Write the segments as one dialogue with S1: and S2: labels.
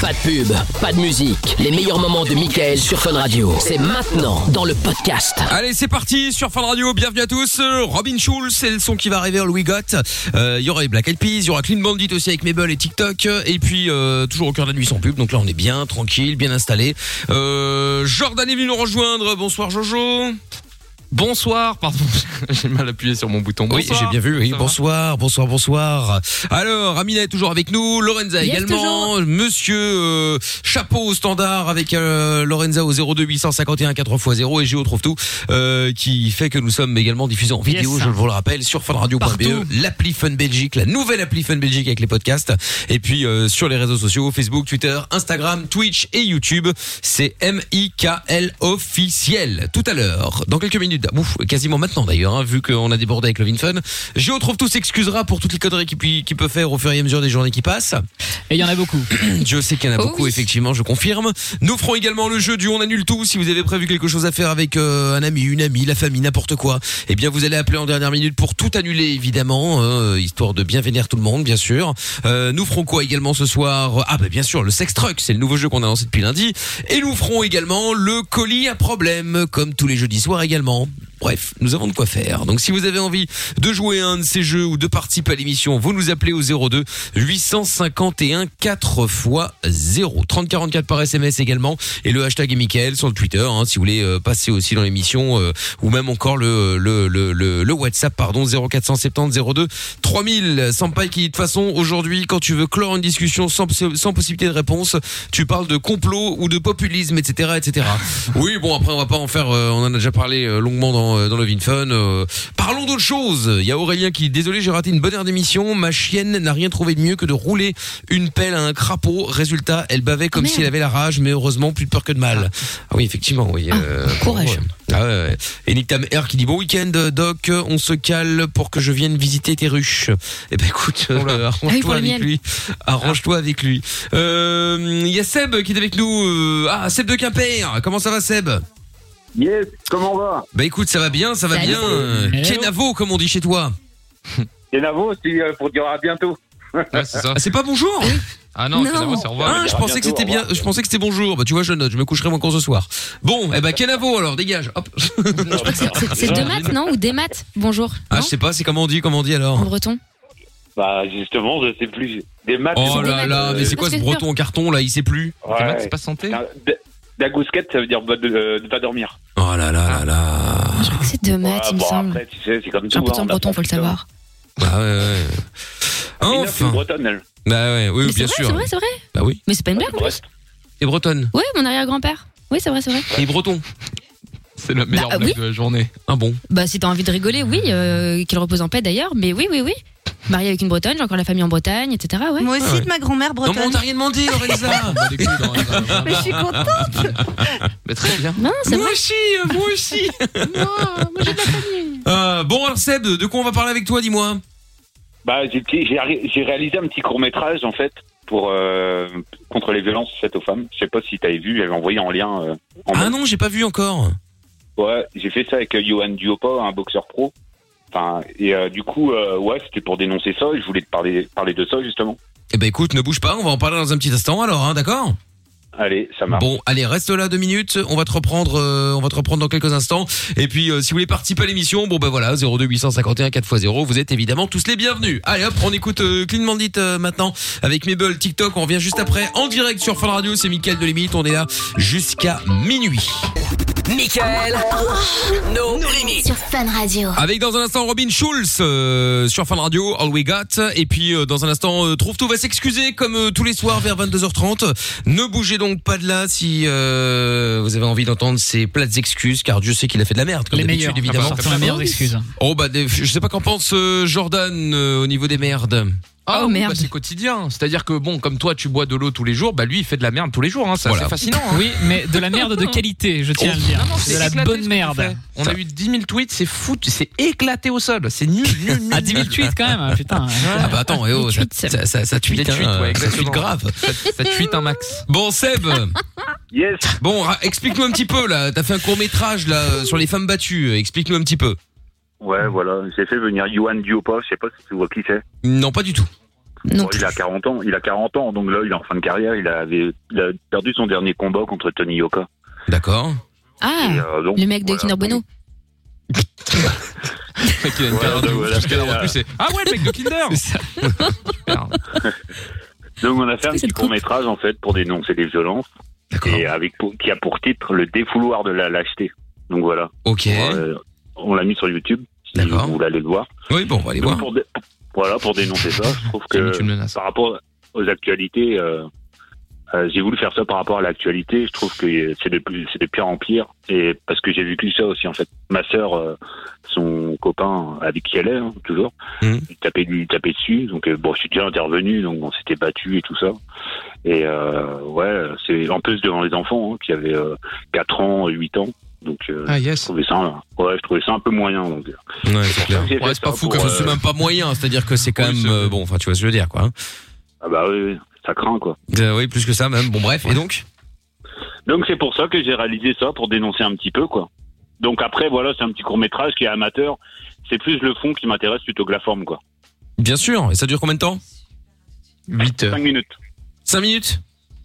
S1: Pas de pub, pas de musique. Les meilleurs moments de Michael sur Fun Radio. C'est maintenant dans le podcast.
S2: Allez, c'est parti sur Fun Radio. Bienvenue à tous. Euh, Robin Schulz, c'est le son qui va arriver. Louis Gott. Euh, Il y aura les Black Eyed Peas. Il y aura Clean Bandit aussi avec Mabel et TikTok. Et puis euh, toujours au cœur de la nuit sans pub. Donc là, on est bien tranquille, bien installé. Euh, Jordan est venu nous rejoindre. Bonsoir Jojo. Bonsoir, pardon, j'ai mal appuyé sur mon bouton. Oui,
S3: Bonsoir.
S2: j'ai bien vu, oui.
S3: Ça va
S2: Bonsoir, bonsoir, bonsoir. Alors, Amina est toujours avec nous, Lorenza
S3: Yes,
S2: également, Monsieur euh, Chapeau au standard avec euh, Lorenza au 02851 4x0 et Géo trouve tout, euh, qui fait que nous sommes également diffusés en vidéo,
S3: Yes.
S2: je vous le rappelle, sur
S3: Partout.
S2: funradio.be, E, l'appli Fun Belgique, la nouvelle appli Fun Belgique avec les podcasts, et puis euh, sur les réseaux sociaux, Facebook, Twitter, Instagram, Twitch et YouTube, c'est M-I-K-L officiel. Tout à l'heure, dans quelques minutes, ouf, quasiment maintenant d'ailleurs, hein, vu qu'on a débordé avec le VinFun, Géo trouve tout s'excusera pour toutes les conneries qu'il pu- qu'il peut faire au fur et à mesure des journées qui passent.
S4: Et il y en a beaucoup.
S2: Dieu sait qu'il y en a
S4: Oh
S2: beaucoup,
S4: oui.
S2: effectivement, je confirme. Nous ferons également le jeu du on annule tout. Si vous avez prévu quelque chose à faire avec euh, un ami, une amie, la famille, n'importe quoi, eh bien vous allez appeler en dernière minute pour tout annuler, évidemment, euh, histoire de bien vénère tout le monde, bien sûr. Euh, nous ferons quoi également ce soir Ah bah bien sûr, le sex truck, c'est le nouveau jeu qu'on a lancé depuis lundi. Et nous ferons également le colis à problème, comme tous les jeudis soirs également. Bref, nous avons de quoi faire. Donc si vous avez envie de jouer à un de ces jeux ou de participer à l'émission, vous nous appelez au 02 851 4 x 0 30 44 par SMS également et le hashtag est Mickaël sur le Twitter hein, si vous voulez euh, passer aussi dans l'émission euh, ou même encore le le, le, le le WhatsApp pardon 0470 02 3000 Sampai qui de toute façon aujourd'hui quand tu veux clore une discussion sans sans possibilité de réponse, tu parles de complot ou de populisme etc etc. Oui, bon après on va pas en faire euh, on en a déjà parlé euh, longuement dans euh, dans le Vinfun. euh, parlons d'autre chose. Il y a Aurélien qui dit, désolé, j'ai raté une bonne heure d'émission, ma chienne n'a rien trouvé de mieux que de rouler une pelle à un crapaud. Résultat, elle bavait comme si elle avait la rage, mais heureusement plus de peur que de mal. Ah oui, effectivement, oui. euh,
S4: courage.
S2: Ah ouais, ouais. Et Nick Tam Air qui dit bon week-end Doc, on se cale pour que je vienne visiter tes ruches. Eh ben
S5: Oh
S2: écoute, euh,
S4: Ah oui, pour
S2: arrange-toi
S4: le
S2: avec
S4: miel.
S2: lui.
S5: Ah.
S2: Arrange-toi avec lui. Euh, Il y a Seb qui est avec nous. euh, Ah Seb de Quimper, comment ça va Seb
S5: Yes, comment on va
S2: Bah écoute, ça va bien, ça va
S5: Salut.
S2: bien. Euh,
S5: Hello.
S2: Kenavo comme on dit chez toi.
S5: Kenavo, c'est euh, pour dire à bientôt.
S2: c'est pas bonjour
S3: Ah
S5: non, Non. Kenavo, c'est au revoir.
S2: Ah, je
S5: À
S2: pensais que
S5: bientôt,
S2: c'était
S5: au
S2: bien,
S5: revoir.
S2: je pensais que c'était bonjour. Bah tu vois, je note, je me coucherai moins con ce soir. Bon, eh ben Kenavo alors, dégage. Hop.
S6: C'est deux maths, non Ou des maths Bonjour.
S2: Ah, je sais pas, c'est comment on dit, comment on dit alors
S6: En breton.
S5: Bah justement, je sais plus. Des maths.
S2: Oh là là, mais c'est quoi ce breton en carton là Il sait plus.
S5: c'est pas santé Dagousquette, ça veut dire bah, de euh, de pas dormir.
S2: Oh là là là là.
S6: Je crois que c'est deux maths,
S5: Ah,
S6: il me
S5: bon,
S6: semble.
S5: après, tu sais, c'est comme
S6: J'ai
S5: tout.
S6: un peu de temps en
S5: hein, on
S6: breton,
S5: apprend.
S6: faut le savoir.
S2: Bah ouais, ouais.
S5: Amina, c'est
S2: Enfin.
S5: une bretonne, elle.
S2: Bah ouais, oui,
S6: Mais
S2: bien
S6: c'est vrai,
S2: sûr.
S6: c'est vrai, c'est vrai.
S2: Bah oui.
S6: Mais c'est pas une blague en plus.
S2: Et bretonne.
S6: Oui, mon arrière-grand-père. Oui, c'est vrai, c'est vrai.
S2: Et breton. C'est la
S6: meilleure Bah, blague oui.
S2: de la journée. Ah bon
S6: Bah, si t'as envie de rigoler, oui, euh, qu'il repose en paix d'ailleurs, mais oui, oui, oui. Marié avec une Bretonne, j'ai encore la famille en Bretagne, etc. Ouais.
S7: Moi aussi, de ma grand-mère bretonne.
S2: Non, mais on t'a rien demandé, Lorenza.
S3: Bah,
S7: mais je suis contente.
S2: Bah très bien.
S6: Non,
S7: c'est
S2: moi
S7: vrai.
S2: aussi, euh, moi aussi. Euh, bon alors Seb, de quoi on va parler avec toi, dis-moi
S5: Bah j'ai petit- j'ai arri- j'ai réalisé un petit court métrage en fait pour euh, contre les violences faites aux femmes. Je sais pas si t'avais vu, j'avais envoyé en lien. euh, en
S2: Ah non, j'ai pas vu encore.
S5: Ouais, j'ai fait ça avec euh, Johan Duopa, un boxeur pro. Enfin, et euh, du coup, euh, ouais, c'était pour dénoncer ça. et Je voulais te parler, parler de ça justement.
S2: Eh ben écoute, ne bouge pas, on va en parler dans un petit instant alors, hein, d'accord
S5: Allez, ça marche.
S2: Bon, allez, reste là deux minutes. On va te reprendre, euh, on va te reprendre dans quelques instants. Et puis, euh, si vous voulez participer à l'émission, bon ben voilà, 02 851 4x0. Vous êtes évidemment tous les bienvenus. Allez, hop, on écoute euh, Clean Bandit euh, maintenant avec Mabel TikTok. On revient juste après en direct sur Fun Radio. C'est Mickaël de Limite. On est là jusqu'à minuit.
S1: Michael, nos limites. Sur Fun Radio.
S2: Avec dans un instant Robin Schulz euh, sur Fun Radio, All We Got. Et puis euh, dans un instant, euh, Trouve Tout va s'excuser comme euh, tous les soirs vers 22h30. Ne bougez donc pas de là si euh, vous avez envie d'entendre ces plates excuses, car Dieu sait qu'il a fait de la merde. Comme
S4: Les
S2: d'habitude,
S4: meilleures,
S2: évidemment.
S4: enfin, sortir la meilleure excuse.
S2: Oh bah, des- je sais pas qu'en pense euh, Jordan euh, au niveau des merdes.
S3: Ah,
S4: Oh,
S3: oui, bah, c'est quotidien. C'est-à-dire que bon, comme toi, tu bois de l'eau tous les jours, bah lui, il fait de la merde tous les jours. Hein. C'est
S2: Voilà.
S3: assez fascinant. hein. Oh,
S4: Oui, mais de la merde de qualité, je tiens à le dire.
S3: Non, non, c'est
S4: de la
S3: éclaté, ce que
S4: bonne
S3: tu
S4: merde.
S3: fais. On a eu 10 000 tweets, c'est fou, c'est éclaté au sol. C'est nul, nul, nul.
S4: Ah, 10 000 tweets quand même, putain.
S2: Ah bah attends, eh oh, ça, ça, ça, ça tweet,
S3: Les tweets,
S2: hein,
S3: ouais,
S2: ça tweet
S3: exactement.
S2: grave.
S3: Ça tweet un max.
S2: Bon Seb,
S5: Yes.
S2: bon ra- explique-nous un petit peu là. T'as fait un court métrage là euh, sur les femmes battues. Euh, Explique-nous un petit peu.
S5: Ouais, voilà. J'ai fait venir Johan Duopa. Je sais pas si tu vois qui c'est.
S2: Non, pas du tout.
S6: Non
S5: Bon, il a 40 ans, il a 40 ans, donc là, il est en fin de carrière. Il avait, il a perdu son dernier combat contre Tony Yoka.
S2: D'accord.
S6: Ah,
S5: Et, euh, donc,
S6: le mec de
S5: voilà,
S6: Kinder Bueno.
S3: Le mec, il a une
S5: Ouais,
S3: carrière de
S5: donc
S3: ouf.
S5: voilà,
S3: Tout ce qu'elle a
S5: c'est,
S3: retenu,
S5: euh,
S3: c'est Ah ouais, le mec de Kinder
S5: Donc on a fait un
S6: Cette
S5: petit court métrage en fait pour dénoncer les violences et avec pour- qui a pour titre le défouloir de la lâcheté. Donc voilà,
S2: Ok.
S5: Euh, on l'a mis sur YouTube. Si
S2: D'accord.
S5: vous voulez aller le voir.
S2: Oui, bon, on va aller
S5: Donc,
S2: voir.
S5: pour dé- voilà pour dénoncer ça. Je trouve
S3: C'est une-
S5: que
S3: une menace.
S5: par rapport aux actualités, euh, euh, j'ai voulu faire ça par rapport à l'actualité. Je trouve que c'est de plus, c'est de pire en pire et parce que j'ai vécu ça aussi en fait. Ma sœur, euh, son copain avec qui elle est hein, toujours,
S2: Mhm.
S5: il tapait lui tapait dessus. Donc euh, bon, je suis déjà intervenu, donc on s'était battu et tout ça. Et euh, ouais, c'est en plus devant les enfants hein, qui avaient euh, 4 ans, 8 ans. Donc euh,
S3: Ah
S5: je
S3: yes.
S5: trouvais ça, un- ouais, je trouvais ça un peu moyen. Donc euh,
S2: Ouais, c'est clair.
S5: j'ai fait
S3: Ouais, c'est pas
S5: ça
S3: fou
S5: pour, euh,
S3: que
S2: C'est même pas moyen, c'est-à-dire que c'est quand
S3: Oui,
S2: même
S3: c'est-
S2: euh, bon. Enfin, tu vois ce que je veux dire, quoi. hein.
S5: Ah bah oui, oui, ça craint quoi.
S2: Euh, oui, plus que ça même. Bon, bref. Et donc
S5: Donc c'est pour ça que j'ai réalisé ça pour dénoncer un petit peu quoi. Donc après voilà, c'est un petit court métrage qui est amateur. C'est plus le fond qui m'intéresse plutôt que la forme quoi.
S2: Bien sûr. Et ça dure combien de temps
S3: 8 heures.
S5: Cinq minutes.
S2: 5 minutes.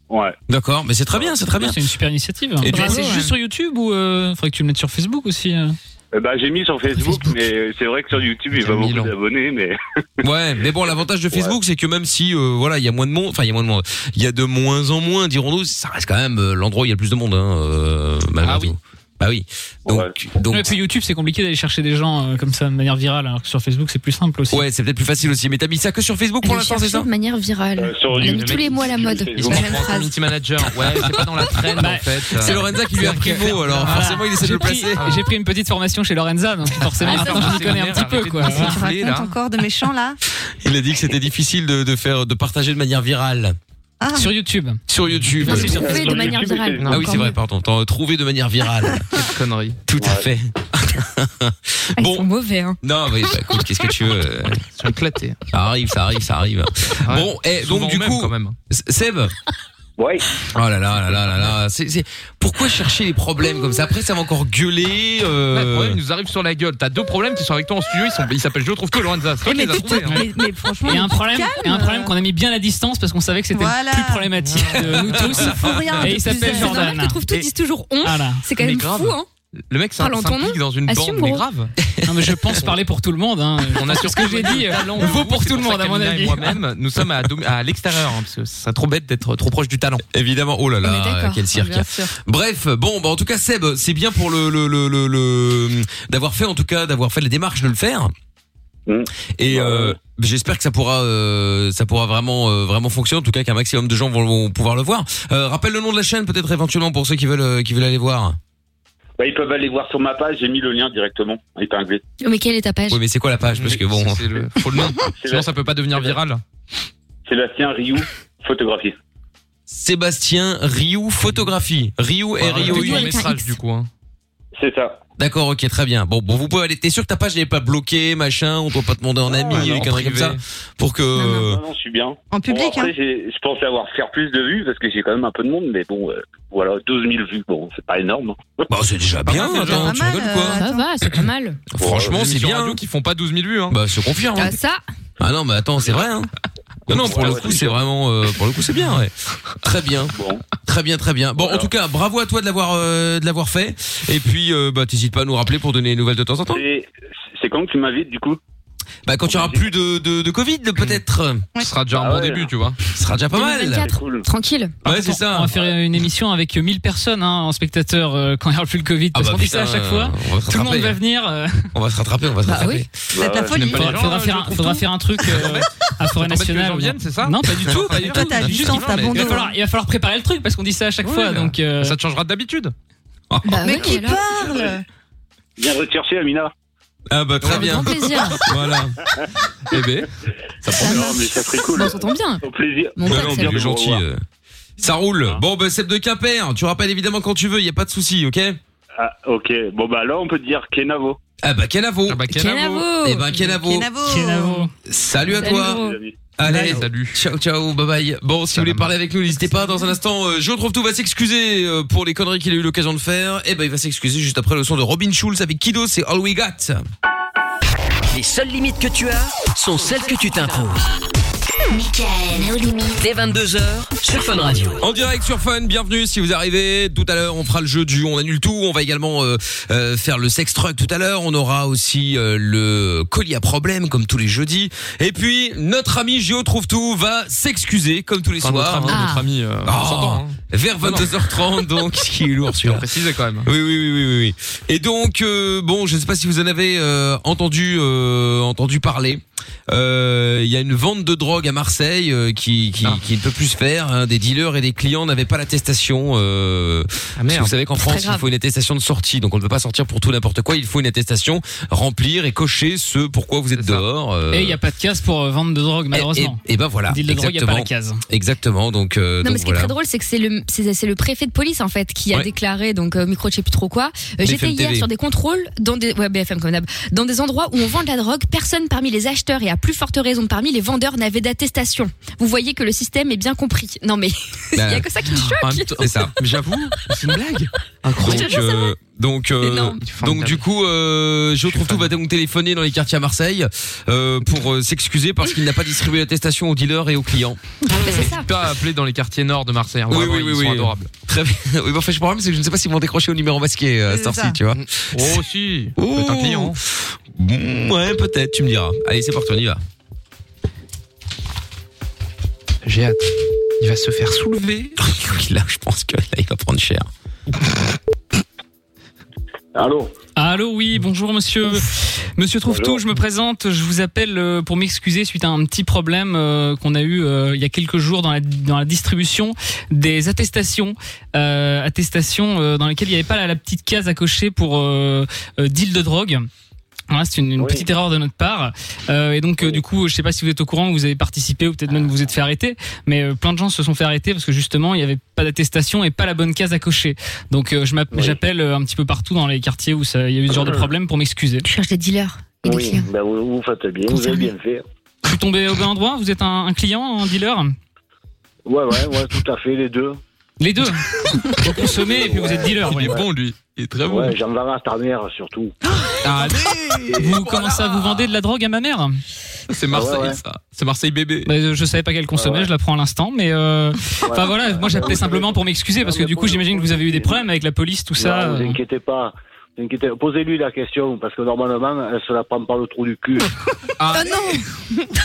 S5: Ouais.
S2: D'accord. Mais c'est très bien, c'est très bien.
S4: C'est une super initiative.
S2: Et du
S4: Bah,
S2: coup,
S4: c'est
S6: ouais.
S4: juste sur YouTube ou euh, faudrait que tu le mettes sur Facebook aussi euh.
S5: Euh, bah j'ai mis sur Facebook, mais c'est vrai que sur YouTube il y a pas
S2: Camille,
S5: beaucoup
S2: on-
S5: d'abonnés, mais
S2: Ouais, mais bon, l'avantage de Facebook, c'est que même si, euh, voilà, il y a moins de monde, enfin, il y a moins de monde, il y a de moins en moins, dirons-nous, ça reste quand même euh, l'endroit où il y a le plus de monde, hein, euh, malgré
S3: Ah
S2: tout. Bah oui. Donc, donc,
S4: Ouais, puis YouTube, c'est compliqué d'aller chercher des gens euh, comme ça de manière virale, alors que sur Facebook, c'est plus simple aussi.
S2: ouais, c'est peut-être plus facile aussi. Mais t'as mis ça que sur Facebook pour
S6: Le
S2: l'instant, c'est
S6: chercher
S2: ça
S6: de manière virale.
S5: euh, sur
S6: On a mis
S5: YouTube.
S6: tous les mois la mode.
S5: Ils
S3: Il se
S5: ont-
S6: La
S3: prend
S6: même
S3: en
S6: phrase.
S3: community manager. Ouais, c'est pas dans la traîne en
S4: Bah,
S3: fait.
S2: C'est Lorenza qui lui a pris mot, alors
S4: Voilà.
S2: forcément, il essaie de
S4: J'ai
S2: le
S4: pris,
S2: placer.
S4: j'ai pris une petite formation chez Lorenza, donc forcément,
S3: Ah,
S4: maintenant, je m'y connais un petit peu, quoi.
S3: arrêtez de
S7: Tu
S3: Gonflé,
S7: racontes
S3: là.
S7: encore de méchants là
S2: Il a dit que c'était difficile de, de faire, de partager de manière virale
S7: Ah,
S4: Sur YouTube.
S2: sur YouTube.
S4: Merci, sur
S6: Trouver de
S5: Sur
S6: manière
S5: YouTube,
S6: virale.
S5: c'est-
S2: Ah oui,
S6: Encore
S2: c'est vrai,
S6: mieux.
S2: pardon. T'en trouver de manière virale.
S3: Quelle connerie.
S2: Tout à
S5: Ouais.
S2: fait.
S6: Ah, Ils
S2: Bon.
S6: sont mauvais, hein.
S2: Non, mais bah, écoute, qu'est-ce que tu veux euh,
S3: Ils sont éclatés.
S2: Ça arrive, ça arrive, ça arrive. Bon, et
S3: Souvent
S2: donc du
S3: même,
S2: coup,
S3: quand même.
S2: Seb,
S5: Ouais.
S2: Oh là là là là là là. C'est, c'est- Pourquoi chercher les problèmes comme ça Après, ça va encore gueuler.
S3: Ouais, Bah, le problème,
S2: Euh...
S3: il nous arrive sur la gueule. T'as deux problèmes qui sont avec toi en studio. Ils sont, ils s'appellent Je trouve que Lorenza. C'est toi
S7: eh,
S3: qui
S7: mais,
S3: les as
S7: tu
S3: trouvés.
S7: te-
S3: hein.
S7: mais, mais franchement,
S4: Et un problème,
S7: calme.
S4: et un problème qu'on a mis bien à la distance parce qu'on savait que c'était
S7: Voilà.
S4: le plus problématique de nous tous.
S7: Il faut rien.
S4: Et
S7: de
S4: il s'appelle
S7: plus.
S6: C'est normal
S4: Jordan.
S6: que trouve tout
S3: Et-
S6: disent toujours on.
S4: Voilà.
S6: C'est quand
S3: Mais
S6: même
S3: grave.
S6: fou, hein.
S3: Le mec, c'est un
S6: Parle en ton nom.
S3: s'implique dans une
S7: Hein
S6: Assume,
S3: bande, mais
S6: gros.
S3: grave.
S4: Non, mais je pense parler pour tout le monde. Hein.
S3: On a
S4: ce que j'ai dit. euh, Vaut pour tout le monde, à mon avis.
S3: Moi-même, nous sommes à, dom- à l'extérieur, hein, parce que ça serait trop bête d'être trop proche du talent.
S2: Évidemment. Oh là
S6: On est
S2: là,
S6: d'accord.
S2: quel cirque.
S6: Bien sûr.
S2: Bref, bon, bah en tout cas, Seb, c'est bien pour le le le le, le- d'avoir fait en tout cas d'avoir fait la démarche de le faire.
S5: Mm.
S3: Bah,
S2: Et euh, j'espère que ça pourra euh, ça pourra vraiment euh, vraiment fonctionner. En tout cas, qu'un maximum de gens vont, vont pouvoir le voir. Euh, rappelle le nom de la chaîne, peut-être éventuellement pour ceux qui veulent euh, qui veulent aller voir.
S5: Bah, ils peuvent aller voir sur ma page. J'ai mis le lien directement. Épinglé.
S6: Mais quelle est ta page
S2: Oui, mais c'est quoi la page Parce que bon,
S3: C'est- c'est le- Faut le nom.
S5: C'est
S3: Sinon, ça peut pas devenir viral.
S5: Sébastien Rioux, photographié.
S2: Sébastien Riou photographie. Riou et
S3: Voilà,
S2: Riou.
S3: c'est
S6: oui.
S3: un
S6: Avec un
S3: métrage
S6: X.
S3: du coup. hein.
S5: C'est ça.
S2: D'accord, ok, très bien. Bon, bon, vous pouvez aller. T'es sûr que ta page n'est pas bloquée, machin On doit pas te demander en ami,
S3: Ouais,
S2: des
S3: en
S2: conneries comme
S3: privé.
S2: ça, pour que. Euh,
S7: Non,
S5: Non, non, je suis bien.
S7: En
S5: Bon,
S7: public,
S5: après,
S7: hein.
S5: j'ai- je pensais avoir faire plus de vues parce que j'ai quand même un peu de monde, mais bon, euh, voilà, 12 000 vues, bon, c'est pas énorme. hein.
S2: Bah, c'est déjà
S3: Pas
S2: bien.
S3: mal, déjà.
S2: attends,
S7: Pas
S2: tu
S7: mal,
S2: rigoles ou quoi
S7: euh,
S6: Ça
S7: Attends.
S6: va, c'est pas mal.
S2: Franchement,
S3: Des
S2: c'est
S3: émissions
S2: bien.
S3: radio qui font pas 12 000 vues. hein.
S2: Bah, je confirme.
S6: Ah, ça,
S2: Ah non, mais attends, c'est vrai. Hein. Non, non, pour le
S5: Ouais,
S2: coup,
S5: ouais,
S2: c'est vraiment, euh, pour le coup, c'est bien. Ouais. Très bien,
S5: Bon,
S2: très bien, très bien. Bon, en
S5: Voilà.
S2: tout cas, bravo à toi de l'avoir, euh, de l'avoir fait. Et puis, euh, bah, t'hésites pas à nous rappeler pour donner des nouvelles de temps en temps.
S5: c'est c'est quand que tu m'invites du coup
S2: Bah, quand tu auras plus de, de, de Covid, peut-être,
S3: Ce sera déjà un
S5: Ah
S3: bon
S5: ouais.
S3: début, tu vois.
S2: ce sera déjà Ah, pas mal.
S6: 2024.
S5: C'est cool.
S6: tranquille.
S4: Par
S2: Ouais,
S4: contre,
S2: c'est
S4: on- On
S2: ça.
S4: va faire une émission avec 1000 personnes hein, en spectateurs euh, quand il n'y aura plus le Covid. Parce qu'on dit ça à
S2: Ah, bah, putain,
S4: chaque fois.
S2: On va se
S4: Tout le monde
S2: rattraper.
S4: va venir. euh,
S2: On va se rattraper, on va se
S6: Bah
S2: rattraper.
S6: oui.
S5: Bah,
S7: C'est ta
S5: ouais.
S7: folie.
S3: pas les
S4: faudra,
S3: gens,
S4: faudra
S3: euh,
S4: faire,
S3: je
S4: un,
S3: trouve
S4: faudra
S3: tout.
S4: faire un truc euh, à
S3: T'embêtes
S4: Forêt
S3: que les
S4: Nationale.
S3: gens viennent, c'est ça
S4: Non, pas du tout. Pas du
S7: Toi,
S4: tout.
S7: t'as du
S4: Juste,
S7: temps,
S4: il
S7: t'as
S4: va-
S7: bon
S4: il va
S7: dos,
S4: falloir-
S7: hein.
S4: Il va falloir préparer le truc parce qu'on dit ça à chaque
S3: Oui,
S4: fois.
S3: mais-
S4: Donc, euh,
S3: Ça te changera d'habitude.
S6: Bah
S7: Mais
S6: ouais,
S7: qui
S6: alors.
S7: parle
S5: Viens rechercher Amina.
S2: Ah bah très
S6: Avec
S2: bien.
S6: grand plaisir.
S2: Voilà. Eh ben, ça prend
S6: Ça
S5: Non,
S6: marche.
S5: mais ça serait cool.
S6: Bon, on s'entend bien.
S5: Au plaisir. Ah.
S6: Mon
S2: Ouais,
S6: tac,
S2: non,
S6: ça
S2: bien
S5: va.
S2: gentil. euh. Ça roule. Bon, bah, Seb de Quimper, tu rappelles évidemment quand tu veux, il a pas de souci, ok
S5: Ah, ok. Bon, bah là, on peut dire Kenavo.
S2: Ah bah, Kenavo.
S3: Ah bah, Kenavo.
S6: Kenavo.
S2: Eh ben, Kenavo.
S7: Kenavo.
S4: Kenavo.
S2: Salut à
S6: Salut,
S2: toi.
S6: gros.
S5: les amis.
S2: Allez,
S3: Bye. Salut.
S2: Ciao, ciao, bye bye. Bon, si vous voulez parler avec nous, n'hésitez pas. Dans un instant, euh, Joe trouve tout va s'excuser euh, pour les conneries qu'il a eu l'occasion de faire. Et ben, il va s'excuser juste après le son de Robin Schulz avec Kido, c'est All We Got.
S1: Les seules limites que tu as sont celles que tu t'imposes.
S8: Michael, nos limites.
S1: Dès 22h sur Fun Radio.
S2: En direct sur Fun, bienvenue si vous arrivez. Tout à l'heure, on fera le jeu du on annule tout. On va également euh, euh, faire le sex truck tout à l'heure. On aura aussi euh, le colis à problème comme tous les jeudis. Et puis notre ami Gio trouve tout va s'excuser comme tous les
S3: Enfin, notre
S2: soirs. Ah.
S3: ami, notre ami, euh, on s'entend, hein.
S2: Vers 22h30 donc, ce qui est lourd sur.
S3: Précisez quand même.
S2: Oui, oui, oui, oui, oui, oui. Et donc, euh, bon, je ne sais pas si vous en avez euh, entendu, euh, entendu parler. Euh, Il y a une vente de drogue à Marseille euh, qui,
S4: Ah.
S2: qui, qui ne peut plus se faire. hein. Des dealers et des clients n'avaient pas l'attestation. Euh,
S4: Ah,
S2: parce que
S3: merde.
S2: vous savez qu'en
S3: Très
S2: France, il
S3: grave.
S2: faut une attestation de sortie, donc on ne peut pas sortir pour tout n'importe quoi. Il faut une attestation, remplir et cocher ce pourquoi vous êtes dehors. euh,
S4: Et il n'y a pas de case pour euh, vendre de drogue, malheureusement.
S2: et, et ben voilà.
S4: Deal de drogue, il n'y a pas la
S2: exactement.
S4: case.
S2: Exactement. Donc, euh,
S6: Non,
S2: donc
S6: mais ce qui
S2: voilà.
S6: est très drôle, c'est que c'est le, c'est c'est le préfet de police, en fait, qui a
S2: Ouais.
S6: déclaré, donc, euh, micro, je sais plus trop quoi. Euh,
S2: BFM
S6: J'étais hier
S2: TV.
S6: sur des contrôles dans des, ouais, BFM comme d'hab, dans des endroits où on vend de la drogue, personne parmi les acheteurs et à plus forte raison parmi les vendeurs n'avait d'attestation. Vous voyez que le système est bien compris. Non, mais, il y
S2: Bah. Ben,
S6: a que ça qui me
S3: En
S7: Ah.
S6: choque.
S3: même temps-
S2: C'est ça.
S3: Mais J'avoue, c'est une blague.
S6: Je te jure,
S2: Donc,
S6: c'est
S2: euh, donc, euh,
S6: Énorme.
S2: donc
S3: Formidable.
S2: du coup, euh, je trouve tout va donc téléphoner dans les quartiers à Marseille euh, pour euh, s'excuser parce qu'il n'a pas distribué l'attestation aux dealers et aux clients.
S6: Mais c'est ça.
S3: Pas appelé dans les quartiers nord de Marseille. hein. Vraiment, ils sont adorables.
S2: Très bien. Oui, mais enfin, je problème, c'est que je ne sais pas s'ils vont décrocher au numéro masqué euh, à cette
S7: C'est
S2: heure-ci,
S7: ça.
S2: tu vois.
S3: Oh si,
S2: Oh.
S3: peut-être un client.
S2: Mm, ouais, peut-être, tu me diras. Allez, c'est parti, on y va.
S3: J'ai hâte. Il va se faire soulever.
S2: Là, je pense que là, il va prendre cher.
S5: Allô
S4: Allô, oui, bonjour monsieur. Monsieur Trouve-Tout,
S5: Bonjour.
S4: je me présente, je vous appelle euh, pour m'excuser suite à un petit problème euh, qu'on a eu euh, il y a quelques jours dans la, dans la distribution des attestations. Euh, attestations euh, dans lesquelles il n'y avait pas la, la petite case à cocher pour euh, euh, deal de drogue. Voilà, c'est une, une
S5: Oui.
S4: petite erreur de notre part. Euh, et donc, euh, du coup, je sais pas si vous êtes au courant, vous avez participé ou peut-être même vous vous êtes fait arrêter, mais euh, plein de gens se sont fait arrêter parce que justement, il n'y avait pas d'attestation et pas la bonne case à cocher. Donc, euh, je m'app-
S5: Oui. Euh.
S4: j'appelle euh, un petit peu partout dans les quartiers où ça- il y a eu ce genre de problème pour m'excuser.
S6: Je cherche des dealers et des
S5: Oui,
S6: clients.
S5: ben vous, vous faites bien, vous avez bien fait.
S4: Je suis tombé au bon endroit Vous êtes un, un client, un dealer
S5: Ouais, ouais, ouais, tout à fait, les deux.
S4: Les deux Vous consommez et puis vous êtes dealer.
S3: Il est
S4: ouais.
S3: bon lui. Il est très bon.
S5: Ouais, j'en verrai à ta mère surtout.
S4: Ah, Vous commencez à vous vendre de la drogue à ma mère
S3: C'est Marseille
S5: Ouais, ouais.
S2: Ah,
S3: ça. C'est Marseille bébé.
S4: Bah, euh, Je savais pas qu'elle consommait,
S5: Ouais, ouais.
S4: je la prends à l'instant, mais... euh, Enfin voilà, moi j'appelais
S5: Ouais,
S4: simplement pour m'excuser parce que du coup j'imagine que vous avez eu des problèmes avec la police, tout ça.
S5: Non,
S4: euh.
S5: vous inquiétez pas. vous inquiétez- Posez-lui la question, parce que normalement, elle se la prend par le trou du cul.
S7: Ah non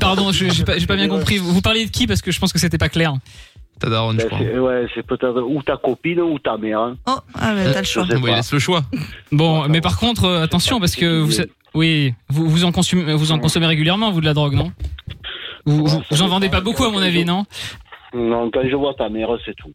S4: Pardon, je- j'ai pas, j'ai pas bien compris. Vous vous parliez de qui parce que je pense que c'était pas clair.
S3: T'as Daron, je
S5: Ben,
S3: crois.
S5: c'est- ouais, c'est peut-être ou ta copine ou ta mère. hein.
S7: Oh, ah, bah,
S4: Euh,
S7: t'as le choix.
S5: Je sais
S3: Bon, il
S5: pas.
S3: laisse le choix.
S4: Bon, mais par contre, euh, attention parce que vous, sa- oui, vous, vous en consommez, vous en consommez régulièrement vous de la drogue, non vous, vous, vous en vendez pas beaucoup à mon avis, non
S5: Non, quand je vois ta mère, c'est tout.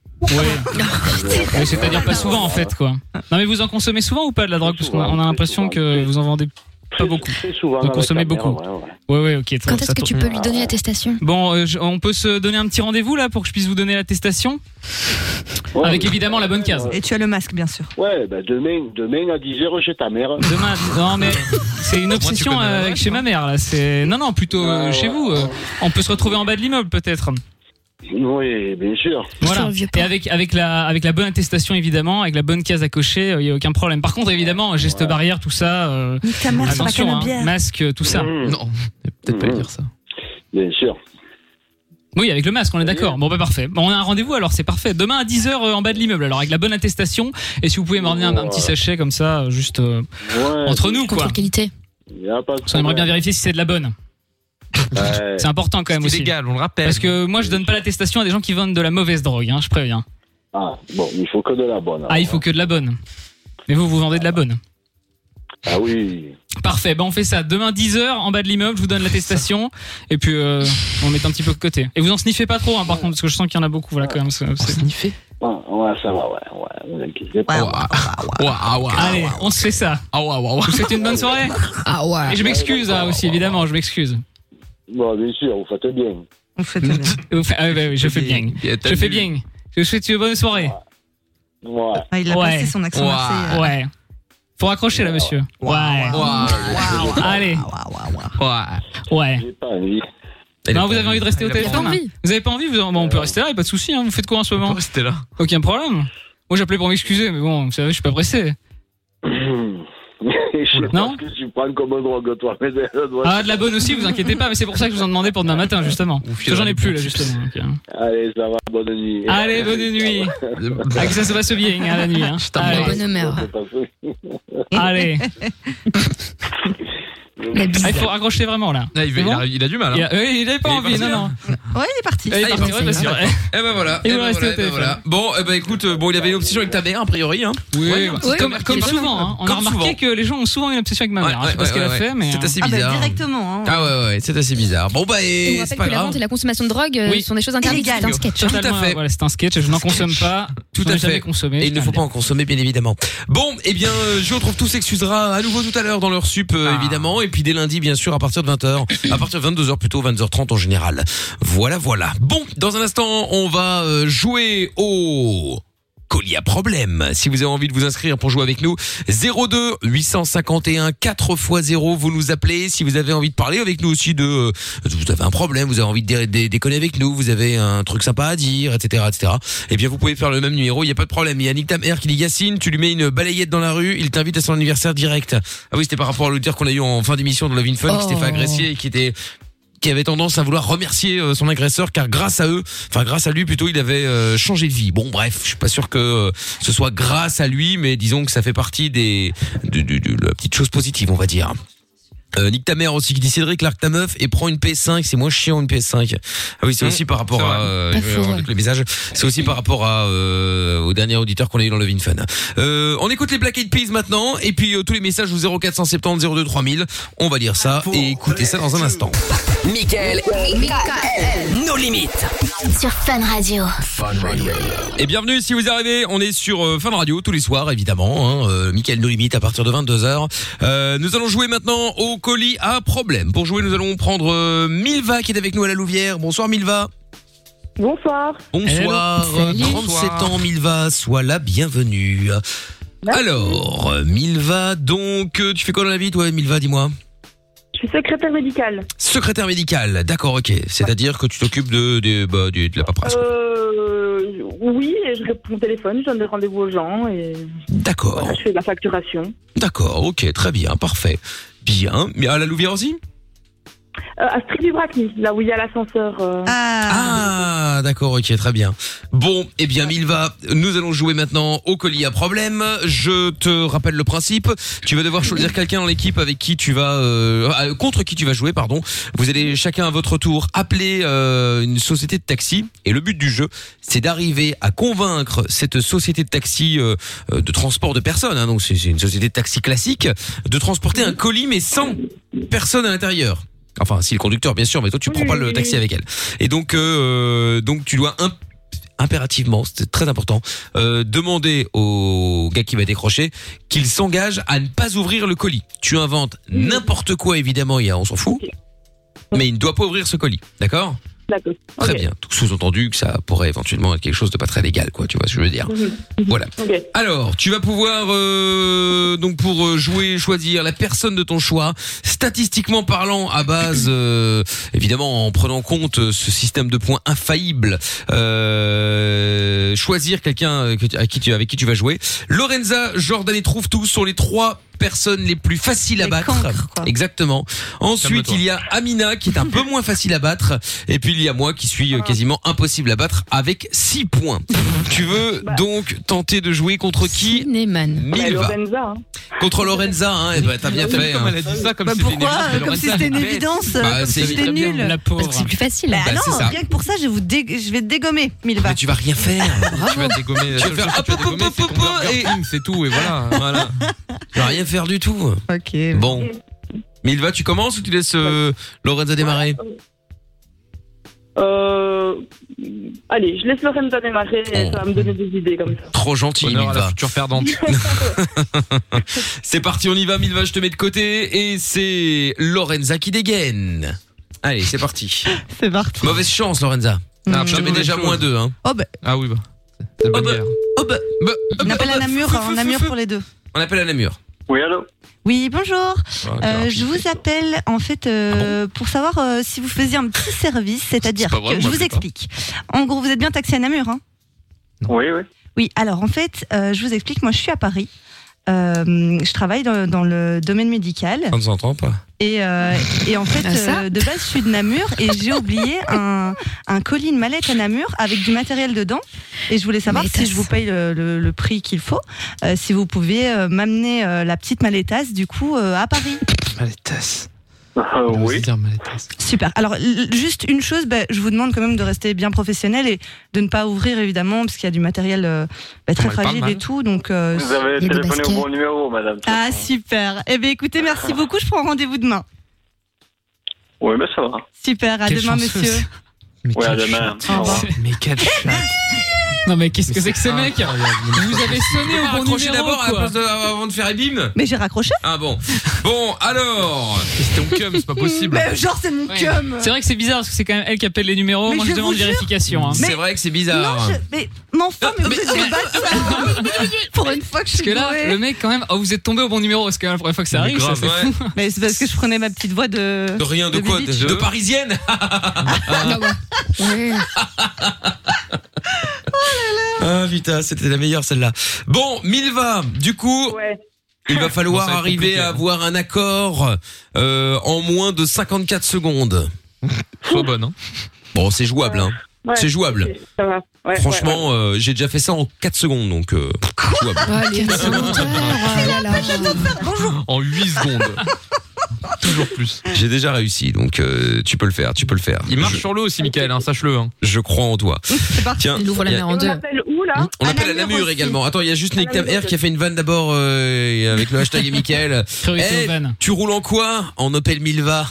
S4: Mais C'est-à-dire pas souvent en fait quoi. Non mais vous en consommez souvent ou pas de la drogue parce qu'on a, on a l'impression que vous en vendez.
S5: Très-
S4: beaucoup.
S5: Très souvent.
S4: Vous
S5: avec
S4: consommez
S5: ta mère,
S4: beaucoup.
S5: ouais, ouais.
S4: Ouais ouais ok. très-
S6: Quand
S4: ça
S6: est-ce que tu
S4: tourne.
S6: peux lui donner l'attestation
S4: Bon, euh, je- on peut se donner un petit rendez-vous là pour que je puisse vous donner l'attestation
S5: Ouais,
S4: avec évidemment la bonne case.
S7: Et tu as le masque, bien sûr.
S5: Ouais, ben demain, demain à 10h chez ta mère.
S4: Demain, non mais c'est une
S3: tu
S4: obsession
S3: connais la
S4: euh,
S3: règle,
S4: avec chez ma mère là. C'est non non plutôt euh,
S5: Ouais,
S4: chez
S5: ouais.
S4: vous. euh. On peut se retrouver en bas de l'immeuble peut-être.
S5: Oui, bien sûr.
S4: Voilà.
S6: Sur le vieux
S4: Et
S6: port.
S4: avec avec la avec la bonne attestation évidemment, avec la bonne case à cocher, il y a aucun problème. Par contre évidemment geste
S5: Ouais.
S4: barrière tout ça. euh,
S7: Nique ta mère sur la canne
S4: attention
S7: à
S4: hein,
S7: bière.
S4: masque euh, tout ça.
S5: Mmh,
S3: Non, peut-être pas
S5: Mhm.
S3: dire ça.
S5: Bien sûr.
S4: Oui, avec le masque, on est d'accord. Bon, bah parfait. Bon, on a un rendez-vous alors, c'est parfait. Demain à 10h en bas de l'immeuble, alors avec la bonne attestation. Et si vous pouvez m'emmener un, un petit sachet comme ça, euh, juste euh,
S5: Ouais,
S4: entre nous, quoi.
S6: Contrôle qualité.
S5: y a pas de
S4: Parce qu'on aimerait bien
S5: problème.
S4: vérifier si c'est de la bonne.
S5: Ouais.
S4: C'est important quand même
S3: C'est
S4: aussi.
S3: légal, on le rappelle.
S4: Parce que moi, je donne pas l'attestation à des gens qui vendent de la mauvaise drogue, hein, je préviens.
S5: Ah, bon, il faut que de la bonne.
S4: Ah, il faut que de la bonne. Mais vous, vous vendez de la bonne.
S5: Ah oui.
S4: Parfait, bah on fait ça. Demain 10h en bas de l'immeuble, je vous donne l'attestation. Et puis, euh, on met un petit peu de côté. Et vous en sniffez pas trop, hein, par contre, parce que je sens qu'il y en a beaucoup, voilà, quand même. c'est- c'est-
S3: sniffer.
S5: Ah, ouais, ça va, ouais, ouais, vous inquiétez pas.
S7: Ouais,
S3: Ouah, ouah, ouah,
S4: Allez, on se fait ça.
S3: ouah, ouah, ouah, ouah.
S4: Je vous souhaite une bonne soirée.
S1: Ah ouais.
S4: Et je m'excuse hein, aussi, évidemment, je m'excuse.
S5: Bon, bien sûr, vous faites bien.
S7: On fait très bien.
S4: Vous fa- ah ouais, ouais, ouais, je fais bien. Je fais bien. Je vous souhaite une bonne soirée.
S5: Ouais.
S7: Ah, il a
S4: Ouais.
S7: passé son accent
S3: Ouais.
S9: hein.
S7: marseillais.
S4: Ouais. Faut raccrocher là, monsieur. Ouais.
S3: Ouah,
S4: Allez.
S3: ouah.
S4: Ouais.
S5: J'ai pas envie.
S4: Non, vous avez envie de rester au
S3: Il a pas
S4: téléphone
S6: envie.
S4: là Vous avez pas envie vous... bon, On peut rester là, y a pas de souci. hein. Vous faites quoi en ce
S3: On peut
S4: moment
S3: rester là.
S4: Aucun problème. Moi, j'appelais pour m'excuser, mais bon, vous savez, je suis pas pressé.
S8: mais je sais pas
S4: Non
S8: ce que tu prends comme drogue, toi. Mais ça doit
S4: Ah, de la bonne aussi, vous inquiétez pas, mais c'est pour ça que je vous en demandais pour demain matin, justement. Parce que j'en ai plus, là, justement. donc, hein.
S8: Allez, ça va, bonne nuit.
S4: Allez, bonne nuit. Ah, que ça se passe bien, hein, la nuit. hein. Allez.
S6: Bonne humeur.
S4: Allez.
S6: La bise.
S4: Ah, il faut raccrocher vraiment, là.
S3: Ah, il, va-
S4: C'est
S3: il
S4: bon
S3: a, il a du mal. hein.
S4: Il a- oui, il avait pas
S3: Il est
S4: envie, non,
S3: parti,
S4: non.
S7: Ouais, il est parti.
S4: Il est
S2: Ah, il est
S4: parti,
S2: parti,
S4: ouais, pas sûr.
S2: Eh ben voilà.
S4: Et
S2: eh
S4: nous
S2: ben voilà,
S4: rester au
S2: eh ben
S4: téléphone.
S2: voilà. Bon, eh ben écoute, euh, bon, il avait une obsession avec ta mère, a priori. Hein.
S3: Oui,
S4: Ouais,
S3: bah,
S4: c'est
S6: oui,
S4: comme,
S6: bah,
S4: comme
S6: comme
S4: souvent, hein. on a
S2: Comme
S4: remarqué
S2: souvent.
S4: que les gens ont souvent une obsession avec ma mère. hein.
S2: Ouais,
S4: Je sais pas ce
S2: ouais,
S4: qu'elle
S2: ouais,
S4: a fait,
S2: ouais.
S4: mais. euh,
S2: C'est assez
S7: Ah bah
S2: bizarre.
S7: directement. hein.
S2: Ah ouais, ouais, c'est assez bizarre. Bon, bah,
S6: On
S2: et c'est
S6: rappelle
S2: pas
S6: que la
S2: grave.
S6: vente et la consommation de drogue euh,
S4: Oui.
S6: sont des choses interdites. C'est un
S7: Illégales.
S6: sketch. hein.
S2: Tout à
S4: Totalement,
S2: fait.
S4: Voilà, c'est un sketch, je n'en consomme pas.
S2: Tout
S4: j'en ai
S2: à fait.
S4: jamais consommé.
S2: Et il
S4: je
S2: ne
S4: tiens
S2: faut
S4: à
S2: pas
S4: le
S2: en consommer, bien évidemment. Bon, eh bien, euh, je retrouve tous s'excusera à nouveau tout à l'heure dans leur sup, euh,
S3: Ah.
S2: évidemment. Et puis dès lundi, bien sûr, à partir de 20h, à partir de 22h plutôt, 22h30 en général. Voilà, voilà. Bon, dans un instant, on va euh, jouer au colis à problème. Si vous avez envie de vous inscrire pour jouer avec nous, 02 851 4 x 0, vous nous appelez. Si vous avez envie de parler avec nous aussi de, euh, vous avez un problème, vous avez envie de dé- dé- déconner avec nous, vous avez un truc sympa à dire, etc., etc. Eh bien, vous pouvez faire le même numéro, il y a pas de problème. Il y a Nick Tamer qui dit Yacine, tu lui mets une balayette dans la rue, il t'invite à son anniversaire direct. Ah oui, c'était par rapport à l'auditeur qu'on a eu en fin d'émission dans Love in Fun, qui s'était fait
S6: Oh.
S2: agresser et qui était qui avait tendance à vouloir remercier euh, son agresseur car grâce à eux, enfin grâce à lui plutôt, il avait euh, changé de vie. Bon bref, je suis pas sûr que euh, ce soit grâce à lui, mais disons que ça fait partie des du- du- du- de la petite chose positive, on va dire. Euh, nique ta mère aussi qui dit Cédric largue ta meuf et prends une PS5 c'est moins chiant une PS5 ah oui c'est
S3: Mmh,
S2: aussi par rapport
S3: c'est vrai.
S2: à euh,
S6: Pas
S2: je vais
S6: faux,
S2: avoir
S6: ouais.
S2: les messages c'est aussi par rapport à euh, au dernier auditeur qu'on a eu dans le Vin Fun euh, on écoute les Black Eyed Peas maintenant et puis euh, tous les messages au 0470 02 3000 on va lire ça et écouter ça dans un instant
S1: Michael, nos limites.
S10: Sur Fun Radio.
S2: Et bienvenue si vous arrivez, on est sur euh, Fun Radio tous les soirs évidemment, hein, euh, Mickaël No Limite à partir de 22h. Euh, nous allons jouer maintenant au colis à problème. Pour jouer nous allons prendre euh, Milva qui est avec nous à la Louvière. Bonsoir Milva.
S11: Bonsoir.
S2: Bonsoir,
S6: Hello.
S2: euh, 37 ans Milva, sois la bienvenue.
S11: Merci.
S2: Alors, euh, Milva, donc euh, tu fais quoi dans la vie toi Milva, dis-moi
S11: Je suis secrétaire médicale.
S2: Secrétaire médicale, d'accord, ok. C'est-à-dire que tu t'occupes de, de, bah, de, de la paperasse. quoi.
S11: Euh, oui, et je réponds au téléphone, je donne des rendez-vous aux gens et
S2: D'accord,
S11: voilà, je fais de la facturation.
S2: d'accord, ok, très bien, parfait. Bien, mais à la Louvière aussi
S11: Euh, à Stribivrakni, là où il y a l'ascenseur. euh,
S7: Ah,
S2: Ah, d'accord, ok, très bien. Bon, eh bien, Milva, nous allons jouer maintenant au colis à problème. Je te rappelle le principe. Tu vas devoir choisir quelqu'un dans l'équipe avec qui tu vas, euh, euh, contre qui tu vas jouer, pardon. Vous allez chacun à votre tour appeler euh, une société de taxi. Et le but du jeu, c'est d'arriver à convaincre cette société de taxi euh, euh, de transport de personnes. hein, donc, c'est c'est une société de taxi classique de transporter un colis mais sans personne à l'intérieur. Enfin, si le conducteur, bien sûr, mais toi, tu prends pas le taxi avec elle. Et donc, euh, donc tu dois imp- impérativement, c'est très important, euh, demander au gars qui va décrocher qu'il s'engage à ne pas ouvrir le colis. Tu inventes n'importe quoi, évidemment, il y a, on s'en fout. Mais il ne doit pas ouvrir ce colis, d'accord
S11: D'accord.
S2: Très
S11: Ok.
S2: bien. Donc, Sous-entendu que ça pourrait éventuellement être quelque chose de pas très légal, quoi. Tu vois ce que je veux dire
S11: Mhm.
S2: Voilà.
S11: Ok.
S2: Alors, tu vas pouvoir euh, donc pour euh, jouer choisir la personne de ton choix. Statistiquement parlant, à base euh, évidemment en prenant en compte euh, ce système de points infaillible, euh, choisir quelqu'un euh, que tu- à qui tu avec qui tu vas jouer. Lorenza, Jordan et Trouve tous sont les trois personnes les plus faciles à
S7: Les
S2: battre.
S7: cancres, quoi.
S2: Exactement. Ensuite,
S3: Calme-toi.
S2: il y a Amina qui est un peu moins facile à battre et puis il y a moi qui suis euh,
S7: Ah.
S2: quasiment impossible à battre avec 6 points. Tu veux
S11: Bah.
S2: donc tenter de jouer contre qui
S6: Cinéman.
S11: Bah,
S2: Milva.
S11: Lorenza, hein.
S2: Contre Lorenza, hein. Eh ben, t'as bien
S3: T'as vu
S2: fait.
S3: comme
S2: hein.
S3: elle a dit ça, comme
S7: bah
S3: si c'était une
S7: pourquoi
S3: évidence,
S7: Comme si
S3: Lorenza,
S7: c'était une
S3: elle est bête.
S7: évidence, euh,
S2: Bah,
S7: comme
S2: c'est
S7: si c'était
S2: bien.
S7: nul.
S6: Parce
S4: La
S6: que
S4: pauvre.
S6: c'est plus facile.
S7: Bah
S2: Bah, c'est ça.
S7: non, rien que pour ça, je, vais vous dé- je vais te dégommer, Milva.
S2: Mais tu vas rien faire.
S3: Tu vas te dégommer. la
S2: Tu vas
S3: seule
S2: faire
S3: chose que tu vas
S2: hop, hop,
S3: dégommer,
S2: hop,
S3: c'est
S2: hop,
S3: ton
S2: hop,
S3: burger
S2: et-
S3: king, C'est tout, et voilà.
S2: voilà. Tu vas rien faire du tout.
S7: Ok.
S2: Bon. Milva, tu commences ou tu laisses euh, Lorenza démarrer
S11: Euh, allez, je laisse Lorenza démarrer et
S2: Oh.
S11: ça va me donner des idées comme ça.
S2: Trop gentil,
S3: Honneur à la
S2: Milva.
S3: future perdante.
S2: C'est parti, on y va, Milva, je te mets de côté. Et c'est Lorenza qui dégaine. Allez, c'est parti.
S7: C'est parti.
S2: Mauvaise chance, Lorenza.
S3: Ah,
S2: Je te
S3: plein de
S2: mets déjà
S3: choses.
S2: moins deux. Hein.
S7: Mm. Oh, bah,
S3: Ah oui, bah. C'est la
S2: Oh, bah.
S3: bonne guerre.
S2: Oh bah, bah,
S7: on appelle à Namur, hein, on Namur pour les deux.
S2: On appelle à Namur.
S8: Oui, allô
S7: Oui, bonjour.
S2: Ah,
S3: Oh,
S7: Euh, je vous appelle en fait euh, pour savoir euh, si vous faisiez un petit service, c'est-à-dire
S3: C'est pas vrai,
S7: que
S3: on
S7: je vous
S3: m'appelle pas.
S7: explique. En gros, vous êtes bien taxé à Namur, hein
S8: Oui, oui.
S7: Oui, alors en fait, euh, je vous explique, moi je suis à Paris. euh, je travaille dans, dans le domaine médical.
S2: Ça ne s'entend pas.
S7: Et, euh, et en fait,
S2: Ah, ça
S7: euh, de base, je suis de Namur et j'ai oublié un, un colis, une mallette à Namur avec du matériel dedans. Et je voulais savoir si je vous paye le, le- le prix qu'il faut, euh, si vous pouviez euh, m'amener euh, la petite mallettasse du coup euh, à Paris.
S3: Maletasse.
S8: oui.
S7: Super. Alors, l- juste une chose, bah, je vous demande quand même de rester bien professionnel et de ne pas ouvrir évidemment, parce qu'il y a du matériel euh, bah, très
S8: On est pas
S7: fragile
S8: mal.
S7: et tout. Donc, euh,
S8: Vous avez
S7: il y a des
S8: téléphoné au
S7: baskets.
S8: bon numéro, madame.
S7: Ah, super. Eh bien, écoutez, merci beaucoup. Je prends rendez-vous demain.
S8: Oui, mais ça va.
S7: Super. À
S8: Quelle
S7: demain,
S8: chanceuse.
S7: monsieur.
S8: Oui, à demain. Au revoir.
S3: Mais quel
S4: Non mais qu'est-ce que c'est que ce mec
S2: Oh,
S4: Vous avez
S2: On
S4: sonné au
S2: va
S4: bon
S2: raccrocher
S4: numéro
S2: d'abord à la
S4: quoi.
S2: place de- avant de faire Ebim
S7: Mais j'ai raccroché.
S2: Ah bon. Bon, alors.
S3: C'est ton cum, c'est pas
S2: possible.
S7: Mais genre, c'est mon
S4: Ouais.
S7: cum.
S4: C'est vrai que c'est bizarre parce que c'est quand même elle qui appelle les numéros.
S7: Mais
S4: Moi
S7: je
S4: je,
S7: vous
S4: demande
S7: jure.
S4: vérification. hein.
S2: C'est vrai que c'est bizarre. Euh,
S7: Je- Mais, mais enfin, mais, vous êtes des bâtards. Pour une fois que je
S4: Parce
S7: suis
S4: que là,
S7: bourrée.
S4: le mec quand même, oh, vous êtes tombé au bon numéro. Parce que la première fois que ça
S2: Mais
S4: arrive, ça
S2: grave,
S4: c'est
S2: ouais.
S4: fou.
S7: Mais c'est parce que je prenais ma petite voix de.
S2: De rien de, quoi de, de parisienne Ah putain, c'était la meilleure celle-là. Bon, Milva, du coup, il va hein. falloir
S3: Bon, ça va être
S2: arriver
S3: compliqué,
S2: à avoir un accord euh, en moins de 54 secondes.
S3: Sois bonne. Hein.
S2: Bon, c'est jouable, hein.
S11: Ouais,
S2: c'est jouable.
S11: ok, Ça va. Ouais,
S2: Franchement, euh, j'ai déjà fait ça en 4 secondes, donc euh, jouable.
S3: En 8 secondes. Toujours plus.
S2: J'ai déjà réussi, donc euh, tu peux le faire, tu peux le faire.
S3: Il marche
S2: Je-
S3: sur l'eau aussi, Michael, hein, sache-le. Hein.
S2: Je crois en toi. Tiens, il y a-
S11: ouais. Et On appelle où là
S2: On appelle à Namur également. Attends, il y a juste Nick Tam Air qui a fait une vanne d'abord euh, avec le hashtag et Michael.
S4: Priorité
S2: Eh,
S4: aux vannes.
S2: tu roules en quoi En Opel Milva.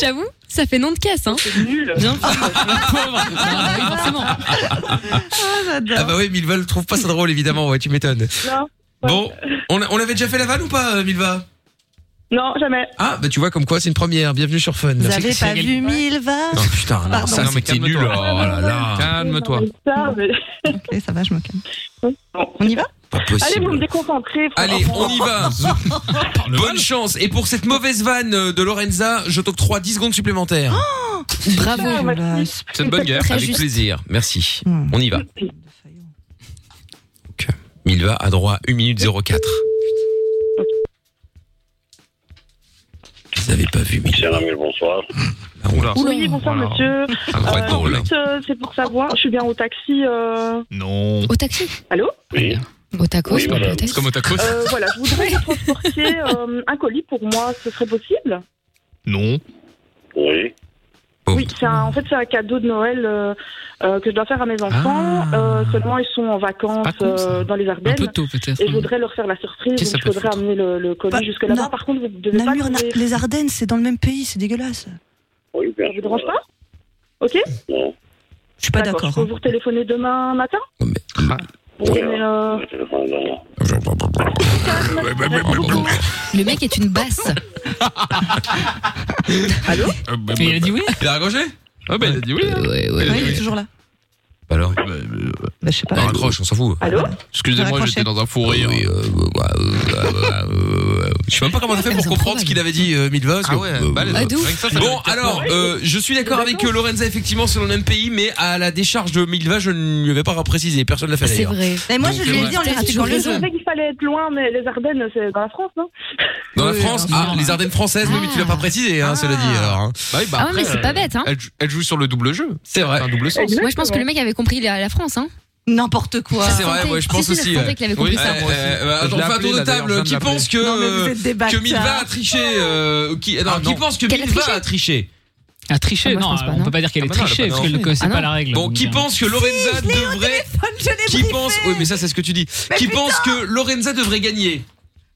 S6: J'avoue, ça fait nom de caisse, hein.
S11: Nul.
S4: Bien
S7: Hein
S4: forcément.
S2: Ah bah oui, Milva le trouve pas ça drôle évidemment, ouais, tu m'étonnes.
S11: Non.
S2: Bon, on, a- on avait déjà fait la vanne ou pas, euh, Milva
S11: Non, jamais.
S2: Ah bah tu vois comme quoi c'est une première, bienvenue sur Fun.
S7: Vous avez pas vu Milva
S2: Non putain, non,
S7: Pardon.
S2: ça
S3: Non, mais
S2: c'était nul, oh
S3: calme-toi.
S2: là là.
S3: Calme-toi.
S11: Ça, mais-
S7: Ok, ça va, je me calme. On y va
S2: Pas
S11: Allez, vous me
S2: possible.
S11: déconcentrez.
S2: Allez,
S11: franchement.
S2: on y va. Bonne chance. Et pour cette mauvaise vanne euh, de Lorenza, je t'octroie 10 secondes supplémentaires.
S6: Bravo.
S2: C'est une bonne guerre.
S6: Très
S2: Avec
S6: juste.
S2: plaisir. Merci. On y va. Ok. Milva a droit à 1 minute 04. Vous avez pas vu Milva.
S5: bonsoir.
S2: Oula.
S11: Oui, bonsoir
S3: Voilà.
S11: monsieur.
S2: Ah, on va être
S11: Euh,
S2: drôle,
S11: juste, euh, c'est pour savoir, je suis bien au taxi. euh,
S3: Non.
S6: Au taxi.
S11: Allô
S5: Oui.
S6: Au tacos,
S5: Oui,
S6: pas
S5: madame.
S6: au taxi.
S3: C'est comme au tacos
S11: Euh, Voilà, je voudrais que vous transportiez euh, un colis pour moi, ce serait possible
S3: Non.
S5: Oui.
S11: Oui, c'est un- en fait c'est un cadeau de Noël euh, euh, que je dois faire à mes enfants. Euh, seulement ils sont en vacances
S3: Pas con, ça.
S11: euh, dans les
S4: Un peu
S11: Ardennes.
S4: tôt peut-être.
S11: Et je voudrais leur faire la surprise,
S3: Qu'est-ce
S11: donc
S3: que
S11: je
S3: ça peut
S11: voudrais amener le, le colis
S7: Bah,
S11: jusque là-bas.
S7: non.
S11: Par contre, vous devez pas
S7: Namur,
S11: trouver-
S7: les Ardennes, c'est dans le même pays, c'est dégueulasse.
S5: Oui, bien
S11: Je vous dérange pas Ok
S5: Non.
S7: Je suis pas
S11: Je
S7: d'accord. hein.
S11: peux vous téléphoner demain matin Pour
S5: Oui.
S11: donner, euh,
S2: Bah,
S6: Le mec est une basse.
S11: Allô
S2: Ah, bah,
S4: Mais il a dit oui.
S2: Il a raccroché
S3: Ah bah, il a dit oui. hein.
S7: hein. Ouais, il est toujours là.
S2: Bah alors,
S7: Bah, je sais pas.
S2: on raccroche, on s'en fout.
S11: Allô
S3: Excusez-moi, j'étais dans un fou rire.
S2: Oui, euh, ouais, euh, ouais, euh, ouais. Je sais même pas comment on a fait
S6: Elles
S2: pour
S6: sont
S2: comprendre ce qu'il avait dit euh, Milva. parce que-
S3: Ah ouais,
S2: Euh,
S3: bah, les-
S6: Ah, de ouf.
S3: rien que ça, ça
S2: Bon,
S3: mérite-
S2: alors, euh, je suis d'accord avec euh, Lorenza, effectivement, selon le même pays, mais à la décharge de Milva, je ne lui avais pas précisé. Personne ne l'a fait
S6: C'est
S2: d'ailleurs.
S6: vrai.
S7: Mais moi,
S2: Donc, euh,
S7: je lui ai
S2: ouais.
S7: dit en
S6: T'as
S7: l'expliquant
S6: toujours
S7: les
S11: Je
S6: raison.
S7: gens.
S11: savais qu'il fallait être loin, mais les Ardennes, c'est dans la France, non
S2: Dans la
S4: Oui,
S2: France,
S4: bien sûr.
S2: ah, les Ardennes françaises, oui, mais tu l'as pas précisé, hein, cela dit. Alors, hein.
S3: Bah oui, bah
S6: Ah ouais,
S3: après,
S6: mais c'est pas bête, hein.
S3: Elle, jou- elle joue sur le double jeu.
S2: C'est vrai.
S3: C'est un double sens.
S6: Moi, je pense que le mec avait compris la, la France, hein.
S7: N'importe quoi.
S2: C'est vrai,
S6: sentais-
S2: ouais, je pense
S6: si, si, je
S2: aussi.
S6: sentais
S2: ouais.
S6: qu'il avait compris
S2: Oui,
S6: ça.
S2: euh,
S3: moi aussi.
S2: euh,
S3: Je
S2: Attends, on
S3: l'ai
S2: fait un
S3: appelé,
S2: tour de
S3: là, d'ailleurs,
S2: table.
S3: je
S2: Qui
S3: viens de
S2: pense que
S7: Non, mais vous
S2: euh,
S7: êtes des
S2: que Milva a
S7: bâtards.
S2: triché euh, qui, non,
S3: Ah,
S2: qui
S3: non.
S2: pense que
S6: Qu'elle a
S2: Milva
S6: triché
S2: a triché
S4: À tricher,
S6: Ah, moi, je
S4: non,
S6: pense pas,
S4: on
S6: non.
S4: peut pas dire qu'elle est
S3: Ah, bah non, elle a pas
S4: trichée parce que
S3: non.
S4: le co- c'est
S6: Ah,
S4: pas
S6: non.
S4: la règle.
S2: Bon,
S4: donc,
S2: qui
S4: euh,
S2: pense que Lorenza
S7: Je l'ai au
S2: devrait
S7: téléphone, je l'ai
S2: qui
S7: briefé.
S2: pense Oui, mais ça c'est ce que tu dis. Qui pense que Lorenza devrait gagner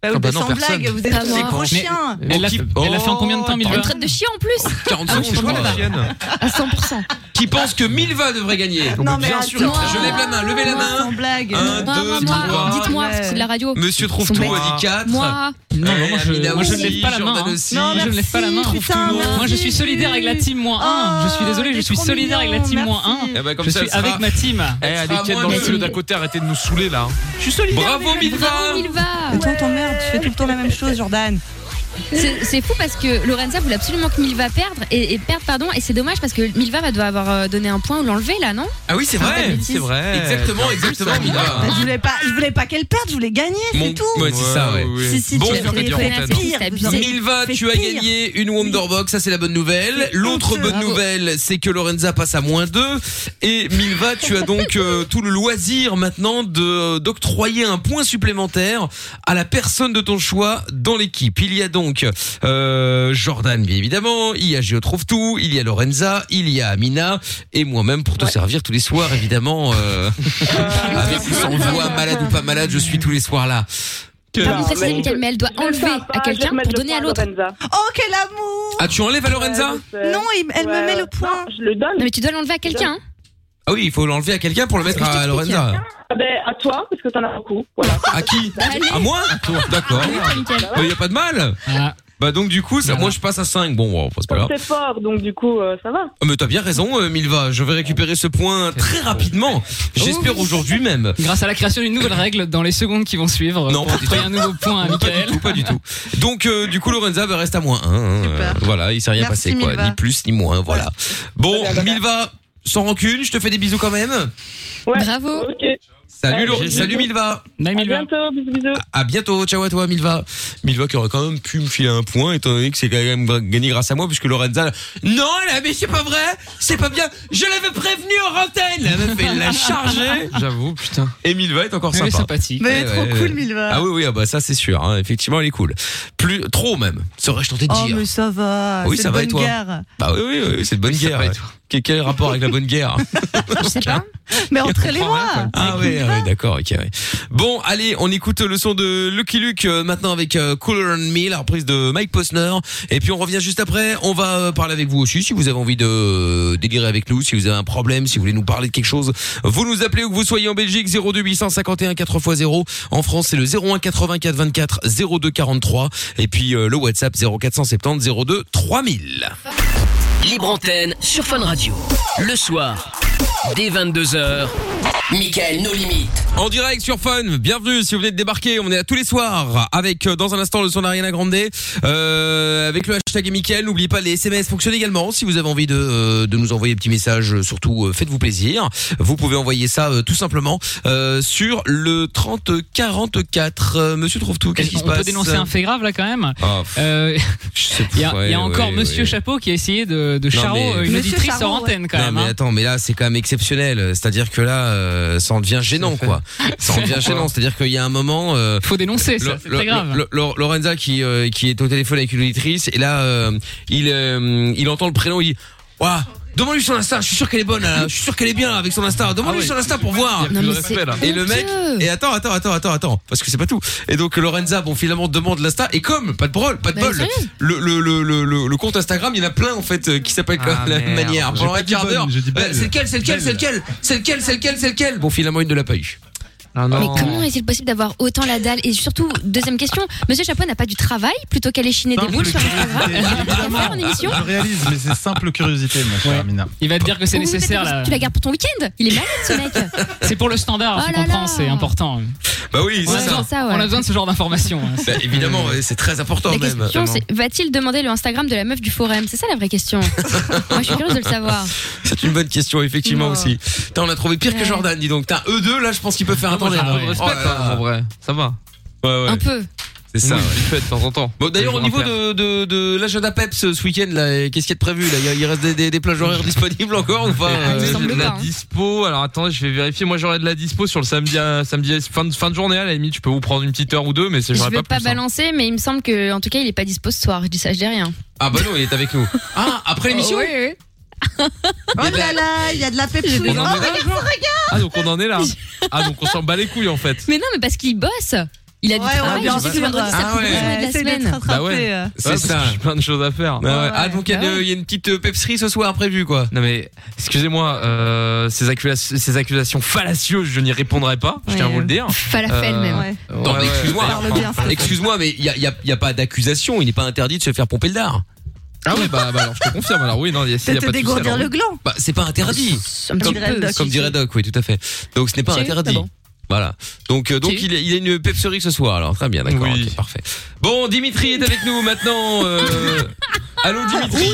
S7: Bah oui,
S3: Ah bah
S7: mais
S3: non,
S7: sans
S3: personne.
S7: blague, vous êtes
S6: Ah,
S7: tous des
S6: moi.
S7: gros
S4: Mais-
S7: chiens.
S2: Bon,
S4: Elle l'a
S2: qui-
S4: fait elle l'a fait en
S2: Oh,
S4: combien de temps,
S2: attends.
S6: Elle
S4: Milva
S6: me traite de chien en plus,
S2: 40
S3: Ah
S2: secondes,
S3: oui,
S2: je
S3: je vois
S2: crois.
S3: la chienne.
S6: à 100%.
S2: Qui pense que Milva devrait gagner
S7: Non, mais
S2: Bien
S7: attends.
S2: sûr, je lève la main, levez la
S7: Moi,
S2: main.
S7: Sans blague.
S2: Un,
S6: Moi,
S2: deux,
S6: moi, moi,
S2: trois.
S6: dites-moi,
S7: Ouais.
S6: c'est de la radio.
S2: Monsieur trouve tout
S6: Son
S2: a dit 4.
S6: Moi,
S4: Non, non, moi, je,
S2: Amina
S4: moi, je ne
S2: aussi,
S4: lève pas la main.
S2: Jordan
S4: hein.
S2: aussi.
S4: Non, je ne lève pas la main.
S7: merci, putain, merci.
S4: Moi, je suis solidaire avec la team moins 1. Je suis désolé, je
S7: t'es
S4: suis
S7: trop
S4: solidaire avec la team
S7: mignon,
S4: moins 1.
S7: merci.
S2: Eh ben, comme
S4: Je
S2: ça,
S4: suis
S2: elle sera-
S4: avec ma team.
S3: Eh,
S2: Elle sera
S3: elle est quête
S2: moins
S3: dans le
S2: nulle.
S3: jeu d'à côté, arrêtez de nous saouler là. hein.
S2: Bravo Milva
S6: bravo Milva.
S7: Attends, t'emmerdes, tu fais tout le temps la même chose, Jordan.
S6: C'est c'est fou parce que Lorenza voulait absolument que Milva perde et, et perdre pardon et c'est dommage parce que Milva va devoir avoir euh, donné un point ou l'enlever là non
S2: Ah oui, c'est
S6: Ah, pas de
S2: vrai.
S6: bêtises.
S2: vrai. Exactement,
S4: hein.
S2: exactement, Mila.
S7: Je voulais
S6: Ah
S7: pas, je voulais pas qu'elle perde, je voulais gagner, c'est tout.
S2: Ouais, c'est ça, ouais.
S7: Si, si,
S2: bon,
S7: tu l'as fait,
S2: Milva,
S7: fais la
S2: Milva,
S7: pire, vous auriez fait
S2: tu as
S7: pire.
S2: gagné une Wonderbox, ça c'est la bonne nouvelle. L'autre bonne nouvelle, c'est que Lorenza passe à moins 2. Et Milva, tu as donc euh, tout le loisir maintenant de euh, d'octroyer un point supplémentaire à la personne de ton choix dans l'équipe. Il y a donc euh, Jordan, bien évidemment, il y a Géo Trouve Tout, il y a Lorenza, il y a Amina, et moi-même pour te servir tous les soirs, évidemment. euh, avec ou sans voix, malade ou pas malade, je suis tous les soirs là. Ah,
S6: Pardon préciser Mickaël, mais elle doit enlever à quelqu'un pour donner à l'autre.
S7: Oh quel amour
S2: Ah, tu enlèves à Lorenza
S7: Non, il- elle me met le point.
S11: je le donne.
S6: Non mais tu dois l'enlever à quelqu'un.
S2: Ah oui, il faut l'enlever à quelqu'un pour le mettre à Lorenza.
S7: hein.
S11: Ah ben, à toi, parce que t'en as beaucoup. Voilà.
S2: À qui À moi D'accord. Il n'y a pas de mal. Bah donc du coup, ça, moi je passe à 5. Bon, wow, c'est pas grave.
S11: C'est fort, donc du coup, euh, ça va.
S2: Ah, Mais t'as bien raison, euh, Milva. Je vais récupérer ce point très rapidement. J'espère aujourd'hui même.
S4: Oh. Grâce à la création d'une nouvelle règle dans les secondes qui vont suivre.
S2: Non, pas
S4: pour
S2: du
S4: octroyer un nouveau point à Michael.
S2: Ou pas du tout. Donc euh, du coup, Lorenza bah, reste à moins 1. voilà, il s'est rien
S4: Merci,
S2: passé quoi.
S4: Milva.
S2: Ni plus ni moins, voilà. Bon, Milva, sans rancune, je te fais des bisous quand même.
S6: Bravo.
S2: Salut, Lo-
S4: bisous.
S2: salut Milva.
S4: Bye Milva.
S11: bientôt, bisous bisous.
S2: À bientôt, ciao à toi Milva. Milva qui aurait quand même pu me filer un point étant donné que c'est quand même gagné grâce à moi puisque Lorenza Non, là, mais c'est pas vrai, c'est pas bien. Je l'avais prévenu en antenne. La meuf elle l'a chargé.
S3: J'avoue, putain.
S2: Et Milva est encore
S3: Elle
S2: sympa.
S3: est sympathique.
S7: Mais elle est
S2: Eh
S7: trop cool, Milva.
S2: Ah oui oui, ah bah ça c'est sûr hein. effectivement elle est cool. Plus trop même, serais-je tenté de
S7: Oh
S2: dire.
S7: mais ça va.
S2: Ah Oui,
S7: c'est
S2: ça
S7: de
S2: va, et
S7: bonne
S2: toi
S7: guerre.
S2: Bah oui oui, oui, c'est de bonne guerre. Quel- Quel rapport avec la bonne guerre
S6: Je sais pas.
S7: Mais entre les mois.
S2: Ah ouais, ouais, d'accord, ok. ouais. Bon, allez, on écoute le son de Lucky Luke euh, maintenant avec euh, Cooler and Me, la reprise de Mike Posner. Et puis on revient juste après. On va euh, parler avec vous aussi si vous avez envie de euh, délirer avec nous, si vous avez un problème, si vous voulez nous parler de quelque chose. Vous nous appelez où que vous soyez en Belgique 02851 4x0. En France, c'est le 01 84 24 02 43. Et puis euh, le WhatsApp 0470 02 3000.
S1: Libre antenne sur Fun Radio. Le soir, dès 22h, Michael nos limites.
S2: En direct sur Fun, bienvenue si vous venez de débarquer, on est à tous les soirs avec euh, dans un instant le son d'Ariana Grande, euh, avec le hashtag et Mickaël, n'oubliez pas les SMS fonctionnent également, si vous avez envie de, euh, de nous envoyer des petits messages, euh, surtout euh, faites-vous plaisir, vous pouvez envoyer ça euh, tout simplement euh, sur le 3044, Euh, monsieur Trouve-Tout, qu'est-ce qui se
S4: On
S2: passe
S4: peut dénoncer un fait grave là quand même.
S2: Ah, pff,
S4: Euh, Il y, a- il y
S2: ouais,
S4: a encore
S2: ouais,
S4: Monsieur
S2: ouais.
S4: Chapeau qui a essayé de, de
S2: Non,
S4: charo
S2: mais-
S4: euh, une
S7: Monsieur
S4: auditrice
S7: Charo,
S4: hors
S7: ouais.
S4: antenne quand
S2: Non
S4: même.
S2: mais
S4: hein.
S2: attends, mais là c'est quand même exceptionnel. C'est-à-dire que là, euh, ça en devient gênant quoi. Ça en devient gênant. C'est-à-dire qu'il y a un moment, euh,
S4: Faut dénoncer
S2: Lo-
S4: ça, c'est
S2: lo-
S4: très grave.
S2: lo- lo- Lorenza qui euh, qui est au téléphone avec une auditrice et là euh, il euh, il entend le prénom il dit Ouah, demande-lui son Insta, je suis sûr qu'elle est bonne là, je suis sûr qu'elle est bien avec son Insta. Demande-lui
S3: Ah ouais.
S2: son Insta pour voir.
S6: Non
S3: Non, mais
S6: mais
S3: respect,
S6: c'est
S3: là.
S2: Et le mec
S6: honteux.
S2: et attends attends attends attends attends parce que c'est pas tout. Et donc Lorenza bon finalement demande l'Insta et comme pas de bol, pas de
S6: Bah,
S2: bol.
S6: sérieux
S2: Le, le, le, le, le- le compte Instagram, il y en a plein en fait euh, qui s'appellent
S3: Ah,
S2: de la même
S3: merde.
S2: manière
S3: J'ai
S2: pendant
S3: pas
S2: un
S3: dit
S2: quart
S3: bonne,
S2: d'heure.
S3: j'ai dit
S2: euh,
S3: belle.
S2: C'est lequel c'est lequel c'est lequel c'est lequel c'est lequel c'est lequel. Bon finalement il ne l'a pas eu.
S3: Ah non.
S6: Mais comment est-il possible d'avoir autant la dalle Et surtout, deuxième question, Monsieur Chapeau n'a pas du travail plutôt qu'aller chiner des boules sur Instagram Ah, bah, Il a rien à faire en émission
S10: Je réalise, mais c'est simple curiosité, ma chère Amina.
S4: Il va te dire que c'est
S6: Ou
S4: nécessaire
S6: peut-être
S4: là.
S6: Tu la gardes pour ton week-end Il est malade ce mec
S4: C'est pour le standard,
S6: Oh
S4: tu
S6: là
S4: comprends,
S6: là.
S4: c'est important.
S2: Bah oui
S4: On a,
S2: c'est ça.
S4: besoin,
S6: ça, ouais.
S4: on a besoin de ce genre d'informations. hein.
S2: Bah, évidemment ouais, c'est très important
S6: La
S2: même.
S6: question c'est va-t-il demander le Instagram de la meuf du forum C'est ça la vraie question. Moi je suis curieuse de le savoir.
S2: C'est une bonne question, effectivement
S6: Non.
S2: aussi. Putain, on a trouvé pire que
S6: Ouais.
S2: Jordan, dis donc. T'as eux deux, là, je pense qu'ils peuvent faire un temps
S3: Attends, j'ai un
S4: Ah
S3: peu
S4: ouais.
S3: de respect
S2: Oh là là.
S3: quand même, en vrai. Ça va.
S2: Ouais,
S6: Un peu.
S2: C'est ça,
S3: Ça,
S2: ouais.
S3: je le fais de temps en temps.
S2: Bon, d'ailleurs, au niveau de, de, de l'agenda PEPS euh, ce week-end, là, et qu'est-ce qu'il y a de prévu, là? Il y a- Il reste des, des, des plages horaires disponibles encore ou pas?
S6: il me
S3: Euh,
S2: euh,
S6: semble
S3: j'ai de la
S6: pas, hein.
S3: dispo. Alors attendez, je vais vérifier. Moi j'aurai de la dispo sur le samedi, à- samedi fin, de- fin de journée à la limite. Je peux vous prendre une petite heure ou deux, mais c'est
S6: Je
S3: j'aurai
S6: veux pas
S3: plus, hein.
S6: balancer mais il me semble que en tout cas il est pas dispo ce soir. Je dis ça, je dis rien.
S2: Ah, bah non, il est avec nous. Ah, après l'émission?
S6: Oh, oui, oui.
S7: Oh là là, il y a de la Pepsi.
S3: On en
S7: Oh,
S3: est là Ah donc on en est là. Ah donc on s'en bat les couilles en fait.
S6: Mais non mais parce qu'il bosse. Il a
S7: Ouais,
S6: du
S7: ouais,
S6: travail.
S7: bien
S6: je sais que
S7: sûr.
S6: vendredi ça
S2: Ah
S6: pourrait
S2: ouais.
S6: jouer de la
S7: essaye de te
S6: semaine.
S3: Bah ouais.
S7: rattraper. euh.
S2: C'est
S3: Ouais, parce
S2: ça.
S3: que J'ai plein de choses à faire.
S2: Ah, ouais. Ah, donc il y, a
S6: bah
S2: de- il y a une petite euh, pepserie ce soir prévue, quoi.
S3: Non mais excusez-moi, euh, ces, accula- ces accusations fallacieuses, je n'y répondrai pas. Je tiens à
S7: Ouais,
S3: vous le
S7: euh.
S3: dire.
S6: Falafel
S3: Euh,
S6: même.
S7: Ouais.
S3: Ouais,
S2: Non, mais
S3: ouais.
S2: excuse-moi.
S7: Parle bien, c'est-
S2: Excuse-moi, mais il y a, il y a- il y a pas d'accusation. Il n'est pas interdit de se faire pomper le dard.
S3: Ah oui bah, bah, alors je te confirme. Alors oui non, il y a, s'il y
S7: De
S3: a
S7: te
S3: pas de souci,
S7: dégourdir
S3: alors-
S7: le gland.
S2: Bah, c'est pas interdit.
S6: Un petit
S2: Comme,
S6: peu,
S2: comme
S6: si,
S2: dirait
S6: si.
S2: Doc, oui, tout à fait. Donc ce n'est pas
S6: J'ai eu,
S2: interdit.
S6: ah bon.
S2: Voilà. Donc, euh, donc il, a, il a une pepserie ce soir, alors très bien, d'accord, ok, parfait. Bon, Dimitri est avec nous maintenant. euh, Allô, Dimitri.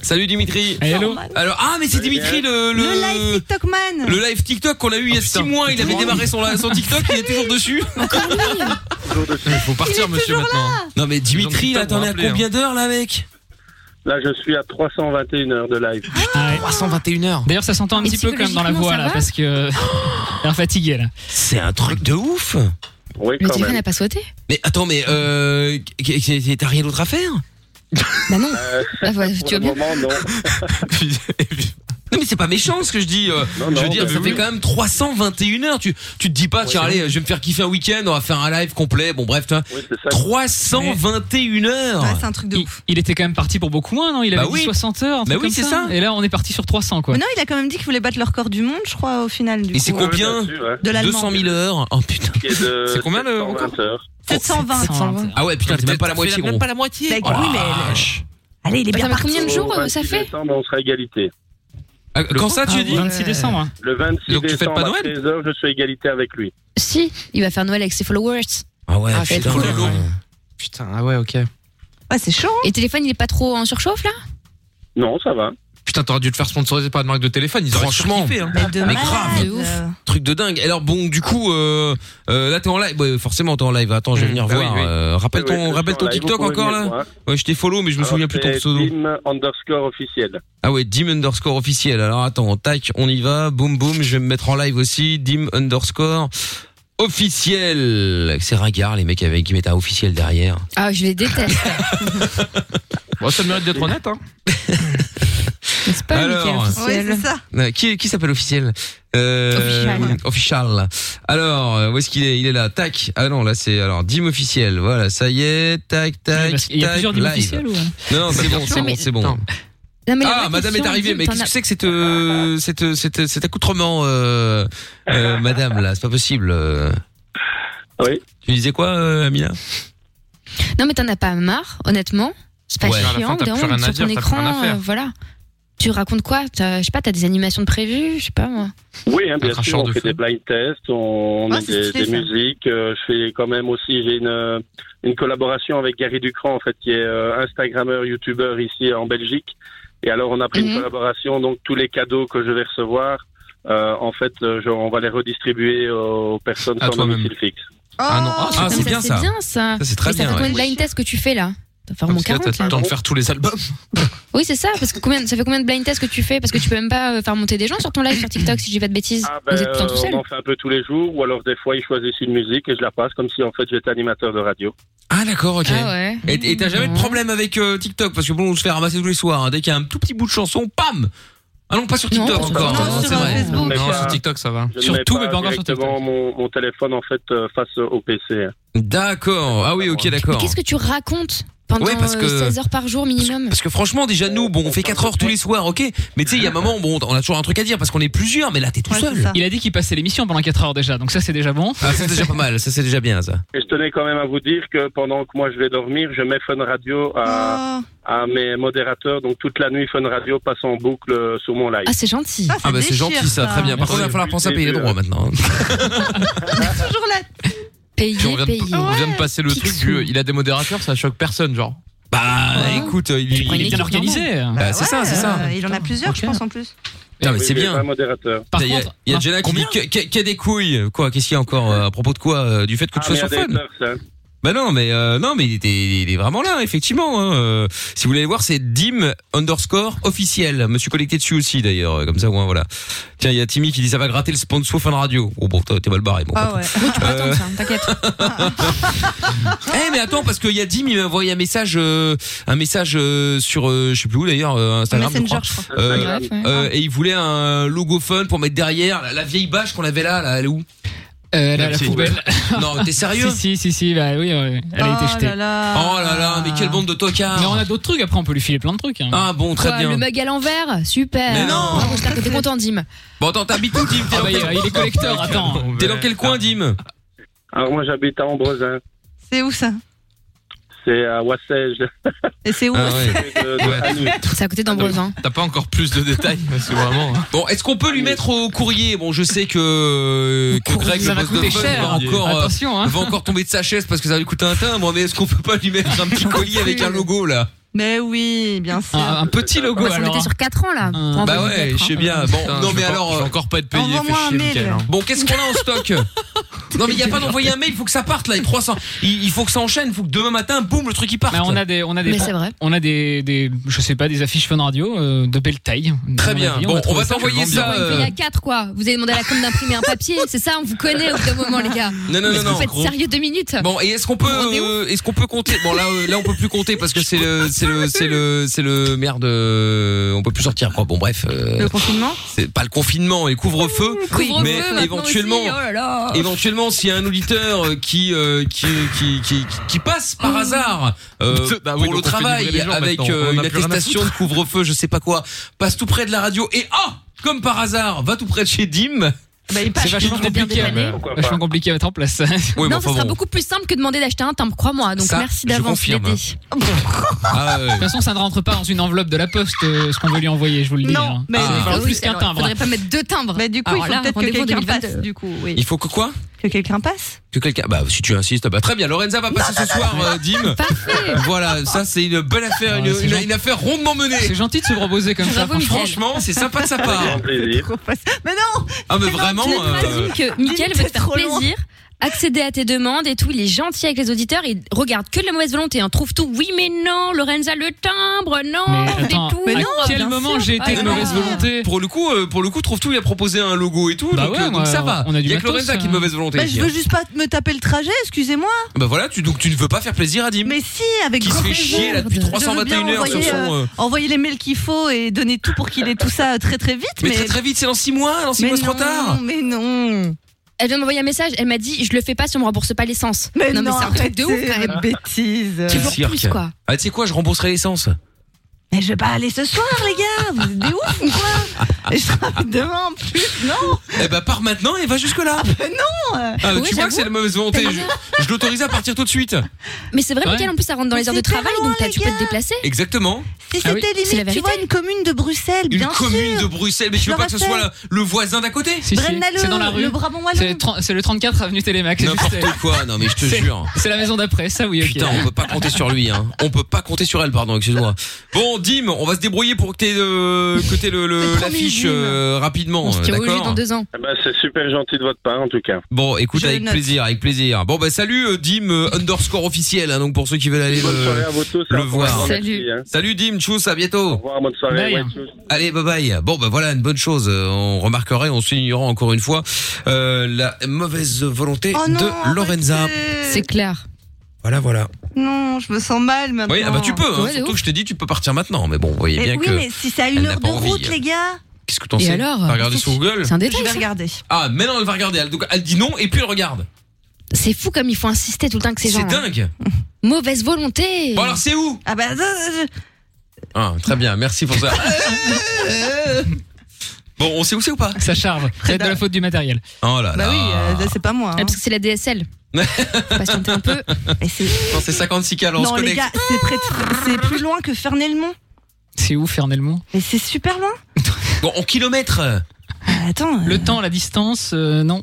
S2: Salut Dimitri.
S4: Allô.
S2: Alors, ah, mais c'est Dimitri le
S7: Le live TikTok man.
S2: le live TikTok qu'on a eu il y a 6 mois, il avait démarré son, son TikTok, il est toujours dessus.
S1: Il faut partir, monsieur, maintenant.
S2: Non, mais Dimitri, là, t'en es à
S1: hein.
S2: combien d'heures, là, mec
S4: hein.
S3: Là, je suis à 321 heures de live.
S7: Ah,
S2: 321 heures.
S4: D'ailleurs, ça s'entend un
S3: Et
S4: petit peu quand même dans la
S3: psychologiquement,
S4: voix
S3: ça
S4: là,
S3: va
S4: parce que elle est fatiguée là.
S2: C'est un truc de ouf.
S3: Oui,
S6: Le téléphone n'a pas sauté
S2: Mais attends, mais euh, qu- qu- t'as rien d'autre à faire
S6: Bah non. Ah, ouais, tu vas bien.
S2: Non mais c'est pas méchant ce que je dis. euh,
S3: Non, non,
S2: je veux dire,
S3: mais
S2: ça
S3: oui.
S2: fait quand même 321 heures. Tu, tu te dis pas, tiens,
S3: Ouais.
S2: allez, je vais me faire kiffer un week-end, on va faire un live complet. Bon, bref, tu vois. 321 heures.
S4: Ouais, c'est
S7: un truc
S4: de ouf. Il était quand même parti pour beaucoup moins, non Il
S2: Bah
S4: avait
S2: oui.
S4: dit 60 heures. un
S2: Bah
S4: truc
S2: oui,
S4: comme
S2: c'est ça.
S4: Et là, on est parti sur 300 quoi.
S7: Mais non, il a quand même dit qu'il voulait battre le record du monde, je crois, au final. Du
S2: Et c'est
S7: coup.
S2: combien
S7: De
S2: 200
S7: l'allemand.
S2: 000 heures. Oh putain. C'est combien le record
S7: 720.
S2: 720. Ah ouais, putain, t'es même pas la moitié. gros.
S7: moitié.
S3: Bah,
S2: Oh la
S7: Bah, oui, mais
S2: vache.
S7: allez, il est
S6: Bah,
S7: bien
S6: ça met
S7: parti.
S6: combien de jours euh, ça fait
S3: décembre, on sera égalité.
S2: Ah, Quand ça, tu
S4: Ah,
S2: dis
S4: 26 décembre. hein.
S3: Le 26
S2: Donc, tu fêtes
S3: décembre,
S2: pas
S3: à 13 heures, je suis à égalité avec lui.
S6: Si, il va faire Noël avec ses followers.
S2: Ah ouais, putain.
S3: cool,
S2: ouais. Putain, ah ouais, ok.
S7: Ouais, c'est chaud. hein.
S6: Et téléphone, il est pas trop en surchauffe là
S3: Non, ça va.
S1: Putain, t'aurais dû te faire sponsoriser par une marque de téléphone. Ils auraient
S2: Franchement.
S1: surkiffé, hein.
S7: Mais de
S2: Mais
S7: malade.
S2: grave.
S7: De ouf.
S2: Truc de dingue. Alors bon, du coup, euh, euh, là t'es en live. Ouais, forcément, t'es en live. hein. Attends, je vais venir
S4: Ah
S1: bah oui,
S2: voir.
S1: oui.
S2: Euh, rappelle
S3: Mmh. Oui, oui,
S2: ton,
S3: je
S2: rappelle
S3: suis en
S2: ton
S3: live,
S2: TikTok
S3: vous pouvez
S2: encore
S3: venir
S2: là.
S3: voir.
S2: Ouais, je t'ai follow, mais je me
S3: Alors,
S2: souviens plus ton
S3: c'est
S2: pseudo.
S3: Team underscore officiel.
S2: Ah ouais, dim underscore officiel. Alors attends, tac, on y va. Boum boum, je vais me mettre en live aussi. Dim underscore officiel. C'est ringard les mecs avec qui mettent un officiel derrière.
S6: Ah, je les déteste.
S1: Bon, ça mérite d'être honnête, hein.
S6: C'est pas
S2: Alors,
S6: Michael officiel.
S7: Ouais, c'est ça.
S2: Euh, Qui, qui s'appelle officiel euh,
S6: Official.
S2: official. Alors, euh, où est-ce qu'il est Il est là. Tac. Ah non, là c'est alors dim officiel. Voilà, ça y est. Tac tac.
S4: Parce qu'il y a
S2: tac,
S4: plusieurs dîmes
S2: live.
S4: officiels ou
S2: Non, non, c'est
S4: Bien
S2: bon,
S6: sûr,
S2: c'est bon,
S6: mais-
S2: c'est bon.
S6: Non, mais la
S2: Ah,
S6: vraie
S2: madame est
S6: question,
S2: arrivée, mais
S6: t'en
S2: qu'est-ce
S6: as-
S2: que c'est que cette, euh, cette, cette, cet accoutrement, euh, euh, madame, là C'est pas possible. euh.
S3: Oui.
S2: Tu disais quoi, euh, Amina
S6: Non, mais t'en as pas marre, honnêtement. C'est pas
S2: Ouais. À la
S6: chiant,
S2: fin, t'as
S6: de
S2: plus rien à
S6: honte sur
S2: dire,
S6: ton
S2: t'as plus rien à
S6: écran,
S2: faire.
S6: euh, voilà. Tu racontes quoi T'as- Je sais pas, t'as des animations de prévues, je sais pas moi.
S3: Oui, hein, bien sûr,
S1: cracheur
S3: on
S1: de
S3: fait
S1: feu.
S3: des blind tests, on
S6: Ah,
S3: a
S6: c'est
S3: des,
S6: stylé,
S3: des
S6: ça.
S3: musiques. euh, je fais quand même aussi, j'ai une, euh, une collaboration avec Gary Ducran, en fait, qui est euh, Instagrammeur, YouTuber ici en Belgique. Et alors, on a pris une
S6: Mhm.
S3: collaboration, donc tous les cadeaux que je vais recevoir, euh, en fait, euh, je- on va les redistribuer aux personnes
S2: À
S3: sans
S2: toi-même.
S3: domicile fixe.
S2: Ah non, ah,
S6: Non,
S2: c'est bien ça.
S6: C'est bien ça.
S2: Ça, c'est très
S6: Et
S2: bien,
S6: Ça fait combien
S2: ouais.
S6: de blind tests que tu fais là T'as fait mon
S2: Parce que là,
S6: 40
S2: t'as
S6: là.
S2: le temps de faire tous les albums.
S6: Oui, c'est ça, parce que combien, ça fait combien de blind tests que tu fais Parce que tu peux même pas euh, faire monter des gens sur ton live sur TikTok si j'ai pas de bêtises.
S3: Ah,
S6: Vous
S3: ben,
S6: êtes tout le temps tout
S3: euh,
S6: seul.
S3: on en fait un peu tous les jours, ou alors des fois, ils choisissent une musique et je la passe, comme si en fait j'étais animateur de radio.
S2: Ah d'accord, ok.
S6: Ah ouais.
S2: Et et t'as jamais de problème avec euh, TikTok parce que bon, on se fait ramasser tous les soirs. hein. Dès qu'il y a un tout petit bout de chanson, pam. Ah non, pas sur
S6: Non,
S2: TikTok
S6: sur- Euh,
S2: encore.
S7: non,
S2: hein,
S7: sur
S2: c'est vrai.
S7: Facebook.
S3: Mais
S1: Non,
S3: pas-
S1: sur TikTok, ça va.
S3: Je ne mets
S4: Surtout,
S3: pas
S4: mais pas encore sur
S3: directement
S4: TikTok.
S3: Mon, mon téléphone, en fait, euh, face au PC.
S2: D'accord. Ah oui, ok,
S6: Mais
S2: d'accord.
S6: qu'est-ce que tu racontes pendant
S2: Ouais, parce que-
S6: euh, 16 heures par jour minimum
S2: Parce que franchement, déjà nous, bon, on fait 4 heures tous les soirs, ok. Mais tu sais, il y a un moment, bon, on a toujours un truc à dire parce qu'on est plusieurs, mais là, t'es tout
S7: Ouais, c'est
S2: seul.
S7: ça.
S4: Il a dit qu'il passait l'émission pendant 4 heures déjà, donc ça c'est déjà bon.
S2: Ah, c'est déjà pas mal. Ça, c'est déjà bien, ça.
S3: Et je tenais quand même à vous dire que pendant que moi je vais dormir, je mets Fun Radio à,
S7: Oh.
S3: à mes modérateurs. Donc toute la nuit, Fun Radio passe en boucle euh, sur mon live.
S6: Ah, c'est gentil.
S7: Ah,
S2: Ah bah c'est
S7: déchire,
S2: gentil, ça. Très bien. Par contre, il va falloir penser à payer les droits maintenant.
S7: Toujours là.
S6: Payé,
S1: Puis on vient de,
S6: payé.
S1: on vient de passer le
S6: Qui
S1: truc
S6: que
S1: du.
S6: sous.
S1: Il a des modérateurs, ça choque personne, genre.
S2: Bah,
S6: Ouais.
S2: écoute, il, il-
S6: prends
S4: Il est
S6: une
S4: bien
S6: équipe
S4: organisé.
S2: bah, c'est ça, c'est ça.
S7: Il en a plusieurs, je
S4: ok.
S7: pense, en plus.
S2: Putain, Ah, mais c'est
S3: Oui, j'ai
S2: bien.
S3: Un modérateur.
S4: Par
S2: Il y a-
S4: contre,
S2: il y a
S4: un-
S2: Jenna qui dit
S4: combien
S2: qu'il y a- qu'il y a des couilles. Quoi Qu'est-ce qu'il y a encore euh, à propos de quoi Euh, Du fait que
S3: Ah,
S2: tu sois
S3: mais
S2: sur
S3: à
S2: fun
S3: des heures, ça.
S2: Bah non, mais euh, non, mais il, était, il est vraiment là, effectivement. hein. Euh, Si vous voulez voir, c'est Dim underscore officiel. Me suis connecté dessus aussi d'ailleurs, euh, comme ça, ouais, voilà. Tiens, il y a Timmy qui dit ça va gratter le sponsor Fun Radio. Oh bon, t'es t'es mal barré. Euh, Bon,
S7: Ah ouais.
S6: Tu peux attendre ça, t'inquiète.
S2: Eh mais attends parce qu'il y a Dim il m'a envoyé un message euh, un message euh, sur euh, je sais plus où d'ailleurs euh, Instagram je
S7: Messenger,
S2: crois.
S7: je crois.
S2: Euh,
S3: Instagram.
S6: Bref, ouais.
S2: euh, et il voulait un logo fun pour mettre derrière la, la vieille bâche qu'on avait là, là elle est où
S4: Euh, elle est à la
S2: Si.
S4: poubelle.
S2: Non, t'es sérieux
S4: Si si si si, bah oui, ouais, elle a été
S7: Oh
S4: jetée.
S7: là là.
S2: Oh là là, mais quelle bande de tocards
S4: Mais on a d'autres trucs après, on peut lui filer plein de trucs. hein.
S2: Ah bon, très
S6: Quoi,
S2: bien.
S6: Le mug à l'envers Super.
S2: Mais non
S6: Bravo, J'espère que t'es content, Dim.
S2: Bon attends, t'habites où Dim T'es
S4: Ah
S2: dans
S4: bah, il
S2: quel-
S4: il est collecteur, attends.
S3: Ah,
S2: T'es dans quel coin Dim
S3: Alors moi j'habite à Ambrosin.
S7: C'est où ça
S3: C'est
S8: C'est à Wassège.
S6: Et c'est où
S8: Ah ouais.
S6: C'est à côté d'Ambrezan.
S3: T'as pas encore plus de détails parce que vraiment.
S2: Ah,
S4: hein.
S2: Bon, est-ce qu'on peut lui mettre au courrier Bon, je sais euh, que, que Greg,
S4: ça
S2: le
S4: va
S2: boss de
S4: coûter
S2: Fun,
S4: cher.
S2: va encore, euh,
S4: Attention, hein.
S2: va encore tomber de sa chaise parce que ça va lui coûter un timbre. Mais est-ce qu'on peut pas lui mettre un petit collier avec un logo là
S7: Mais oui, bien sûr.
S2: Un- un petit logo,
S6: Bah,
S2: alors,
S6: On était
S2: hein.
S6: sur 4 ans là. Pour
S2: Bah
S6: envoyer des
S2: ouais, je sais
S6: lettres,
S2: bien.
S6: hein.
S2: Bon,
S3: Putain,
S2: non
S3: je
S2: mais
S3: vais pas-
S2: alors, euh,
S3: je vais encore pas être payé, Envoie-moi fais un chier, mail. Mickaël, hein.
S2: Bon, qu'est-ce qu'on a en stock Non mais il y a pas d'envoyer un mail, il faut que ça parte là, les 300. Il, il faut que ça enchaîne, il faut que demain matin, boum, le truc il parte.
S4: Mais Bah, on a des, on a des, on a des, des, je sais pas, des affiches Fun Radio euh, de belle taille.
S2: Très
S4: À mon
S2: bien.
S4: avis,
S2: Bon, on
S4: trouver
S2: va t'envoyer
S4: tu le vends
S2: ça,
S4: bien.
S2: euh,
S6: Il y a 4 quoi. Vous avez demandé à la com d'imprimer un papier, c'est ça, on vous connaît au bout d'un moment les gars.
S2: Non, non, non,
S6: Est-ce que
S2: non,
S6: Vous faites
S2: gros.
S6: sérieux deux minutes.
S2: Bon, et est-ce qu'on peut, euh, est-ce qu'on peut compter Bon là, euh, là on peut plus compter parce que c'est le, c'est le, c'est le, c'est le merde. euh, on peut plus sortir quoi. Bon bref. euh,
S7: Le confinement
S2: C'est pas le confinement et le couvre-feu,
S7: Mmh, couvre-feu
S2: mais
S7: maintenant
S2: éventuellement,
S7: aussi, oh là là.
S2: éventuellement, s'il y a un auditeur euh, qui euh, qui, qui, qui, qui passe
S7: Mmh.
S2: par hasard euh,
S3: Bah oui,
S2: pour le
S3: donc on fait
S2: travail
S3: livrer les gens
S2: avec
S3: maintenant,
S2: euh,
S3: on en a
S2: une
S3: plus rien à
S2: attestation de
S3: foutre.
S2: couvre-feu, je sais pas quoi, passe tout près de la radio et ah, comme par hasard, va tout près de chez Dim.
S7: Bah,
S4: C'est vachement compliqué. Vachement compliqué à mettre en place.
S2: Oui, mais
S6: non, ça
S2: enfin
S6: sera
S2: bah, bon.
S6: beaucoup plus simple que de demander d'acheter un timbre, crois-moi. Donc
S4: Ça,
S6: merci
S4: je
S6: d'avance
S4: confirme.
S6: l'aider.
S2: Ah,
S4: De toute façon, ça ne rentre pas dans une enveloppe de la poste euh, ce qu'on veut lui envoyer, je vous le dis. hein.
S7: Non, mais
S4: il
S7: Ah,
S4: faut
S2: Bah
S7: oui,
S4: plus qu'un
S7: alors,
S6: Il
S4: timbre.
S6: faudrait pas mettre deux timbres. Mais
S7: Du coup, il faut peut-être que quelqu'un passe. Du coup, oui.
S2: Il faut que quoi
S7: Que quelqu'un passe.
S2: Que quelqu'un. Bah, si tu insistes, bah très bien. Lorenza va passer ce soir, euh, Dim.
S6: Parfait.
S2: Voilà, ça c'est une belle affaire, une,
S4: c'est
S2: une-
S4: gentil.
S2: une affaire rondement menée.
S4: C'est gentil de se proposer comme ça.
S6: Bravo, Mickaël. Oh,
S2: Franchement, c'est sympa de sa part.
S7: Mais non
S2: Ah, mais vraiment.
S6: Tu
S2: euh,
S6: imagines que Mickaël veut te faire plaisir, accéder à tes demandes et tout. Il est gentil avec les auditeurs. Il regarde que de la mauvaise volonté. On trouve tout. Oui, mais non, Lorenza, le timbre, non,
S4: Mais attends,
S6: des tout.
S4: à quel moment j'ai été
S6: Ah
S4: de mauvaise volonté
S2: Pour le coup, euh, pour le coup, trouve tout. Il a proposé un logo et tout.
S4: Bah
S2: donc,
S4: ouais,
S2: euh, donc
S4: ouais,
S2: ça va.
S4: on a du
S2: Il y a que
S4: matos,
S2: Lorenza qui est
S4: hein.
S2: de mauvaise volonté.
S7: Bah, je veux juste pas me taper le trajet, excusez-moi.
S2: Bah voilà, tu, donc tu ne veux pas faire plaisir à Dim.
S7: Mais si, avec
S2: Qui
S7: grand
S2: se fait
S7: plaisir.
S2: chier, là, depuis
S7: Je veux bien
S2: 321 heures sur
S7: envoyer,
S2: son,
S7: euh,
S2: euh,
S7: envoyer les mails qu'il faut et donner tout pour qu'il ait tout ça très très vite.
S2: Mais
S7: Mais,
S2: très très vite, c'est dans 6 mois, dans 6
S7: Mais
S2: mois Oh, c'est trop
S7: non,
S2: tard.
S7: Mais non.
S6: Elle vient de m'envoyer un message. Elle m'a dit, je le fais pas si on me rembourse pas l'essence.
S7: Mais non,
S6: mais c'est un truc de ouf. quand même.
S7: bêtise.
S2: Quel
S6: Toujours
S2: cirque.
S6: plus quoi.
S2: Ah, tu sais quoi, je rembourserai l'essence.
S7: Mais je vais pas aller ce soir, les gars. Vous êtes des ouf ou quoi Et Je travaille demain en plus. Non.
S2: Eh bah, pars maintenant et va jusque-là.
S7: Mais non. Ben
S2: Ah,
S6: Ouais,
S2: tu vois que
S6: j'avoue.
S2: c'est de la mauvaise volonté.
S6: T'as raison.
S2: Je, je l'autorise à partir tout de suite.
S6: Mais c'est vrai,
S2: Ouais.
S6: Mickaël, en plus, ça rentre dans
S7: Mais
S6: les heures de
S7: c'est pas
S6: travail,
S7: loin,
S6: donc t'as-
S7: les
S6: tu peux
S7: gars.
S6: te déplacer.
S2: Exactement.
S7: Si
S4: Ah oui,
S7: c'était
S6: c'est la vérité.
S7: limite, tu vois, une commune de Bruxelles,
S2: Une
S7: bien
S2: commune
S7: sûr.
S2: de Bruxelles, mais tu
S7: Je
S2: veux
S7: le
S2: pas que ce soit
S7: rappelle.
S2: le- le voisin d'à côté
S4: Si, si,
S7: Braine-l'Alleud,
S4: C'est dans la
S7: le
S4: rue.
S7: Brabant wallon.
S4: C'est le tran- C'est le 34 avenue Télémac. c'est
S2: N'importe
S4: juste-
S2: quoi, non mais je te
S4: C'est-
S2: jure.
S4: C'est la maison d'après, ça oui. ok.
S2: Putain, on peut pas compter sur lui, hein. On peut pas compter sur elle, pardon, excuse-moi. Bon, Dim, on va se débrouiller pour que t'aies euh, que t'aies le, le-
S6: Le premier
S2: l'affiche
S6: Dim.
S2: euh, rapidement,
S6: On se
S2: euh,
S6: tire au jus
S2: d'accord
S6: dans deux ans.
S8: Eh ben, c'est super gentil de votre part, en tout cas.
S2: Bon, écoute,
S7: Je
S2: avec
S7: note.
S2: plaisir, avec plaisir. Bon, bah salut euh, Dim euh, underscore officiel, hein, donc pour ceux qui veulent aller
S8: Bonne soirée
S2: le,
S8: à vous tous.
S2: le
S8: hein,
S2: voir.
S8: merci,
S6: Salut.
S8: hein.
S2: Salut Dim, tchuss, à
S8: Au
S2: bientôt.
S8: revoir, bonne soirée.
S4: Bye.
S8: ouais, tchuss.
S2: Allez, bye bye. Bon, bah voilà, une bonne chose. euh, On remarquerait, on soulignera encore une fois euh, la mauvaise volonté
S7: Oh non,
S2: de Lorenza.
S7: arrêtez.
S6: C'est clair.
S2: Voilà, voilà.
S7: Non, je me sens mal maintenant.
S2: Oui, ah bah tu peux, hein,
S6: Ouais, de
S2: surtout
S6: ouf.
S2: que je t'ai dit, tu peux partir maintenant. Mais bon, vous voyez
S7: Mais
S2: bien
S7: Eh oui,
S2: que...
S7: mais si c'est à
S2: elle
S7: une
S2: n'a
S7: heure de
S2: pas envie,
S7: route,
S2: hein.
S7: les gars,
S2: Qu'est-ce que t'en
S6: Et
S2: sais
S6: alors
S2: T'as regardé sur Google
S6: C'est un
S7: je
S6: détail.
S7: vais
S6: ça.
S7: regarder.
S2: Ah, maintenant elle va regarder. Elle, donc, elle dit non et puis elle regarde.
S6: C'est fou comme il faut insister tout le temps que ces
S2: C'est
S6: gens. hein.
S2: dingue.
S6: Mauvaise volonté.
S2: Bon alors c'est où
S7: Ah bah, euh,
S2: ah, Très bien, merci pour ça. bon, on sait où c'est ou pas
S4: Ça charge. C'est de la faute du matériel.
S2: Oh là là.
S7: bah oui, euh, là, c'est pas moi.
S6: Ah,
S7: hein.
S6: parce que c'est la DSL. Faut Patienter un peu.
S7: Mais c'est-
S2: Non, c'est 56K, alors on
S7: non,
S2: se
S7: les
S2: connecte.
S7: gars, c'est près de- c'est plus loin que Fernelmont.
S4: C'est où Fernelmont
S7: Mais c'est super loin.
S2: Bon, en kilomètres.
S7: Ah, Attends. euh,
S4: Le temps, la distance, euh, non.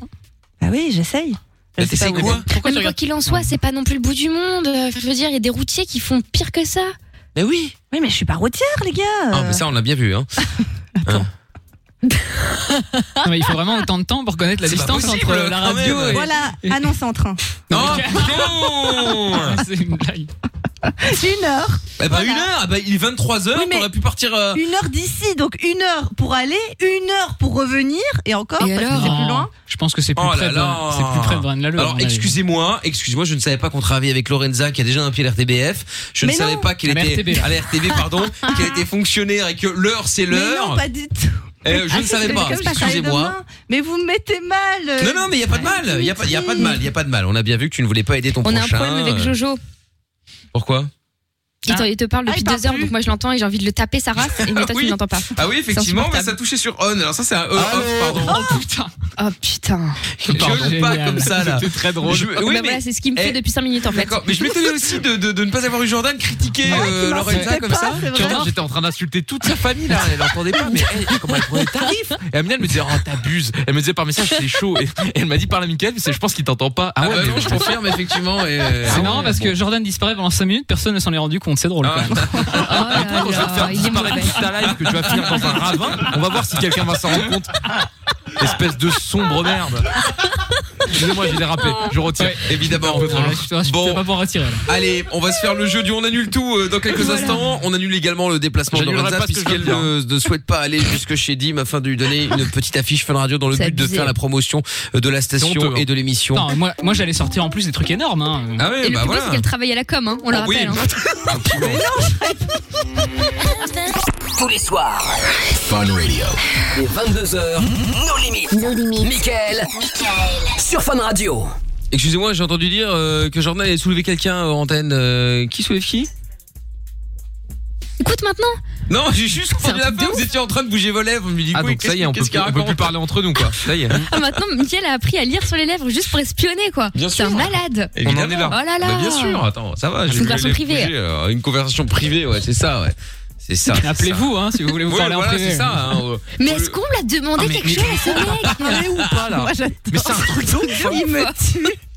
S7: Bah oui, j'essaye. Je
S2: Mais
S7: sais pas
S2: t'essayes
S7: où
S2: quoi
S7: c'est.
S4: Pourquoi
S6: Mais
S4: tu
S6: quoi
S4: regardes
S6: qu'il en soit, c'est pas non plus le bout du monde. Euh, Je veux dire, il y a des routiers qui font pire que ça.
S2: Mais oui.
S7: Oui, mais je suis pas routière, les gars.
S2: Ah, mais ça on l'a bien vu. Hein.
S4: Hein. Non, mais Il faut vraiment autant de temps pour connaître la
S2: C'est pas
S4: distance
S2: possible,
S4: entre la
S2: quand
S4: radio
S2: même.
S4: et.
S7: Voilà, annonce en train.
S2: Non. non
S4: C'est une blague.
S7: Une heure.
S2: Eh bah
S7: Voilà.
S2: une heure. Ah bah, il est 23 h
S7: Oui, mais-
S2: T'aurais pu partir. euh,
S7: Une heure d'ici, donc une heure pour aller, une heure pour revenir, et encore,
S6: Et
S7: parce que
S6: alors
S7: c'est
S4: Non,
S7: plus loin.
S4: Je pense que c'est plus,
S2: Oh là
S4: près de-
S2: là.
S4: c'est plus près de Braine-l'Alleud. à
S2: Alors
S4: mon avis.
S2: excusez-moi, excusez-moi, je ne savais pas qu'on travaillait avec Lorenza qui a déjà un pied à l'RTBF. Je ne
S7: Mais
S2: savais
S7: non.
S2: pas qu'elle
S4: À la
S2: était
S4: RTB.
S2: à la RTB pardon, qu'elle était fonctionnaire et que l'heure c'est
S7: Mais
S2: l'heure.
S7: non, pas du tout.
S2: Euh, je
S7: Ah,
S2: ne
S7: si,
S2: savais
S7: c'est
S2: pas,
S7: comme ça, ça arrive
S2: excusez-moi.
S7: demain. Mais vous me mettez mal. euh,
S2: Non, non, mais il n'y a pas de mal, il n'y a, pas- y a pas de mal, il a pas de mal. On a bien vu que tu ne voulais pas aider ton
S6: On a
S2: prochain.
S6: un problème avec Jojo.
S2: Pourquoi
S6: Il te, il te parle
S7: Ah,
S6: depuis deux heures, donc moi je l'entends et j'ai envie de le taper sa race, et mais toi tu
S2: Oui.
S6: ne l'entends pas.
S2: Ah oui, effectivement, mais ça touchait sur on. Alors ça, c'est un on off, pardon.
S6: putain. Oh putain.
S2: Je joue pas
S4: Génial.
S2: comme ça là.
S4: C'était très
S3: Ah
S4: drôle.
S2: Je-
S6: Bah
S2: oui, mais,
S6: voilà, c'est ce qui me
S2: eh,
S6: fait depuis 5 minutes en fait.
S2: d'accord. Mais je m'étonnais aussi de, de- de ne pas avoir eu Jordan critiquer euh, Lorenza comme ça.
S3: Tu vois, j'étais en train d'insulter toute sa famille là, elle entendait pas, mais hey, comment elle prenait tarif Et Amina elle me disait, oh t'abuses Elle me disait par message, c'est chaud. Et, et elle m'a dit, parle à Mickaël, mais c'est- je pense qu'il t'entend pas. Ah ouais,
S2: bah
S3: mais
S2: non, je confirme effectivement. Et, euh,
S4: C'est
S2: ah
S4: marrant
S2: ouais,
S4: parce
S2: bon.
S4: que Jordan disparaît pendant 5 minutes, personne ne s'en est rendu compte, c'est drôle quand même.
S6: Ah,
S3: Quand je vais te faire
S6: il est
S3: disparaître
S6: mauvais.
S3: toute ta live, que tu vas finir dans un ravin, on va voir si quelqu'un va s'en rendre compte. Espèce de sombre merde. Excusez-moi, j'ai dérapé, je retire.
S2: Évidemment.
S4: Ah, je te- je
S2: Bon.
S4: peux pas pouvoir retirer là.
S2: Allez, on va se faire le jeu du on annule tout euh, dans quelques instants. On annule également le déplacement de
S3: J'annulerai
S2: Lorenza
S3: pas ce que je viens de hein.
S2: puisqu'elle ne, ne souhaite pas aller jusque chez Dim afin de lui donner une petite affiche Fun Radio dans le
S6: C'est
S2: but de
S6: abusé.
S2: faire la promotion euh, de la station
S3: honteux, hein.
S2: et de l'émission.
S4: Attends, moi, moi j'allais sortir en plus des trucs énormes. Hein.
S2: Ah oui,
S6: Et le plus
S2: bah
S6: beau, c'est
S2: voilà.
S6: qu'elle travaille à la com, hein, on
S3: Ah
S6: la
S2: Oh oui.
S6: rappelle. hein.
S1: Tous les soirs. Fun Radio. Les 22h. Nos limites. Nos limites. Michael. Sur Fun Radio.
S2: Excusez-moi, j'ai entendu dire euh, que Jordan allait soulever quelqu'un en antenne. Euh, qui soulève qui
S6: Écoute maintenant.
S2: Non, j'ai juste entendu
S6: C'est un
S2: la
S6: truc
S2: fin.
S6: de
S2: Vous étiez en train de bouger vos lèvres. Je me dis,
S3: Ah donc ça y est, on peut,
S2: qu'est-ce qu'il
S3: plus- on peut
S2: raconte
S3: plus parler entre nous quoi. Ça y est,
S6: Ah, maintenant, Mickaël a appris à lire sur les lèvres juste pour espionner, quoi. C'est un malade.
S3: on en est là.
S6: Oh là là.
S2: Bah, bien sûr, attends, ça va. j'ai
S6: une
S2: vu
S6: conversation
S2: les
S6: privée.
S2: bouger, euh, une conversation privée, ouais, c'est ça, ouais. C'est ça. c'est ça.
S4: Appelez-vous hein, si vous voulez vous
S2: Ouais,
S4: parler
S2: voilà,
S4: en privé.
S2: c'est ça. hein, euh,
S6: Mais est-ce qu'on l'a demandé
S3: Ah, mais-
S6: quelque
S3: mais-
S6: chose à ce mec
S3: ou pas là Mais c'est un truc de ouf. hein.
S6: Il me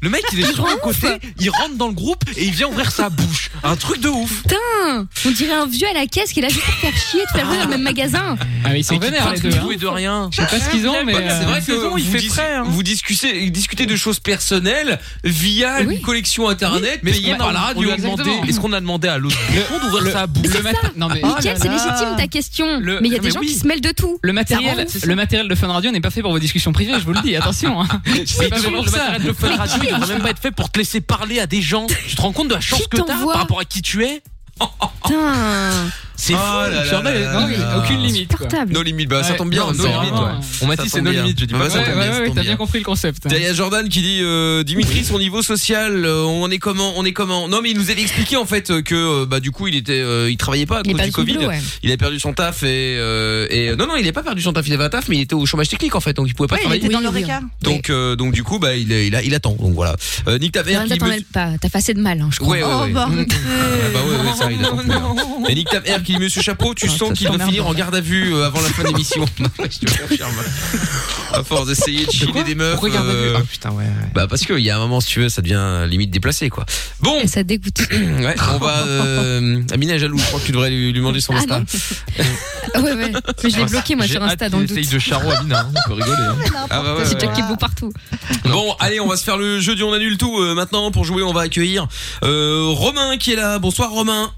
S3: Le mec il est sur un côté, il rentre dans le groupe et il vient ouvrir sa bouche. Un truc de ouf.
S6: Putain On dirait un vieux à la caisse qui est là juste pour faire chier, de faire jouer dans le même magasin.
S4: Ah, mais ils sont
S3: Et qui
S4: vénères
S3: parle
S4: les
S3: de
S4: deux.
S3: tout
S4: Hein.
S3: et de rien.
S4: Je sais pas ce qu'ils ont, mais.
S2: Ouais, c'est vrai
S4: euh,
S2: que
S3: saison, il
S2: vous,
S3: fait
S2: dis-
S3: frais, hein.
S2: vous discutez, discutez de choses personnelles via
S6: Oui.
S2: une collection internet payée par la radio.
S3: on lui a demandé,
S2: Exactement.
S3: est-ce qu'on a demandé à l'autre con d'ouvrir sa bouche
S4: le mat- non, mais-
S2: Ah
S3: Ah
S6: Mickaël, c'est légitime ta question.
S4: Le-
S6: Mais il y a
S4: non,
S6: des
S4: mais
S6: gens
S4: oui.
S6: qui se mêlent de tout.
S4: Le matériel,
S6: Ça rend-
S4: le matériel de Fun Radio n'est pas fait pour vos discussions privées, je vous le dis, attention. Hein. C'est
S3: Mais
S4: pas
S3: tu
S4: fait
S3: vois,
S4: pour
S3: le
S4: ça.
S3: matériel de Fun Radio, il devrait même pas être fait pour te laisser parler à des gens. Tu te rends compte de la chance
S6: Qui
S3: que t'as
S6: t'envoie
S3: par rapport à qui tu es
S6: Putain
S2: Oh
S1: Oh
S3: C'est fou.
S4: Jordan, non, il- aucune limite. quoi.
S6: Portable.
S2: No limit, bah ça
S4: Ouais,
S2: tombe bien.
S4: non,
S2: en même
S4: no
S2: temps.
S4: limit, ouais.
S3: On m'a
S2: Ça
S3: dit c'est
S2: tombe
S3: nos
S2: bien.
S3: limites, je dis
S2: Ah
S3: pas.
S2: bah, ça
S4: Ouais,
S2: tombe
S4: ouais,
S2: bien, ça
S4: ouais,
S2: tombe
S4: t'as
S2: bien.
S4: bien compris le concept.
S2: Il y a Jordan qui dit euh, Dimitri son niveau social euh, on est comment on est comment non mais il nous avait expliqué en fait euh, que euh, bah du coup il était euh, il travaillait pas à
S6: Il est
S2: cause
S6: pas
S2: du
S6: du
S2: Covid
S6: boulot, ouais.
S2: il a perdu son taf et, euh, et non non il n'a pas perdu son taf il avait un taf mais il était au chômage technique en fait donc il pouvait pas
S7: Ouais, il
S2: travailler
S7: était dans
S6: Oui,
S7: le
S6: oui.
S7: récap.
S2: donc euh, donc du coup bah il il, a- il attend donc voilà euh, Nick Taver
S6: Lorenza
S2: qui
S6: t'en
S2: me-
S6: mêle pas, t'as fait assez de mal, hein, je crois.
S2: Ouais, ouais,
S7: Oh,
S2: ouais.
S7: bordel.
S2: Ah bah ouais, ouais, ça, il attend plus, hein. Et Nick Taver qui dit Monsieur Chapeau,
S6: Ah,
S2: tu sens qu'il va finir en garde à vue euh, avant la fin de l'émission. Je te confirme. À force d'essayer de chiner des meufs. euh,
S6: Ah,
S3: putain, ouais.
S2: bah parce qu'il y a un moment si tu veux ça devient euh, limite déplacé quoi. Bon,
S6: Et Ça dégoûte.
S2: ouais, on va euh, Amina est jaloux, je crois que tu devrais lui, lui demander son
S6: Ah
S2: Insta.
S6: non Ah, Ouais, ouais. Mais je l'ai bloqué, moi, sur Insta, dans le doute.
S3: de Charo à Mina, hein, on peut rigoler. hein.
S2: Ah bah ouais,
S6: C'est
S2: ouais.
S6: Jack qui est beau partout.
S2: Bon, allez, on va se faire le jeu du on annule tout euh, maintenant pour jouer, on va accueillir euh, Romain qui est là. Bonsoir Romain.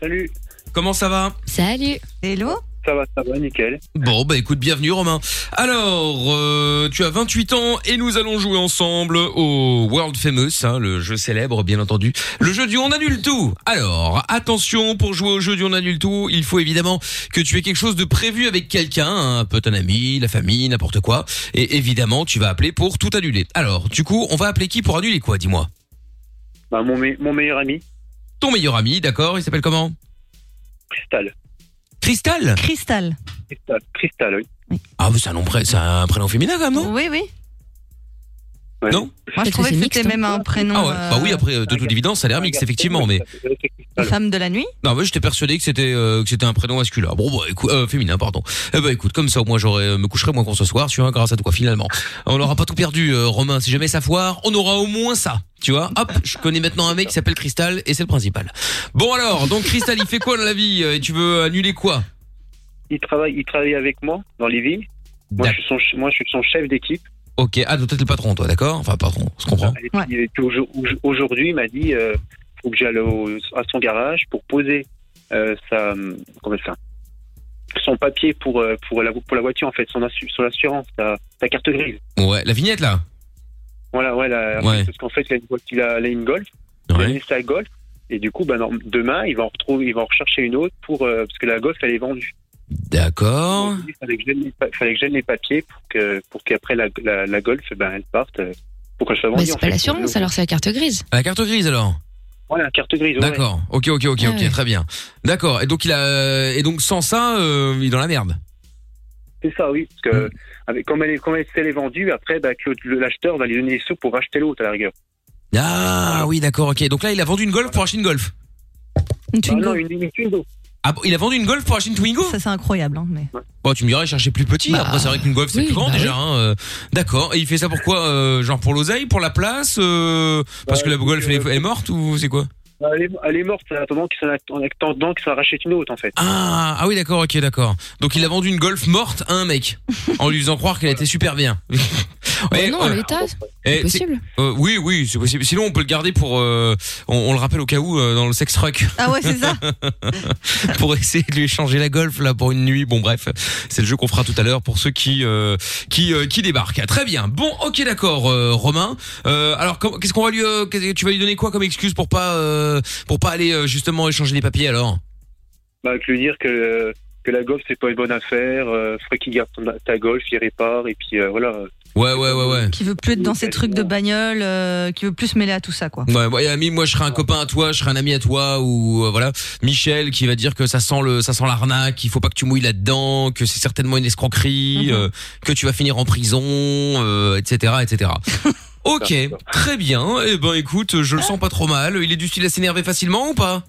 S5: Salut,
S2: Comment ça va
S6: Salut.
S7: Hello
S5: ça va, ça va, nickel.
S2: Bon, bah écoute, bienvenue Romain. Alors, euh, tu as 28 ans et nous allons jouer ensemble au World Famous, hein, le jeu célèbre bien entendu. Le jeu du on annule tout. Alors, attention, pour jouer au jeu du on annule tout, il faut évidemment que tu aies quelque chose de prévu avec quelqu'un, hein, un pote, un ami, la famille, n'importe quoi. Et évidemment, tu vas appeler pour tout annuler. Alors, du coup, on va appeler qui pour annuler quoi, dis-moi
S5: Bah, mon, me- mon meilleur ami,
S2: Ton meilleur ami, d'accord Il s'appelle comment
S5: Cristal.
S2: Cristal
S7: Cristal.
S5: Cristal, Cristal, oui.
S2: Ah, mais c'est un, nom pré- c'est un prénom féminin quand même, non
S7: Oui, oui.
S5: Ouais.
S2: Non
S7: Moi, je
S6: Peut-être
S7: trouvais
S6: que
S7: que
S6: c'est
S7: c'était
S6: mixte,
S7: même un prénom.
S2: Ah ouais, bah oui,
S7: euh,
S2: après, de toute évidence, ça a l'air mixte, effectivement, mais...
S7: Femme de la nuit.
S2: Non, mais j'étais persuadé que c'était euh, que c'était un prénom masculin. Bon, bah, écoute, euh, féminin, pardon. Eh ben, écoute, comme ça, au moins, j'aurais me coucherai moins qu'on ce soir, tu vois, grâce à toi, finalement. On n'aura pas tout perdu, euh, Romain. Si jamais ça foire, on aura au moins ça. Tu vois, hop, je connais maintenant un mec qui s'appelle Cristal et c'est le principal. Bon alors, donc Cristal, il fait quoi dans la vie euh, Et tu veux annuler quoi
S5: Il travaille, il travaille avec moi dans les villes. Moi, je
S2: D'ac-
S5: suis son, ch- moi, je suis son chef d'équipe.
S2: Ok, ah donc toi t'es le patron, toi, d'accord Enfin patron, on se comprend.
S5: Et
S7: Ouais.
S5: puis, aujo- aujo- Aujourd'hui, il m'a dit euh, faut que j'aille au- à son garage pour poser euh, sa comment on appelle ça son papier pour euh, pour la pour la voiture en fait, son assu- son assurance, sa, sa carte grise.
S2: Ouais, la vignette là.
S5: Voilà, ouais, la-
S2: Ouais.
S5: parce qu'en fait, il a une, il a- il a une Golf, il a
S2: Ouais.
S5: une sa Golf. Et du coup, bah, non, demain, il va en retrouver, il va en rechercher une autre pour euh, parce que la Golf, elle est vendue.
S2: D'accord.
S5: Il fallait que j'aime les, pa- fallait que j'aime les papiers pour que pour qu'après la, la, la Golf, ben, elle parte. euh, Pour qu'elle soit vendue.
S6: Bah, c'est
S5: en
S6: pas
S5: fait.
S6: l'assurance, alors c'est la carte grise.
S2: La carte grise alors.
S5: Voilà, carte grise. ouais.
S2: D'accord. Ok, ok, ok, ok, très bien. D'accord. Et donc il a et donc sans ça, euh, il est dans la merde.
S5: C'est ça, oui. Parce
S2: Mmh.
S5: que avec, comme, elle est, comme elle, elle est vendue, après, bah, que le- l'acheteur va lui donner les sous pour acheter l'autre à la rigueur.
S2: Ah oui, d'accord, ok. Donc là, il a vendu une Golf pour acheter une Golf.
S7: Une Twingo.
S2: Ah, bon, il a vendu une Golf pour acheter une Twingo
S7: Ça, c'est incroyable. Hein, mais...
S2: Bon, tu me dirais, chercher plus petit. Après, c'est vrai qu'une Golf, c'est plus grand déjà. hein, euh, D'accord. Et il fait ça pourquoi euh, Genre pour l'oseille, pour la place euh, Parce que la Golf, elle est- elle est morte ou c'est quoi
S5: Bah, Elle est, elle est morte à un moment qui s'en a- en attendant qu'il s'en rachète une autre, en fait.
S2: Ah, ah oui, d'accord, ok, d'accord. Donc il a vendu une Golf morte à un mec, en lui faisant croire qu'elle était super bien. Ouais,
S6: non,
S2: voilà.
S6: l'état,
S2: Eh,
S6: c'est
S2: c'est-
S6: possible.
S2: euh, oui, oui, c'est possible. Sinon, on peut le garder pour. euh, on, on le rappelle au cas où euh, dans le sex truck.
S7: Ah ouais, c'est ça.
S2: pour essayer de lui échanger la golf là pour une nuit. Bon, bref, c'est le jeu qu'on fera tout à l'heure pour ceux qui euh, qui euh, qui débarquent. Ah, Très bien. Bon, ok, d'accord, euh, Romain. Euh, alors, com- qu'est-ce qu'on va lui euh, qu'est-ce que- Tu vas lui donner quoi comme excuse pour pas euh, pour pas aller euh, justement échanger des papiers alors
S5: Bah, que lui dire que, que la golf, c'est pas une bonne affaire, euh, faudrait qu'il garde ton- ta golf, il répare, et puis euh, voilà.
S2: Ouais, ouais, ouais, ouais.
S7: Qui veut plus être dans ces trucs de bagnole, euh, qui veut plus se mêler à tout ça, quoi.
S2: Ouais, moi, et ami, moi je serai un copain à toi, je serai un ami à toi ou euh, voilà, Michel qui va dire que ça sent le ça sent l'arnaque, il faut pas que tu mouilles là-dedans, que c'est certainement une escroquerie, euh, que tu vas finir en prison, euh, etc., etc. Ok, très bien. Eh ben écoute, je le sens pas trop mal. Il est du style à s'énerver facilement ou pas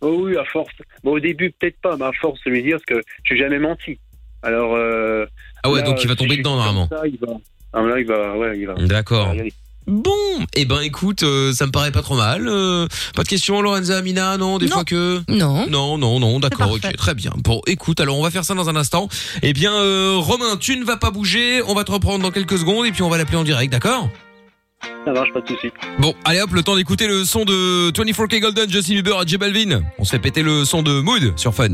S5: Oh oui, à force. Bon, au début, peut-être pas, mais à force de lui dire parce que je n'ai jamais menti. Alors. euh,
S2: Ah ouais,
S5: là,
S2: donc il va
S5: si
S2: tomber
S5: je suis
S2: dedans,
S5: comme
S2: normalement.
S5: ça, il va. Ah, mais là, il va. Ouais, il va.
S2: D'accord.
S5: Il va y aller.
S2: Bon, eh ben écoute, euh, ça me paraît pas trop mal. Euh, pas de questions, Lorenza, Amina, non, des fois que.
S6: Non.
S2: Non, non, non, d'accord, ok, très bien. Bon, écoute, alors on va faire ça dans un instant. Eh bien, euh, Romain, tu ne vas pas bouger, on va te reprendre dans quelques secondes et puis on va l'appeler en direct, d'accord
S5: Ça marche, pas de soucis.
S2: Bon, allez hop, le temps d'écouter le son de 24K Golden, Justin Bieber à J Balvin. On se fait péter le son de Mood sur Fun.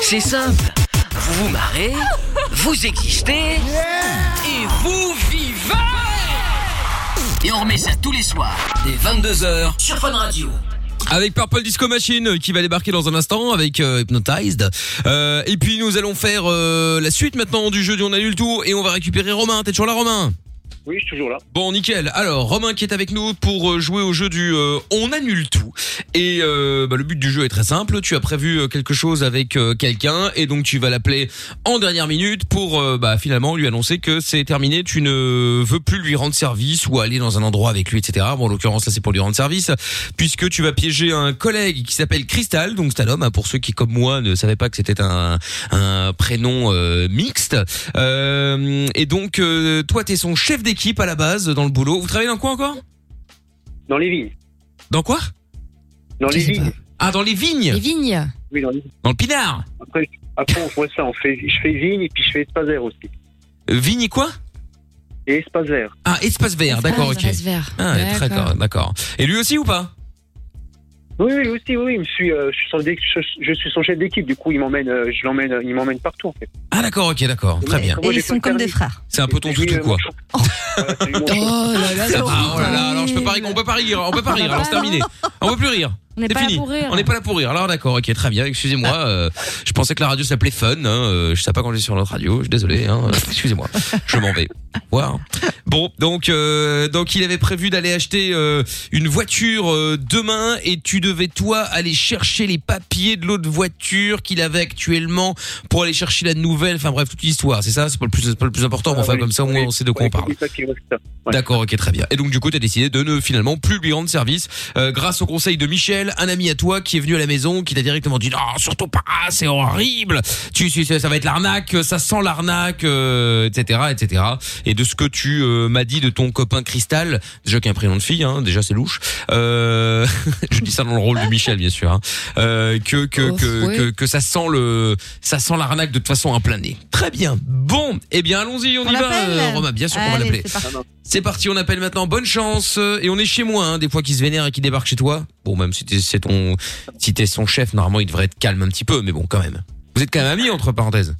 S1: C'est simple. Vous vous marrez, vous existez et vous vivez. Et on remet ça tous les soirs dès 22h sur Fun Radio.
S2: Avec Purple Disco Machine euh, qui va débarquer dans un instant avec euh, Hypnotized. Euh, et puis nous allons faire euh, la suite maintenant du jeu du On annule tout et on va récupérer Romain. T'es toujours là Romain
S5: Oui, je suis toujours là.
S2: Bon, nickel. Alors, Romain qui est avec nous pour euh, jouer au jeu du euh, On annule tout. Et euh, bah, le but du jeu est très simple. Tu as prévu euh, quelque chose avec euh, quelqu'un et donc tu vas l'appeler en dernière minute pour euh, bah, finalement lui annoncer que c'est terminé. Tu ne veux plus lui rendre service ou aller dans un endroit avec lui, etc. Bon, en l'occurrence, là, c'est pour lui rendre service puisque tu vas piéger un collègue qui s'appelle Crystal. Donc, c'est un homme, hein, pour ceux qui, comme moi, ne savaient pas que c'était un, un prénom euh, mixte. Euh, et donc, euh, toi, t'es son chef d'équipe à la base dans le boulot. Vous travaillez dans quoi encore
S5: Dans les vignes.
S2: Dans quoi
S5: Dans les vignes.
S2: Ah, dans les vignes
S6: Les vignes.
S5: Oui, dans les vignes.
S2: Dans le pinard
S5: Après, après on voit ça. On fait, je fais vigne et puis je fais espace vert aussi.
S2: Vigne et quoi
S5: Et espace vert.
S2: Ah, espace vert, d'accord, ok.
S6: espace vert.
S2: Ah, ouais,
S6: D'accord.
S2: d'accord, d'accord. Et lui aussi ou pas
S5: Oui, oui, aussi, oui. il me suit, euh, je, suis son, dé- je, je suis son chef d'équipe. Du coup, il m'emmène, euh, je l'emmène, euh, il m'emmène partout en fait.
S2: Ah, d'accord, ok, d'accord, très bien.
S7: Et ils sont comme des frères.
S2: C'est un peu ton toutou, quoi.
S6: Oh là là, c'est
S2: Ah, oh là là, alors je peux pas rire, on peut pas rire, on peut pas rire, alors c'est terminé. On peut plus rire.
S6: On n'est
S2: C'est
S6: pas là
S2: fini.
S6: pour rire.
S2: On n'est pas là pour rire. Alors d'accord, ok, très bien. Excusez-moi. euh, je pensais que la radio s'appelait Fun. Hein, euh, je sais pas quand j'ai sur notre radio. Je suis désolé. Hein, euh, Excusez-moi. Je m'en vais. Voir. Bon, donc euh, donc il avait prévu d'aller acheter euh, une voiture euh, demain et tu devais toi aller chercher les papiers de l'autre voiture qu'il avait actuellement pour aller chercher la nouvelle. Enfin bref, toute l'histoire. C'est ça. C'est pas le plus c'est pas le plus important. mais enfin comme ça au moins on sait de quoi on parle. D'accord, ok, très bien. Et donc du coup, t'as décidé de ne finalement plus lui rendre service euh, grâce au conseil de Michel, un ami à toi qui est venu à la maison, qui t'a directement dit non, surtout pas, c'est horrible. Tu, tu- ça va être l'arnaque, ça sent l'arnaque, euh, etc., etc. Et de ce que tu euh, m'as dit de ton copain Cristal, déjà qui a un prénom de fille, hein, déjà c'est louche. Euh, je dis ça dans le rôle de Michel, bien sûr. hein. Euh, que que que,
S12: oui.
S2: que que ça sent le ça sent l'arnaque de toute façon à plein nez. Très bien. Bon, eh bien allons-y, on,
S12: On
S2: y va,
S12: l'appelle
S2: euh, Romain. Bien sûr qu'on va
S12: Allez,
S2: l'appeler.
S12: c'est parti.
S2: C'est parti, on appelle maintenant. Bonne chance euh, et on est chez moi. hein, des fois qui se vénèrent et qui débarquent chez toi. Bon, même si t'es c'est ton si t'es son chef, normalement il devrait être calme un petit peu, mais bon quand même. Vous êtes quand même amis entre parenthèses.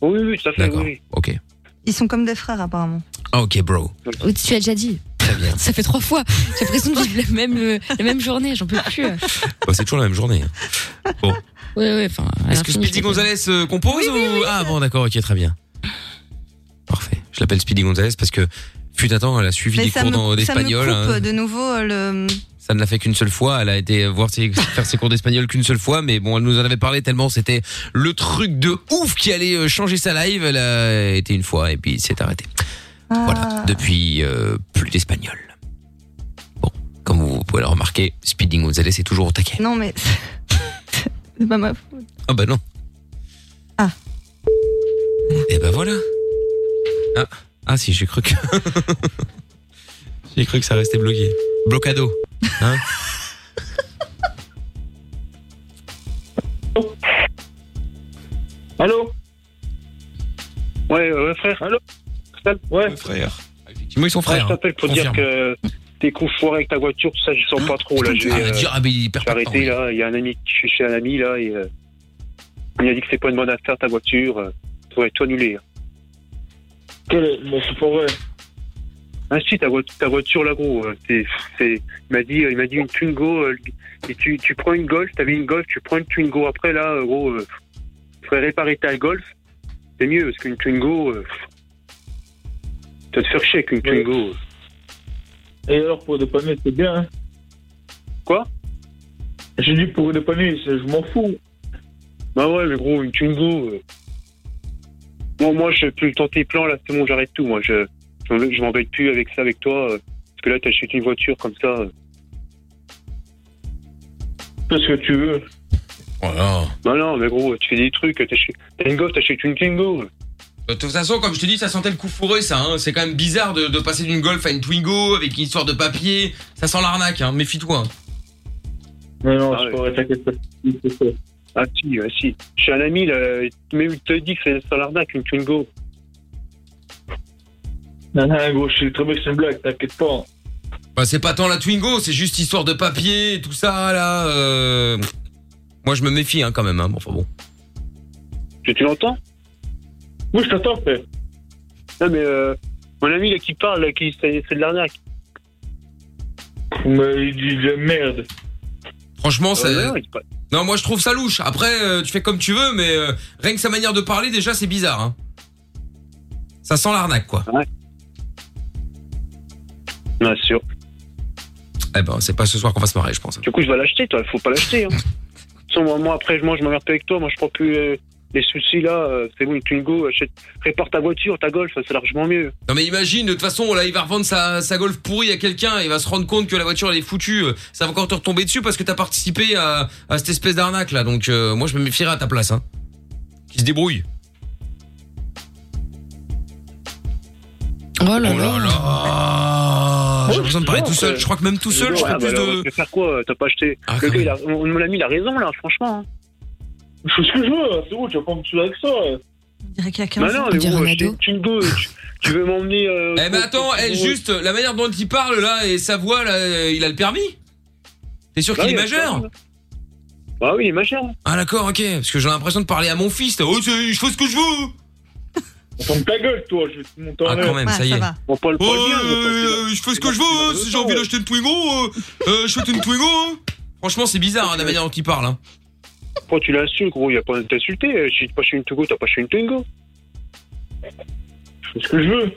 S5: Oui, oui, tout à fait.
S2: D'accord. Ok.
S7: Ils sont comme des frères, apparemment.
S2: Ah, Ok, bro.
S6: Oui, Oh, Tu l'as déjà dit.
S2: Très bien.
S6: Ça fait trois fois. J'ai l'impression de vivre la même, euh, la même journée. J'en peux plus. euh. Oui,
S2: Bah, c'est toujours la même journée. hein. Bon.
S6: oui, enfin. à
S2: Est-ce que
S6: l'infini,
S2: Speedy
S6: je
S2: Gonzalez euh, compose ou ah bon d'accord ok très bien. Parfait. Je l'appelle Speedy Gonzalez parce que fut un temps elle a suivi
S7: Mais
S2: des
S7: ça
S2: cours
S7: me,
S2: d'en-
S7: ça me
S2: d'espagnol.
S7: coupe
S2: hein.
S7: de nouveau euh, le,
S2: Ça ne l'a fait qu'une seule fois. Elle a été voir ses- faire ses cours d'espagnol qu'une seule fois, mais bon, elle nous en avait parlé tellement c'était le truc de ouf qui allait euh, changer sa live. Elle a été une fois et puis s'est arrêtée. Voilà. Depuis euh, plus d'espagnol. Bon, comme vous pouvez le remarquer, Speeding Gonzalez est toujours au taquet.
S7: Ah. Non, mais c'est pas ma faute.
S2: Ah bah non.
S7: Ah.
S2: Et bah voilà. Ah, ah si, j'ai cru que. j'ai cru que ça restait bloqué. Blocado. Hein
S8: Allô Ouais, ouais, frère, allô Stan Ouais.
S2: frère. Effectivement, ils sont frères.
S8: Ouais, je t'appelle pour
S2: hein.
S8: dire que t'es confoiré avec ta voiture, tout ça, je sens pas trop. Là,
S2: putain,
S8: j'ai
S2: ah, dire, ah, mais il
S8: j'ai arrêté, là. Il y a un ami, je suis chez un ami, là, et euh, il a dit que c'est pas une bonne affaire, ta voiture. euh, Tu vas tout annuler. c'est pas vrai. Ah si, ta, vo- ta voiture, là, gros, euh, c'est, c'est- il m'a dit, il m'a dit une Twingo, euh, et tu, tu prends une Golf, t'avais une Golf, tu prends une Twingo. Après, là, euh, gros, euh, faudrait réparer ta Golf, c'est mieux, parce qu'une Twingo, euh, tu vas te faire chier avec une Twingo. euh.
S12: Et alors, pour dépanner, c'est bien. Hein
S8: Quoi
S12: J'ai dit pour dépanner, c'est- je m'en fous.
S8: Bah ouais, mais gros, une Twingo. euh. Bon, moi, je plus le temps tes plans, là, c'est bon, j'arrête tout. Moi, je, je, je m'embête plus avec ça, avec toi. euh, parce que là, t'achètes une voiture comme ça. euh.
S12: Fais ce que tu veux.
S2: Voilà.
S8: Non, Bah non, mais gros, tu fais des trucs. t'achètes- T'as une Golf, t'achètes une Twingo.
S2: De toute façon, comme je te dis, ça sentait le coup fourré, ça. hein. C'est quand même bizarre de, de passer d'une Golf à une Twingo avec une histoire de papier. Ça sent l'arnaque, hein. méfie-toi. hein.
S12: Mais non, c'est pas vrai, t'inquiète pas. C'est ça.
S8: Ah si, ah si. J'ai un ami, là, même il te dit que c'est c'est l'arnaque, une Twingo.
S12: Non, non, gros, je suis très bien que c'est une blague, t'inquiète pas.
S2: Bah, c'est pas tant la Twingo, c'est juste histoire de papier, tout ça, là. euh. Moi, je me méfie hein, quand même. Hein. Bon, enfin bon.
S8: Tu, tu l'entends
S12: Oui, je t'entends, frère.
S8: Non, mais euh, mon ami, là, qui parle, là, qui, c'est c'est de l'arnaque.
S12: Mais il dit de la merde.
S2: Franchement, ça.
S12: Ouais, ouais,
S2: non, moi je trouve ça louche. Après, euh, tu fais comme tu veux, mais euh, rien que sa manière de parler, déjà, c'est bizarre. Hein. Ça sent l'arnaque, quoi.
S8: Bien sûr.
S2: Eh ben, c'est pas ce soir qu'on va se marrer, je pense. hein.
S8: Du coup, je vais l'acheter, toi. Faut pas l'acheter. Hein. De toute façon, moi, moi, après, moi, je m'emmerde pas avec toi. Moi, je prends plus euh, les soucis là. euh, c'est bon, une Twingo. Achète, répare ta voiture, ta Golf. C'est largement mieux.
S2: Non mais imagine, de toute façon, là, il va revendre sa, sa Golf pourrie à quelqu'un, il va se rendre compte que la voiture, elle est foutue. Euh, Ça va encore te retomber dessus parce que t'as participé à, à cette espèce d'arnaque, là. Donc, euh, moi, je me méfierai à ta place, hein. Qui se débrouille.
S6: Oh là
S2: là là Ah, J'ai besoin de parler
S8: bon,
S2: tout seul.
S8: euh,
S2: Je crois que même tout seul, je
S8: Ouais,
S2: fais
S8: bah
S2: plus
S8: alors,
S2: de... Ah,
S8: tu vas faire quoi euh, T'as pas acheté Le gars, il a, mon, mon ami, il a raison là, franchement. hein.
S12: Je fais ce que je veux, hein, c'est bon, tu vas pas me tuer avec ça.
S8: Bah non, mais bon, acheter une Twingo. Tu, tu veux m'emmener. euh,
S2: Eh ben
S8: au-
S2: attends,
S8: au-
S2: eh, juste, la manière dont il parle, là, et sa voix, là, euh, il a le permis T'es sûr
S8: Bah
S2: qu'il est
S8: oui,
S2: majeur
S8: Bah oui, il est majeur.
S2: Ah d'accord, ok. Parce que j'ai l'impression de parler à mon fils. là. Oh, c'est- je fais ce que je veux
S12: On ferme ta gueule, toi, je vais te monter en
S2: Ah,
S12: l'air.
S2: quand même, Ouais, ça y ça est. va.
S8: On parle
S2: Ouais, euh, je fais ce que je veux, hein. si j'ai envie d'acheter une Twingo, euh, euh, je fais une Twingo. hein. Franchement, c'est bizarre hein, la manière dont il parle. Hein.
S8: Pourquoi tu l'insultes, gros Il y a pas à t'insulter. euh, Si t'as pas acheté une Twingo, t'as pas acheté une Twingo.
S12: Je fais ce que je veux.
S2: Ouais,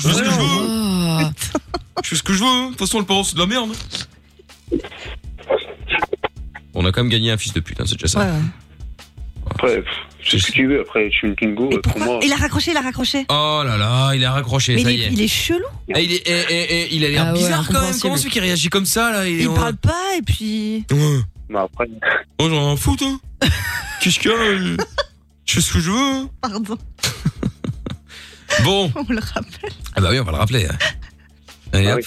S2: je fais ce que je veux. Je fais ce que je veux. hein. De toute façon, le parent, c'est de la merde. On a quand même gagné un fils de pute, hein, c'est déjà ça.
S8: Après, pff, c'est ce que tu veux. Après, je suis une Twingo. euh, Pour moi.
S7: Il a raccroché, il a raccroché.
S2: Oh là là, il a raccroché,
S7: Mais
S2: ça
S7: il
S2: y
S7: est,
S2: est.
S7: il est chelou.
S2: Eh, il, est- eh, eh, eh, il a l'air
S7: Ah ouais,
S2: bizarre quand même.
S7: incompréhensible.
S2: Comment celui qui réagit comme ça là
S7: Il parle pas et puis.
S8: Bah après.
S2: Oh, j'en ai un foot, hein. Qu'est-ce qu'il y a euh, Je fais ce que je veux. hein.
S7: Pardon,
S2: Bon.
S7: on le rappelle.
S2: Ah bah oui, on va le rappeler.
S8: Ah
S2: Allez, hop.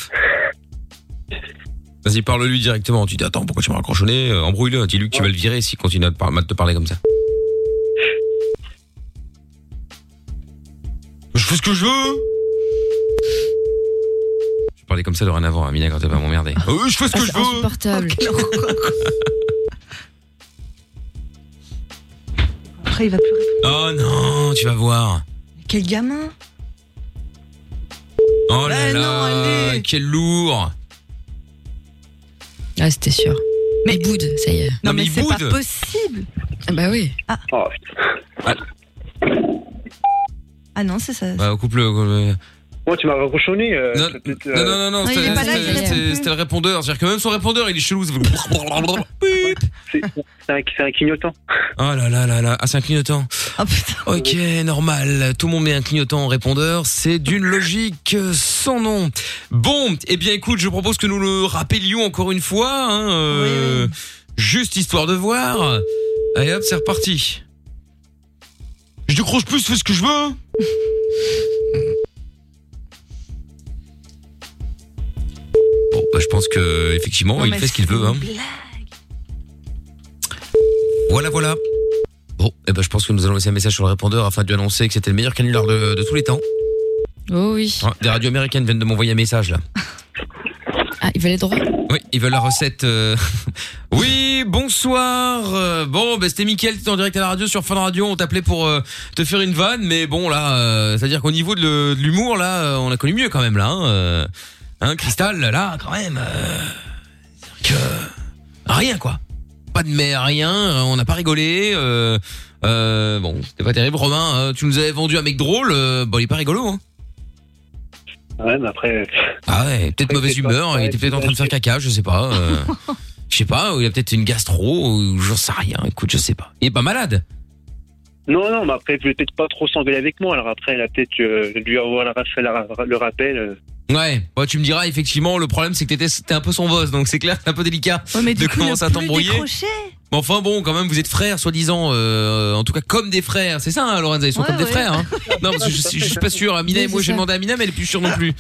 S2: Vas-y, parle-lui directement. Tu dis, attends, pourquoi tu m'as raccroché au nez Euh, Embrouille-le. Dis-lui que tu vas le virer s'il continue à te, par- à te parler comme ça. Je fais ce que je veux Je parlais comme ça dorénavant, Amina, quand t'es pas m'emmerder. Ah oui, je fais ce que je veux
S6: Insupportable.
S7: Après, il va plus.
S2: Oh non, tu vas voir
S7: Quel gamin
S2: Oh là
S7: Bah
S2: là Quel lourd
S6: Ah, c'était sûr. Mais il boude, ça y est.
S2: Non, Non, mais mais il c'est pas boude.
S7: possible.
S6: Ah bah oui.
S2: Ah,
S7: Ah non, c'est ça. Ah
S2: bah, coupe-le. coupe-le.
S8: Moi, tu m'as raccrochonné. euh,
S2: Non,
S8: peut-être, euh,
S2: Non, non, non, non, c'était c'était- c'était- c'était le répondeur. C'est-à-dire que même son répondeur, il est chelou. ça fait Beep.
S8: C'est un, c'est un clignotant.
S2: Oh là là là là. Ah, c'est un clignotant.
S9: Oh,
S2: Ok, normal. Tout le monde met un clignotant en répondeur. C'est d'une logique euh, sans nom. Bon, eh bien, écoute, je propose que nous le rappelions encore une fois. hein, euh, Juste histoire de voir. Allez hop, c'est reparti. Je décroche plus, je fais ce que je veux. Bon, bah, je pense que effectivement,
S9: Non,
S2: il
S9: mais
S2: fait ce qu'il veut. hein. Voilà, voilà. Bon, eh ben, je pense que nous allons laisser un message sur le répondeur afin de lui annoncer que c'était le meilleur canular de, de tous les temps.
S6: Oh oui.
S2: Ouais, Ah, Des radios américaines viennent de m'envoyer un message là.
S6: Ah, il veut les droits
S2: Oui, ils veulent la recette. euh. Oui, bonsoir. euh, Bon, ben, c'était Mickaël, tu en direct à la radio sur Fun Radio. On t'appelait pour euh, te faire une vanne, mais bon là, euh, c'est-à-dire qu'au niveau de le- de l'humour là, euh, on a connu mieux quand même là. Hein, euh. Hein, Cristal, là, quand même. euh, c'est-à-dire que rien quoi. Pas de mais rien. euh, On n'a pas rigolé. euh, euh, bon, c'était pas terrible, Romain. euh, tu nous avais vendu un mec drôle. euh, bon, il est pas rigolo. Hein.
S8: Ouais, mais après.
S2: Ah ouais, peut-être
S8: Après,
S2: mauvaise
S8: c'est pas-
S2: humeur, il
S8: ouais,
S2: était peut-être en train de faire caca, je sais pas. euh, je sais pas, ou il a peut-être une gastro, ou j'en sais rien, écoute, je sais pas. Il est pas malade
S8: Non, non, mais après, peut-être pas trop s'engueuler avec moi. Alors après, elle a peut-être euh, dû avoir la, fait la- le rappel. euh.
S2: Ouais, bah, tu me diras, effectivement, le problème c'est que t'étais t'es un peu son boss, donc c'est clair, que c'est un peu délicat de commencer à t'embrouiller. Mais enfin bon, quand même, vous êtes frères, soi-disant, euh, en tout cas comme des frères, c'est ça, hein, Lorenza, ils sont
S6: Ouais,
S2: comme
S6: ouais.
S2: des frères. Hein. non, parce que je, je suis pas sûr, Amina,
S6: Oui,
S2: moi
S6: c'est
S2: j'ai
S6: ça.
S2: demandé à Amina, mais elle est plus sûre non plus.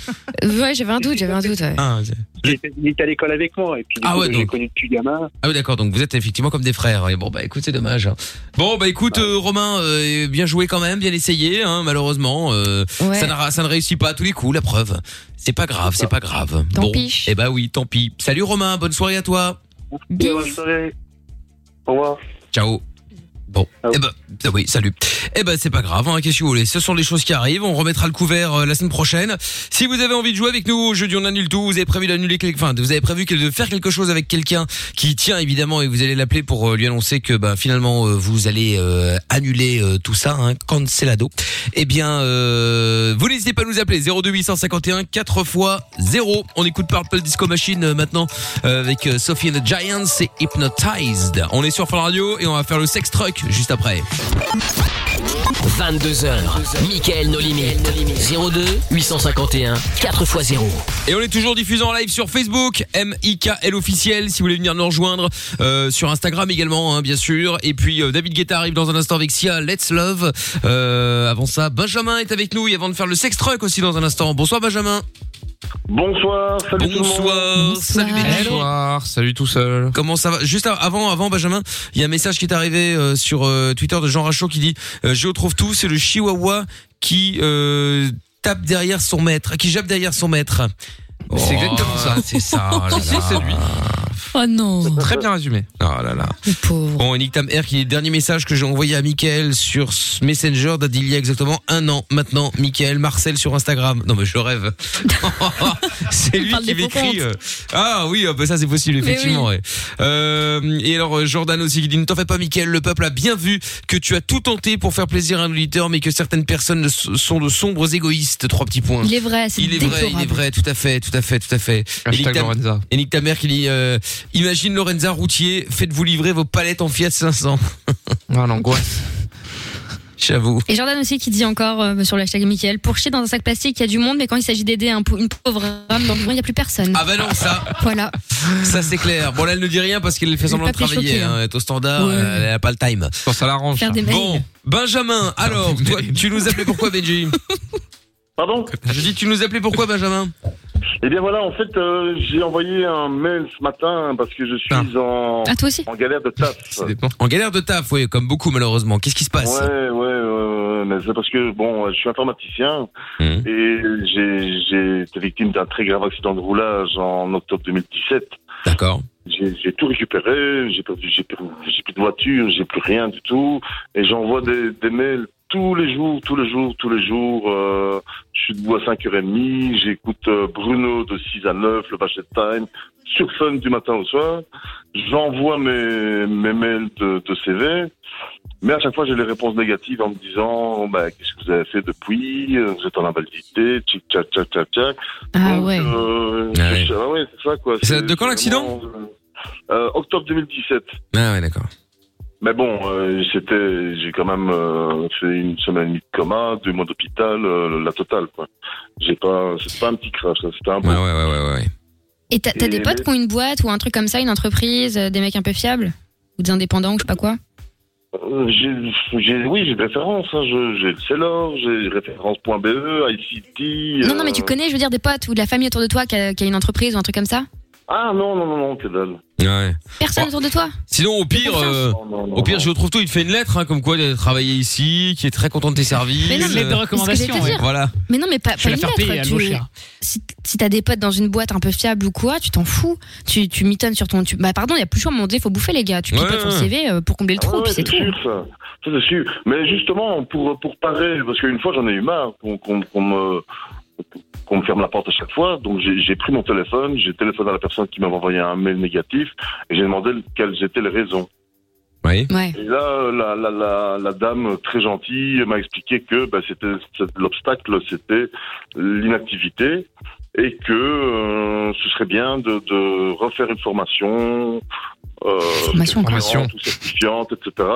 S6: Ouais, j'avais un doute, j'avais un doute. ouais.
S2: Ah, c'est-
S8: Il était- il était à l'école avec moi. Et puis, du
S2: Ah
S8: coup,
S2: ouais,
S8: je l'ai
S2: donc.
S8: connu depuis gamin.
S2: Ah oui d'accord donc vous êtes effectivement comme des frères et bon bah écoute c'est dommage hein. bon bah écoute euh, Romain euh, bien joué quand même bien essayé hein, malheureusement euh,
S9: Ouais.
S2: ça, n'a- ça ne réussit pas à tous les coups la preuve c'est pas grave c'est pas grave
S9: Tant
S2: bon
S9: pis.
S2: et bah oui tant pis salut Romain bonne soirée à toi
S8: Bonne soirée. Au revoir.
S2: ciao Bon, eh ben, ah oui, salut. Eh ben, c'est pas grave, hein, qu'est-ce que vous voulez Ce sont les choses qui arrivent, on remettra le couvert euh, la semaine prochaine. Si vous avez envie de jouer avec nous, jeudi on annule tout, vous avez prévu d'annuler quelque... Enfin, vous avez prévu que- de faire quelque chose avec quelqu'un qui y tient, évidemment, et vous allez l'appeler pour euh, lui annoncer que bah, finalement, euh, vous allez euh, annuler euh, tout ça, hein, cancelado. Eh bien, euh, vous n'hésitez pas à nous appeler, 02851 4 x 0. On écoute Purple Disco Machine euh, maintenant euh, avec euh, Sophie and the Giants et Hypnotized. On est sur Fun Radio et on va faire le sex truck juste après.
S1: 22h, Mickaël No Limites. 02 851 4x0.
S2: Et on est toujours diffusant en live sur Facebook, MIKL officiel, si vous voulez venir nous rejoindre, euh, sur Instagram également, hein, bien sûr. Et puis euh, David Guetta arrive dans un instant avec Sia, Let's Love. Euh, avant ça, Benjamin est avec nous et avant de faire le sex truck aussi dans un instant. Bonsoir Benjamin.
S12: Bonsoir, salut tout le monde.
S2: Bonsoir, salut Benjamin. Bonsoir, salut tout seul. Comment ça va Juste av- avant, avant Benjamin, il y a un message qui est arrivé euh, sur euh, Twitter de Jean Rachaud qui dit euh, Je trouve tout, c'est le chihuahua qui euh, tape derrière son maître, qui jappe derrière son maître. Oh.
S3: C'est exactement ça.
S2: C'est ça. oh là
S3: Tu sais,
S2: là.
S3: c'est lui.
S6: Oh non.
S2: Très bien résumé. Oh là là. Bon, et Nick Tam Air, qui est le dernier message que j'ai envoyé à Mickaël sur ce Messenger date d'il y a exactement un an maintenant. Mickaël Marcel sur Instagram. Non, mais je rêve. c'est lui
S9: parle
S2: qui
S9: des
S2: m'écrit.
S9: pompons.
S2: euh. Ah oui, ah, bah, ça c'est possible,
S9: Mais
S2: effectivement.
S9: oui.
S2: ouais. Euh, et alors, euh, Jordan aussi qui dit Ne t'en fais pas, Mickaël, le peuple a bien vu que tu as tout tenté pour faire plaisir à un auditeur, mais que certaines personnes ne s- sont de sombres égoïstes. Trois petits points.
S6: Il est vrai, c'est
S2: Il est vrai, il est
S6: déplorable.
S2: vrai, tout à fait, tout à fait, tout à fait.
S3: Hashtag
S2: Et nique ta-
S3: Lorenza.
S2: Et nique ta mère qui dit euh, Imagine Lorenza routier, faites-vous livrer vos palettes en Fiat 500. Ah, l'angoisse. J'avoue.
S6: Et Jordan aussi qui dit encore euh, sur le hashtag Michael, pour chier dans un sac plastique, il y a du monde, mais quand il s'agit d'aider un pau- une pauvre âme dans le besoin, il n'y a plus personne.
S2: Ah bah non, ça.
S6: Voilà.
S2: Ça, c'est clair. Bon, là, elle ne dit rien parce qu'elle fait semblant de
S6: papier
S2: travailler.
S6: choqué,
S2: hein.
S6: hein.
S2: Elle est au standard, euh,
S6: Ouais.
S2: elle n'a pas le time. Quand ça l'arrange.
S6: Faire des mails.
S2: Bon, Benjamin, alors, toi, tu nous appelais pourquoi, Benji
S12: Pardon
S2: Je dis, tu nous appelais pourquoi, Benjamin
S12: Eh bien voilà, en fait, euh, j'ai envoyé un mail ce matin parce que je suis en,
S6: Ah, toi aussi
S12: en galère de taf.
S2: En galère de taf, oui, comme beaucoup, malheureusement. Qu'est-ce qui se
S12: Ouais,
S2: passe
S12: ouais, ouais, ouais, mais c'est parce que bon, je suis informaticien
S2: Hmm.
S12: et j'ai- j'ai été victime d'un très grave accident de roulage en octobre 2017.
S2: D'accord.
S12: J'ai j'ai tout récupéré, j'ai perdu, j'ai plus, j'ai plus de voiture, j'ai plus rien du tout, et j'envoie des, des mails tous les jours, tous les jours, tous les jours. euh, je suis debout à 5h30, j'écoute euh, Bruno de 6 à 9, le Bachelor Time, sur Fun du matin au soir. J'envoie mes, mes mails de, de CV. Mais à chaque fois, j'ai les réponses négatives en me disant bah, Qu'est-ce que vous avez fait depuis Vous êtes en invalidité, tchic, tchac, tchac, tchac, tchac.
S6: Ah ouais.
S12: Euh,
S2: Ah ouais.
S12: je- ah ouais, c'est ça quoi.
S2: Ça
S12: C'est
S2: date de quand, l'accident
S12: vraiment, euh, euh, Octobre 2017.
S2: Ah ouais, d'accord.
S12: Mais bon, euh, c'était, j'ai quand même euh, fait une semaine et demie de coma, deux mois d'hôpital, euh, la totale quoi. J'ai pas, c'est pas un petit crash, ça, c'était un bon.
S2: Ah ouais, ouais, ouais, ouais.
S6: Et t'as t'as des
S12: Et-
S6: potes qui ont une boîte ou un truc comme ça, une entreprise, euh, des mecs un peu fiables Ou des indépendants ou je sais pas quoi
S12: Euh, j'ai- j'ai- oui, j'ai des références. Hein. Je- J'ai le Cellor, j'ai référence.be, ICT.
S6: Non, non, mais tu
S12: euh,
S6: connais, je veux dire, des potes ou de la famille autour de toi qui a, qui a une entreprise ou un truc comme ça
S12: Ah non, non, non, non, que dalle.
S2: Ouais.
S6: Personne autour de toi
S2: Sinon, au pire, euh, au pire, je retrouve tout. Il te fait une lettre, hein, comme quoi il a travaillé ici, qui est très content de tes services.
S6: Mais non, mais- Lettre de
S2: Euh,
S6: recommandation, C'est ce que j'allais te dire.
S2: Voilà.
S6: Mais non, mais pas,
S2: Je
S6: pas
S2: vais la
S6: une
S2: faire
S6: lettre.
S2: payer, elle
S6: tu-
S2: vaut cher.
S6: Si, si t'as des potes dans une boîte un peu fiable ou quoi, tu t'en fous. Tu, tu mitonnes sur ton. tu- bah, pardon, il y a plus le choix, mon dieu, faut bouffer, les gars. Tu
S12: Ouais,
S6: pipotes ton
S12: ouais.
S6: CV euh, pour combler le trou,
S12: Ah ouais,
S6: puis c'est tout.
S12: sûr, ça. Ça, c'est sûr. Mais justement, pour, pour parer, parce qu'une fois, j'en ai eu marre qu'on qu'on- qu'on me, qu'on me ferme la porte à chaque fois. Donc, j'ai j'ai pris mon téléphone, j'ai téléphoné à la personne qui m'avait envoyé un mail négatif et j'ai demandé quelles étaient les raisons.
S2: Oui.
S12: Et là, euh, la, la, la, la dame très gentille m'a expliqué que bah, c'était c'est- l'obstacle, c'était l'inactivité et que euh, ce serait bien de, de refaire une formation, euh,
S6: formation,
S12: formation. certifiante, etc.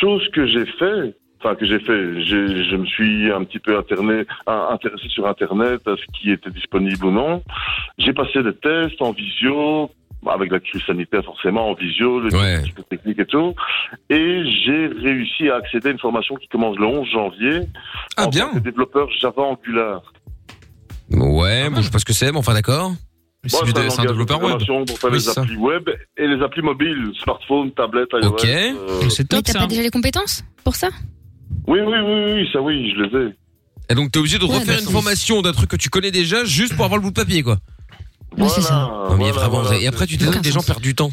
S12: Chose que j'ai fait, enfin que j'ai fait, j'ai- je me suis un petit peu interné, un- intéressé sur Internet à ce qui était disponible ou non. J'ai passé des tests en visio, avec la crise sanitaire forcément, en visio, les tests techniques et tout. Et j'ai réussi à accéder à une formation qui commence le 11 janvier en tant que développeur Java Angular. Ah,
S2: Ouais, bon, je sais pas ce que c'est, mais enfin, d'accord.
S12: Bon, langage de programmation Pour faire
S2: Oui,
S12: les
S2: c'est ça.
S12: applis web et les applis mobiles, smartphone, tablette, iOS. euh,
S2: Ok. C'est
S6: Mais t'as pas déjà les compétences pour ça
S12: Oui, oui, oui, oui, ça oui, je les ai.
S2: Et donc, t'es obligé de
S12: Ouais,
S2: refaire
S12: bah,
S2: une
S12: sans-
S2: formation d'un truc que tu connais déjà juste pour avoir le bout de papier, quoi.
S12: Voilà, c'est ça.
S2: Non, mais vraiment, et après, tu t'étonnes que des gens perdent du temps.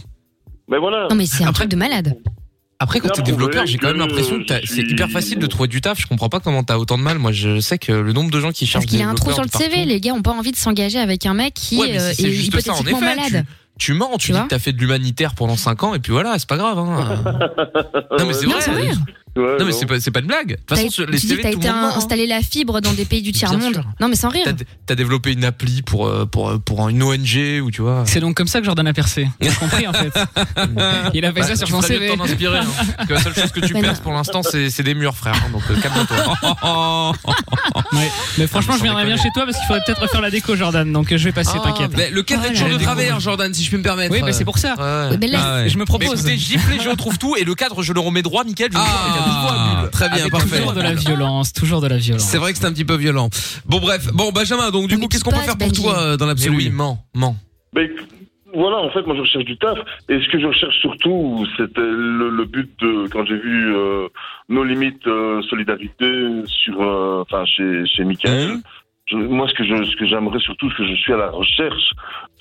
S12: Mais voilà.
S6: Non, mais c'est un truc de malade.
S3: Après, quand
S6: Bien
S3: t'es développeur,
S6: prouvé
S3: j'ai quand même
S12: que
S3: l'impression que t'as-
S12: je
S3: c'est hyper
S12: suis-
S3: facile de trouver du taf. Je comprends pas comment t'as autant de mal. Moi, je sais que le nombre de gens qui cherchent
S6: Il y a un trou
S3: développeurs
S6: sur le
S3: de partout-
S6: CV, les gars ont pas envie de s'engager avec un mec qui
S3: Ouais, mais
S6: euh,
S3: si
S6: est
S3: c'est juste ça, en
S6: hypothétiquement
S3: effet.
S6: malade.
S3: Tu, tu mens, tu dis que t'as fait de l'humanitaire pendant 5 ans et puis voilà, c'est pas grave. Hein. non, mais c'est
S6: Non,
S3: vrai.
S6: c'est vrai.
S3: non, mais c'est pas, c'est pas une blague. De toute façon,
S6: T'as-
S3: sur les
S6: tu dis,
S3: CV,
S6: t'as
S3: tout le
S6: été
S3: monde
S6: un-
S3: ment, hein.
S6: installer la fibre dans des pays du tiers-monde. Non, mais sans rire.
S3: T'as- T'as développé une appli pour, euh, pour, euh, pour une ONG ou tu vois.
S4: C'est donc comme ça que Jordan a percé. J'ai compris en fait. Il avait ça
S3: Bah,
S4: sur
S3: tu
S4: son
S3: ferais mieux de
S4: CV.
S3: t'en inspirer, hein. Parce que la seule chose que tu
S4: Mais non.
S3: perces pour l'instant, c'est c'est des murs, frère. hein, Donc euh, calme-toi.
S4: Mais franchement, je viendrai bien chez toi parce qu'il faudrait peut-être refaire la déco, Jordan. Donc euh, je vais passer,
S3: Ah,
S4: t'inquiète.
S2: mais le
S6: Oh
S2: cadre est toujours de travers, Jordan, si je peux me permettre.
S4: Oui, mais c'est pour ça.
S2: Ouais.
S4: Mais là,
S2: Ah ouais.
S4: je me propose.
S2: Mais écoutez,
S3: Écoutez, giflé, je retrouve tout et le cadre, je le remets droit, Michael. Je
S4: Ah.
S3: le remets à nouveau à Bulle.
S2: Très bien,
S3: Avec
S2: parfait.
S4: Toujours de la violence, toujours de la violence.
S2: C'est vrai que c'est un petit peu violent. Bon, bref. Bon, Benjamin, donc, du coup, qu'est-ce qu'on peut faire pour toi euh, dans l'absolu
S3: Mais oui,
S2: ment, ment.
S12: Ben, voilà, en fait, moi je recherche du taf. Et ce que je recherche surtout, c'était le, le but de quand j'ai vu euh, nos limites euh, solidarité sur, euh, enfin chez chez Michael.
S2: Hein
S12: je- moi, ce que je, ce que j'aimerais surtout, ce que je suis à la recherche,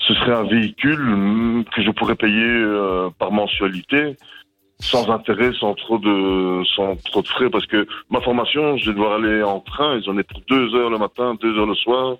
S12: ce serait un véhicule mm, que je pourrais payer euh, par mensualité, sans intérêt, sans trop de, sans trop de frais, parce que ma formation, je vais devoir aller en train, et j'en ai pour deux heures le matin, deux heures le soir,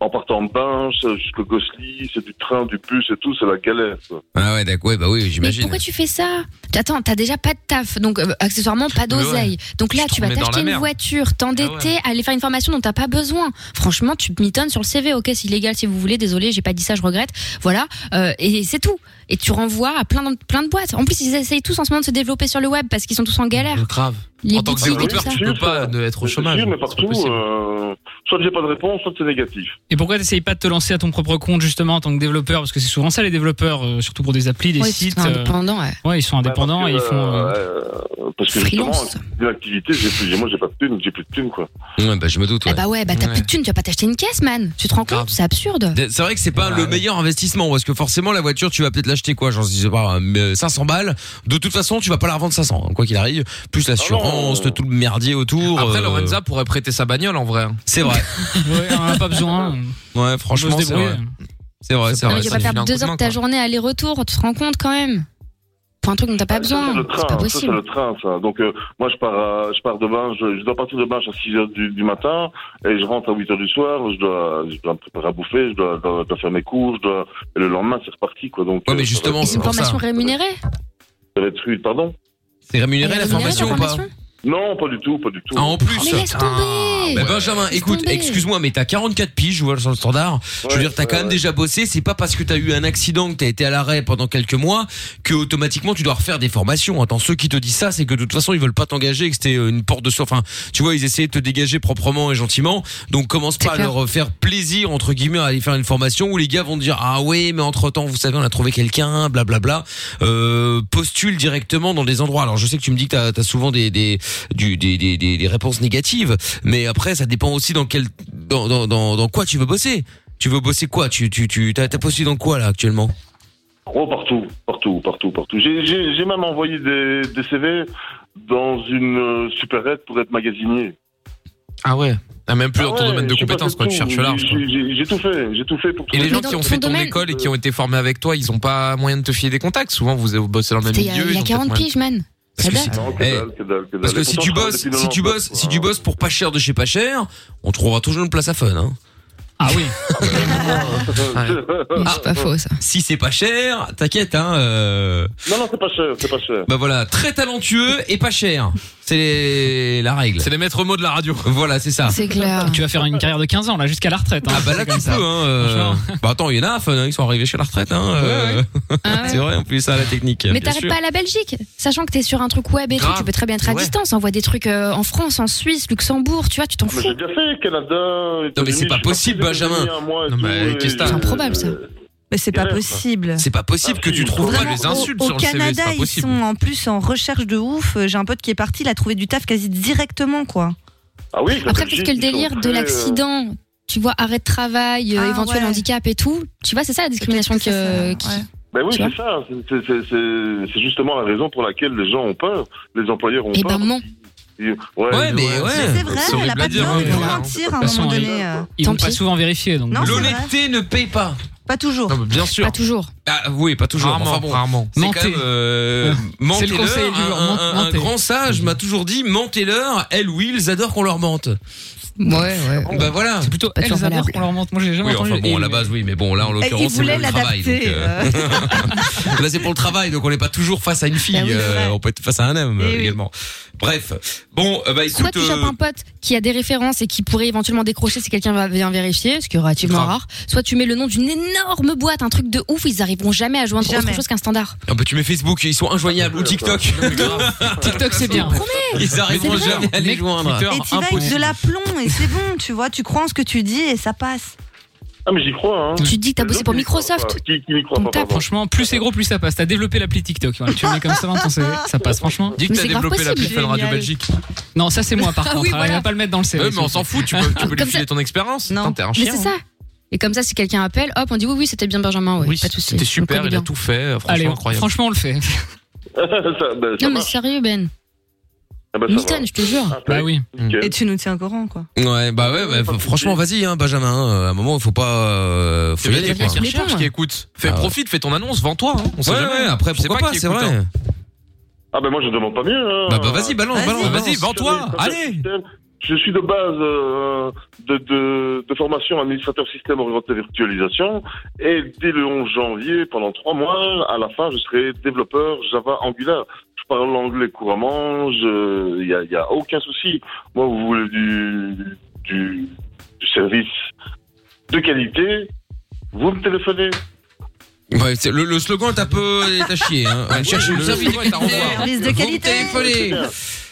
S12: en partant de Binche jusqu'au Gossely, c'est du train, du bus et tout, c'est la galère. quoi.
S2: Ah ouais, d'accord. Ouais, bah oui,
S6: Mais
S2: j'imagine.
S6: pourquoi tu fais ça Attends, t'as déjà pas de taf, donc euh, accessoirement pas
S2: Mais ouais.
S6: d'oseille. Donc là,
S2: Je te
S6: tu vas
S2: remets dans la
S6: t'acheter une
S2: merde. Ah
S6: voiture, t'endetter, aller faire une formation dont t'as pas besoin. Franchement, tu mitonnes sur le CV. Ok, c'est illégal si vous voulez. Désolé, j'ai pas dit ça, je regrette. Voilà, euh, et c'est tout. Et tu renvoies à plein de, plein de boîtes. En plus, ils essayent tous en ce moment de se développer sur le web parce qu'ils sont tous en galère.
S3: Grave.
S6: Les
S3: en tant que
S6: boutiques et
S3: développeur,
S6: tout ça.
S3: tu peux pas ne- être au chômage.
S12: Oui, mais partout, euh, soit j'ai pas de réponse, soit c'est négatif.
S4: Et pourquoi t'essayes pas de te lancer à ton propre compte justement en tant que développeur Parce que c'est souvent ça les développeurs, euh, surtout pour des applis, des
S6: Ouais, ils
S4: sites.
S6: sont
S4: euh,
S6: indépendants, ouais.
S4: ouais, ils sont indépendants et ils font. euh,
S12: Euh, parce que justement,
S6: freelance.
S12: de l'activité, j'ai plus, moi j'ai pas de thune, j'ai plus de thune quoi.
S2: Ouais, bah, je me doute,
S6: Ah
S2: ouais.
S6: bah ouais, bah t'as plus de thunes, tu vas pas t'acheter une caisse, man. Tu te rends compte C'est absurde.
S2: C'est vrai que c'est pas le meilleur investissement parce que forcément la voiture tu vas peut-être l'acheter quoi j'en sais pas euh, 500 balles de toute façon tu vas pas la revendre 500 hein, quoi qu'il arrive plus l'assurance le tout le merdier autour
S3: Ah Après,
S2: euh,
S3: Lorenza pourrait prêter sa bagnole en vrai. hein.
S2: c'est vrai
S4: euh, Ouais, on en a pas besoin.
S2: ouais franchement
S4: On peut se
S2: c'est vrai
S4: débrouiller.
S2: c'est vrai c'est
S6: Non,
S2: vrai
S6: mais tu vas
S2: ça
S6: perdre
S2: file un
S6: deux heures de
S2: coup de main,
S6: ta journée aller-retour, tu te rends compte quand même Pour un truc dont t'as pas
S12: Ça,
S6: besoin,
S12: c'est Ah, le
S6: c'est
S12: train, hein.
S6: pas
S12: ça, c'est le
S6: possible.
S12: train, ça. Donc, euh, moi, je pars, à- je pars demain, je, je dois partir demain à 6 h du, du matin, et je rentre à 8 h du soir, je dois, je dois me préparer à bouffer, je dois, je dois- je dois faire mes cours, je dois, et le lendemain, c'est reparti, quoi. Donc,
S2: mais
S12: euh,
S2: justement,
S6: Et
S12: ça va être-
S6: c'est une formation rémunérée
S12: ça va être rude, pardon.
S2: C'est rémunéré la formation ou pas
S12: Non, pas du tout, pas du tout.
S2: Ah, en plus
S12: Mais laisse
S2: Ah, bah, Benjamin, écoute, excuse-moi, mais t'as 44 piges, je vois sur le standard. je veux dire, t'as quand même déjà bossé. C'est pas parce que t'as eu un accident que t'as été à l'arrêt pendant quelques mois que automatiquement tu dois refaire des formations. Attends, ceux qui te disent ça, c'est que de toute façon ils veulent pas t'engager, que c'était euh, une porte de soi. Enfin, tu vois, ils essayaient de te dégager proprement et gentiment. Donc commence pas à leur faire plaisir entre guillemets à aller faire une formation où les gars vont te dire ah ouais, mais entre temps vous savez on a trouvé quelqu'un, blablabla. Bla. Euh, postule directement dans des endroits. Alors je sais que tu me dis que t'as as souvent des des, du- des, des des des réponses négatives, mais après ça dépend aussi dans quel dans dans dans, dans quoi tu veux bosser. Tu veux bosser quoi Tu tu tu t'as t'as postulé dans quoi là actuellement
S12: Oh, partout, partout, partout, partout. J'ai- J'ai j'ai même envoyé des, des CV dans une euh, supérette pour être magasinier.
S3: Ah ouais. T'as même plus dans ton domaine de compétences, quoi. Tu cherches large. quoi.
S12: J'ai j'ai- j'ai tout fait, j'ai tout fait pour
S3: Et les gens
S12: trouver-
S3: qui ont fait ton école et qui ont été formés avec toi, ils ont pas moyen de te filer des contacts. Souvent, vous bossez dans le même
S6: C'était il y a-
S3: milieu.
S6: il y
S3: ils
S6: a
S3: ont
S6: 40
S3: peut-être moins-
S6: piges, man.
S3: Parce que
S6: Ça
S3: si-
S6: date.
S12: Non, que
S2: Eh,
S12: dalle, que dalle, que dalle.
S2: Parce
S12: Et
S2: que si
S12: pourtant,
S2: tu
S12: je travaille
S2: bosses,
S12: depuis
S2: si tu
S12: 90,
S2: bosses, si tu bosses pour pas cher de chez pas cher, on trouvera toujours une place à fun. Hein.
S4: Ah oui.
S2: C'est pas faux
S6: ça.
S2: Si c'est pas cher, t'inquiète. Hein, euh,
S12: Non, non, c'est pas cher, c'est pas cher.
S2: Bah voilà, très talentueux et pas cher. C'est les- la règle. C'est
S3: les maîtres mots de la radio.
S2: Voilà, c'est ça.
S6: C'est clair.
S4: Ah. Tu vas faire une carrière de 15 ans là jusqu'à la retraite.
S2: Ah bah là tu peux hein. euh, Bah attends, il y en a, Fun, hein, ils sont arrivés chez la retraite hein. euh,
S3: Ah
S2: c'est vrai en plus à la technique.
S6: Mais
S2: bien
S6: t'arrêtes
S2: sûr.
S6: pas à la Belgique, sachant que t'es sur un truc web et tout,
S2: Grave.
S6: tu peux très bien être à
S2: Ouais.
S6: distance, envoie des trucs euh, en France, en Suisse, Luxembourg, tu vois, tu t'en
S12: Mais
S6: fous.
S12: j'ai déjà fait Canada.
S2: Non mais c'est pas possible Benjamin. Non mais qu'est-ce que
S6: C'est improbable ça.
S7: Euh, Mais c'est pas possible.
S2: C'est pas possible que tu trouves pas
S7: Vraiment,
S2: les
S7: au-
S2: insultes
S7: au,
S2: sur le CV,
S7: Canada,
S2: c'est pas
S7: ils
S2: possible.
S7: sont en plus en recherche de ouf. Euh, J'ai un pote qui est parti, il a trouvé du taf quasi directement, quoi.
S12: Ah oui,
S6: Après, peut-être que le délire
S12: euh,
S6: de l'accident, tu vois, arrêt de travail, euh,
S7: Ah,
S6: éventuel
S7: ouais.
S6: handicap et tout, tu vois, c'est ça la discrimination que, qui-
S12: Ben oui,
S6: Tu
S12: c'est ça. C'est- c'est- C'est c'est- c'est justement la raison pour laquelle les gens ont peur. Les employeurs ont
S6: Eh
S12: peur.
S6: ben non.
S12: Ils- Ouais,
S2: mais ouais.
S7: C'est vrai, elle a pas de
S3: hein,
S7: temps, il faut
S11: Ah,
S7: mentir à un moment donné. euh.
S4: Ils vont pas souvent vérifier donc.
S7: Non, c'est vrai.
S2: L'honnêteté ne paye pas.
S7: Pas toujours.
S2: bien sûr. Pas
S6: toujours.
S2: Ah oui, pas toujours.
S3: Rarement,
S2: enfin bon,
S3: rarement.
S2: C'est
S3: Mentez.
S2: quand même, euh,
S3: Ouais.
S2: mentez
S3: C'est le conseil
S2: leur.
S3: du jour,
S2: Un, un- un
S3: mentez.
S2: grand sage m'a toujours dit, mentez-leur. Elles ou ils adorent qu'on leur mente.
S6: Ouais, ouais.
S2: Bah voilà. C'est
S4: plutôt elles adorent qu'on leur montre. Moi j'ai jamais
S2: Oui,
S4: entendu.
S2: enfin bon, à la base, oui, mais bon, là, en
S4: Et
S2: l'occurrence,
S4: ils
S2: c'est pour
S4: voulaient
S2: le travail.
S4: l'adapter,
S2: donc, euh, là, c'est pour le travail, donc on n'est pas toujours face à une fille.
S6: Ah oui, c'est
S2: euh,
S6: vrai.
S2: on peut être face à un homme
S6: Eh
S2: euh,
S6: oui.
S2: également. Bref, bon, euh, bah écoute,
S6: Soit tu chopes
S2: euh,
S6: un pote qui a des références et qui pourrait éventuellement décrocher si quelqu'un va bien vérifier, ce qui est relativement
S2: Grave.
S6: rare. Soit tu mets le nom d'une énorme boîte, un truc de ouf, ils arriveront jamais à joindre autre chose qu'un standard.
S2: ah bah, tu mets Facebook, ils sont injoignables ou TikTok.
S3: Ah,
S4: TikTok c'est bien.
S2: Ils arriveront
S4: C'est vrai.
S2: jamais à les
S4: Mec,
S2: joindre.
S7: Et tu vas avec de l'aplomb et c'est bon, tu vois, tu crois en ce que tu dis et ça passe.
S12: Ah, mais j'y crois, hein.
S6: Tu te dis que t'as bossé pour
S12: Enfin,
S6: Microsoft.
S12: Qui, qui n'y croit pas
S4: Tape,
S12: pardon.
S4: franchement, plus c'est gros, plus ça passe. T'as développé l'appli TikTok. voilà. Tu le mets comme ça dans ton CV, ça passe franchement.
S3: Dis que Mais t'as c'est grave développé l'appli possible. Fun Radio Génial. Belgique.
S4: Non, ça c'est moi par
S6: Ah
S4: contre.
S6: oui,
S4: hein, Il
S6: voilà.
S4: va pas le mettre dans le CV.
S3: Ouais, mais on s'en fout, tu peux, tu peux lui
S6: Comme
S3: filer
S6: ça-
S3: ton expérience. Putain, T'es un
S6: Mais
S3: chien.
S6: c'est
S2: hein.
S4: hein.
S6: ça. Et comme ça, si quelqu'un appelle, hop, on dit oui, oui, c'était bien Benjamin, ouais, pas de souci.
S3: C'était
S6: On
S3: super,
S6: connaît
S3: il a
S6: bien.
S3: tout fait. Franchement,
S4: Allez, on-
S3: incroyable.
S4: franchement, on le fait.
S12: Ça- ben, ça
S6: Non, mais
S12: marche.
S6: sérieux, Ben.
S12: Ah
S2: Bah,
S12: ben, ça
S6: Milton,
S12: marche.
S6: je te jure.
S4: Bah oui.
S7: Et tu nous tiens au courant, quoi.
S2: Ouais, bah ouais, bah, faut- franchement, vas-y, hein, Benjamin. hein, à un moment, il faut pas. euh, faut
S3: Il
S2: y
S3: y a
S2: aller.
S3: des gens
S2: quoi.
S3: qui recherchent, qui
S4: hein.
S3: écoutent. Fais
S2: Ah ouais.
S3: profite, fais ton annonce, vends-toi. hein. On sait
S2: Ouais,
S3: jamais.
S2: ouais, après,
S3: Tu sais
S2: pourquoi pas,
S3: qui
S2: c'est
S3: écoute,
S2: vrai.
S3: hein.
S12: Ah, ben moi, je demande pas mieux. hein.
S2: Bah, bah, vas-y, balance,
S12: Vas-y.
S2: balance, vas-y,
S12: Je-
S2: vends-toi,
S12: je-
S2: allez.
S12: Je suis de base euh, de, de, de formation administrateur système orienté virtualisation et dès le 11 janvier, pendant trois mois, à la fin, je serai développeur Java Angular. Je parle anglais couramment, je- il n'y a, il y a aucun souci. Moi, vous voulez du, du, du service de qualité, vous me téléphonez.
S2: Ouais, c'est- le, le slogan est un peu est à chier. Hein. Ouais, cherche
S3: le
S2: le service de
S3: slogan est à
S2: qualité.
S3: revoir.
S7: Service de
S2: Vous me
S7: qualité.
S2: téléphonez.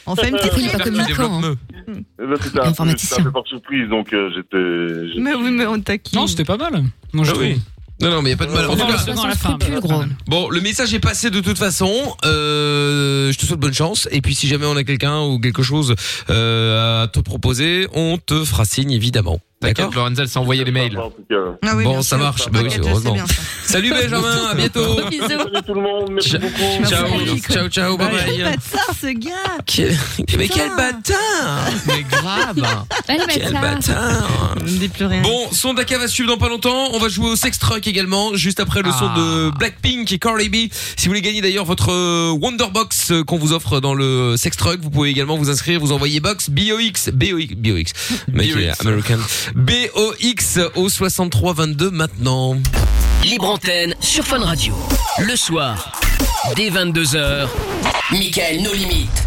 S7: On fait une petite
S6: Pourquoi il est pas comme Lacan, hein.
S12: Et là, C'était un, peu- c'était un peu par surprise, donc euh, j'étais... j'étais-
S7: Mais oui, mais on taquine.
S4: Non, c'était pas mal. Moi, je
S2: Ah oui.
S4: trouve.
S2: Non, non, mais y a pas de mal. En tout
S4: Enfin,
S2: cas,
S4: le slogan à la fin.
S6: Plus gros.
S2: Bon, le message est passé de toute façon. Euh, je te souhaite bonne chance. Et puis, si jamais on a quelqu'un ou quelque chose euh, à te proposer, on te fera signe évidemment. D'accord
S3: T'inquiète, Lorenza, elle s'est envoyée les mails.
S7: Ah oui,
S2: Bon,
S7: bien
S2: ça
S7: sûr.
S2: marche. Bah oui,
S7: T'inquiète, je sais
S2: heureusement.
S7: bien ça.
S2: Salut Benjamin, à bientôt.
S12: Salut tout le monde, merci beaucoup.
S2: Ciao, ciao, ciao, bye
S7: Quel
S2: bye.
S7: bâtard, ce gars
S2: Quel- Mais quel
S7: Putain.
S2: bâtard Mais grave
S6: Allez, bah,
S2: Quel
S6: ça.
S2: bâtard
S7: Ne me dis plus rien.
S2: Bon, son d'Aka va suivre dans pas longtemps. On va jouer au sex truck également, juste après le son
S3: Ah.
S2: de Blackpink et Carly B. Si vous voulez gagner d'ailleurs votre euh, Wonderbox euh, qu'on vous offre dans le sex truck, vous pouvez également vous inscrire, vous envoyer box BOX, BOX, BOX, mec, il est American, BOX au 6322 maintenant.
S1: Libre antenne sur Fun Radio. Le soir, dès 22h, Michael, nos limites.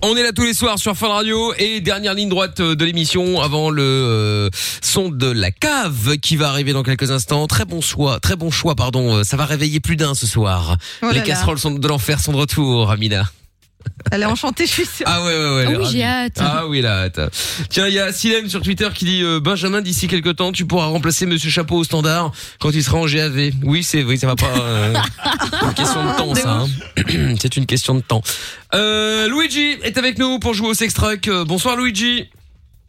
S2: On est là tous les soirs sur Fun Radio et dernière ligne droite euh, de l'émission avant le euh, son de la cave qui va arriver dans quelques instants. Très bon choix, très bon choix pardon. Euh, Ça va réveiller plus d'un ce soir.
S7: Oh là
S2: Les
S7: là.
S2: casseroles sont de l'enfer sont de retour, Amina.
S7: Elle est enchantée, je suis sûre.
S2: Ah ouais ouais ouais.
S7: Ah
S2: elle est
S7: oui,
S2: ravie.
S7: j'ai hâte.
S2: Ah oui, la hâte. Tiens, il y a Silem sur Twitter qui dit euh, Benjamin d'ici quelques temps, tu pourras remplacer monsieur Chapeau au standard quand il sera en GAV. Oui, c'est oui, ça va pas euh, une question de temps ça. hein. C'est une question de temps. Euh, Luigi est avec nous pour jouer au sex truck. Euh, bonsoir Luigi.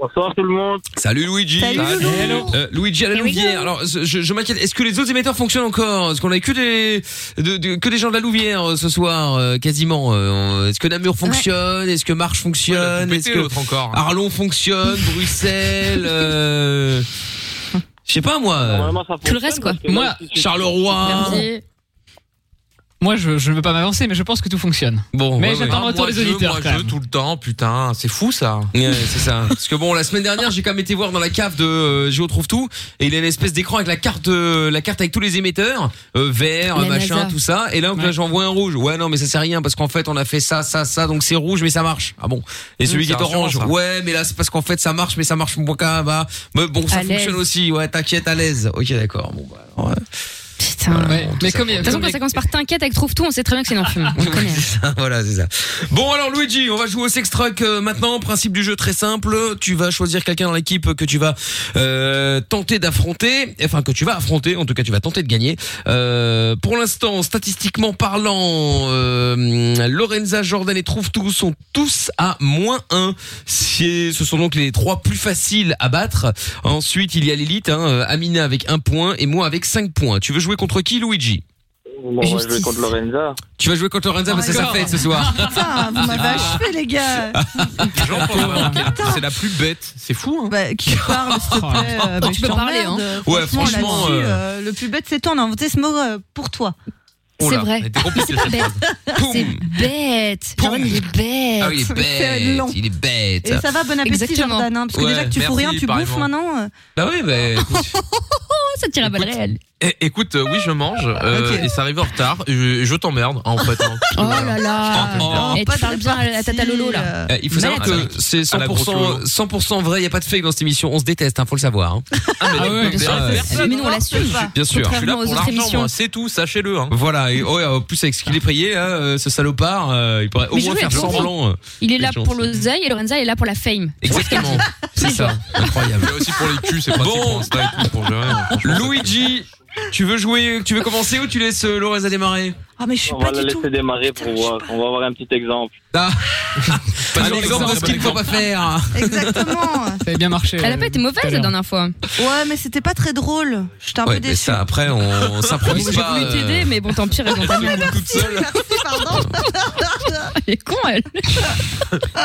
S9: Bonsoir tout le monde.
S2: Salut Luigi.
S9: Salut, Salut. Loulou.
S2: Euh, Luigi à la
S9: Here we
S2: Louvière.
S9: go.
S2: Alors je, je m'inquiète. Est-ce que les autres émetteurs fonctionnent encore Parce qu'on a que des de- de- que des gens de la Louvière euh, ce soir euh, quasiment. Euh, Est-ce que Namur fonctionne Est-ce que Marche fonctionne
S3: Ouais,
S2: Est-ce
S3: péter
S2: que
S3: l'autre encore.
S2: Arlon fonctionne Bruxelles. euh, Je sais pas moi.
S9: Normalement, ça
S4: Tout le reste, quoi.
S9: fonctionne, parce que là, si
S2: Charleroi.
S9: c'est-
S4: Moi, je, je ne veux pas m'avancer, mais je pense que tout fonctionne.
S2: Bon,
S4: mais
S2: ouais,
S4: j'attends
S2: ouais.
S4: le retour
S2: Moi,
S4: des
S2: je-
S4: auditeurs.
S2: moi,
S4: quand
S2: je-
S4: même.
S2: tout le temps, putain, c'est fou ça. Ouais, c'est ça. Parce que bon, la semaine dernière, j'ai quand même été voir dans la cave de euh, Géo trouve tout et il y a une espèce d'écran avec la carte euh, la carte avec tous les émetteurs, euh, vert,
S3: La
S2: machin,
S3: NASA.
S2: tout ça et là, donc, là j'envoie un rouge. Ouais, non, mais ça sert à rien parce qu'en fait, on a fait ça ça ça donc c'est rouge mais ça marche. Ah bon. Et
S3: Mmh,
S2: celui qui
S3: c'est
S2: est orange.
S3: rassurant, ça.
S2: Ouais, mais là c'est parce qu'en fait ça marche mais ça marche bon quand même, bah, mais bon ça
S4: À l'aise.
S2: fonctionne aussi. Ouais, t'inquiète à l'aise. OK, d'accord. Bon bah alors, ouais.
S4: Ouais,
S7: Oh,
S4: Mais comme
S6: De
S4: il y a-
S6: toute façon, quand
S4: comme il y a-
S6: ça commence par t'inquiète avec trouve tout, on sait très bien que c'est une enfume. On connaît.
S2: voilà, c'est ça. Bon, alors Luigi, on va jouer au sex truck euh, maintenant. Principe du jeu très simple. Tu vas choisir quelqu'un dans l'équipe que tu vas euh, tenter d'affronter, enfin que tu vas affronter. En tout cas, tu vas tenter de gagner. Euh, pour l'instant, statistiquement parlant, euh, Lorenza, Jordan et Trouve tous sont tous à moins 1. Ce sont donc les trois plus faciles à battre. Ensuite, il y a l'élite, hein, euh, Amina avec un point et moi avec 5 points. Tu veux jouer contre qui, Luigi
S9: Bon, moi, je vais contre Lorenza.
S2: Tu vas jouer contre Lorenza parce que ça
S9: Encore.
S2: fait ce soir.
S7: Putain, hein. vous
S2: Ah.
S7: m'avez achevé, les gars.
S2: C'est la plus bête. C'est fou, hein
S7: Bah, qui parle, s'il te plaît. euh,
S6: Oh,
S7: mais
S6: tu
S7: je
S6: peux
S7: t'emmerde. Euh,
S6: parler, hein.
S2: Ouais, franchement,
S7: là-dessus,
S2: euh,
S7: euh, le plus bête, c'est toi. On a inventé ce mot euh, pour toi.
S2: Oh là, C'est vrai. elle était compliquée,
S7: C'est
S2: cette
S7: bête.
S2: C'est
S7: bête. Jordan, il est bête.
S2: Ah oui, il est
S7: C'est
S2: bête.
S7: long.
S2: Il est bête.
S7: Et ça va, bon appétit,
S6: Exactement.
S7: Jordan. hein, parce que
S2: Ouais,
S7: déjà que tu fous
S2: merci,
S7: rien, tu bouffes
S2: pareillement.
S7: maintenant. euh,
S2: Bah oui, mais.
S6: Oh, ça tire la balle réelle.
S3: Eh, écoute, euh, oui, je mange euh, et ça arrive en retard. Je, je t'emmerde en fait. hein.
S6: Oh là là.
S3: Oh,
S6: Et tu parles bien à la tata Lolo là.
S2: Eh, il faut savoir
S3: Malade.
S2: que c'est
S3: À la grosse
S2: 100%,
S3: Lolo.
S2: 100% vrai, il n'y a pas de fake dans cette émission, on se déteste, hein, faut le savoir. hein.
S3: ouais,
S2: bien sûr.
S6: Ah Mais nous on l'assume.
S2: Bien sûr.
S3: je suis là
S6: Contrairement aux
S3: pour
S6: autres
S3: l'argent,
S6: émissions.
S3: moi, c'est tout, sachez-le. Hein.
S2: Voilà, et ouais, en plus avec ce qu'il est payé, hein, euh, ce salopard, euh, il pourrait au
S6: Mais
S2: moins
S6: Jojo
S2: faire
S6: est trop
S2: semblant. euh,
S6: Il est
S2: les
S6: là
S2: gens.
S6: pour l'oseille et Lorenza est là pour la fame.
S2: Exactement, c'est ça, incroyable.
S3: Mais aussi pour les culs, c'est pratique pour
S2: Bon,
S3: Insta et tout, pour gérer, hein, franchement.
S2: Luigi, tu veux jouer, tu veux commencer ou tu laisses euh, Lorenza démarrer
S7: Ah, mais je suis
S9: On va la laisser démarrer pour voir. On va avoir un petit exemple.
S2: Ah.
S9: Un exemple
S2: de ce qu'il ne faut pas faire.
S7: Exactement.
S4: Ça a bien marché.
S6: Elle a pas été mauvaise la dernière fois.
S7: Ouais, mais c'était pas très drôle. J'étais un
S2: Ouais,
S7: peu
S2: mais
S7: déçue.
S2: ça après, on, on s'improvise
S6: J'ai
S2: pas.
S6: voulu
S2: euh,
S6: t'aider, mais bon, tant pis, raison t'as mieux.
S2: toute seule.
S6: Elle est con, elle.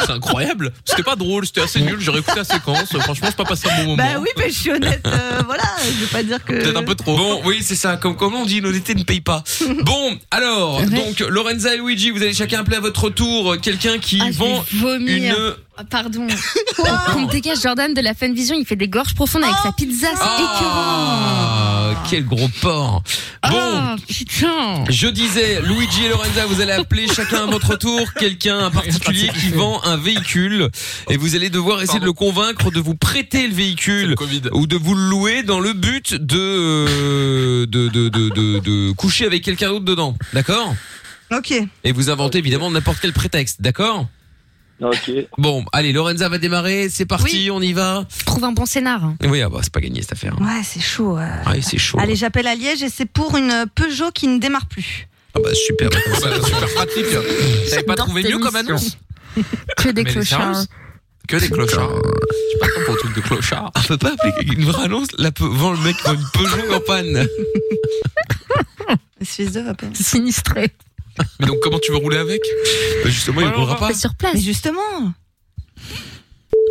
S3: C'est incroyable. C'était pas drôle, c'était assez nul. J'ai réécouté la séquence. Franchement, c'est pas passé un bon moment.
S7: Bah oui, mais je suis honnête. euh, voilà, je vais pas dire que.
S2: Peut-être un peu trop. Bon, oui, c'est ça. Comme, comme on dit, l'honnêteté ne paye pas. Bon, alors, donc, Lorenza et Luigi, vous allez chacun appeler à votre tour euh, quelqu'un qui
S7: Ah,
S2: vend une.
S6: Vomir. Ah, Pardon. On me dégage Jordan de la fan vision, il fait des gorges profondes avec sa pizza, c'est écœurant.
S2: Ah, quel gros porc. Bon.
S6: Ah, putain.
S2: Je disais, Luigi et Lorenza, vous allez appeler chacun à votre tour quelqu'un, un particulier qui vend un véhicule, et vous allez devoir essayer de le convaincre de vous prêter le véhicule ou de vous le louer dans le but de euh, de de de, de- de coucher avec quelqu'un d'autre dedans, d'accord
S7: Ok.
S2: Et vous inventez évidemment n'importe quel prétexte, d'accord
S9: Ok.
S2: Bon, allez, Lorenza va démarrer, c'est parti, on y va.
S6: Trouve un bon scénar.
S7: hein.
S2: Oui, ah bah, c'est pas gagné cette affaire.
S7: Ouais, c'est chaud. euh.
S2: Ah, c'est chaud.
S7: Allez, j'appelle à Liège et c'est pour une Peugeot qui ne démarre plus.
S2: Ah bah super, comme ça,
S3: super pratique. T'avais pas trouvé mieux comme annonce
S6: Que des
S3: Mais
S6: clochards.
S3: sérieux, Que des clochards. Je sais pas comment pour le truc de clochard.
S2: On peut pas appeler une vraie annonce là vend le mec comme une Peugeot en panne.
S7: Espèce de va pas.
S6: Sinistré.
S3: Mais donc, comment tu veux rouler avec
S2: Bah, Justement, il roulera pas.
S6: Sur place.
S7: Mais justement.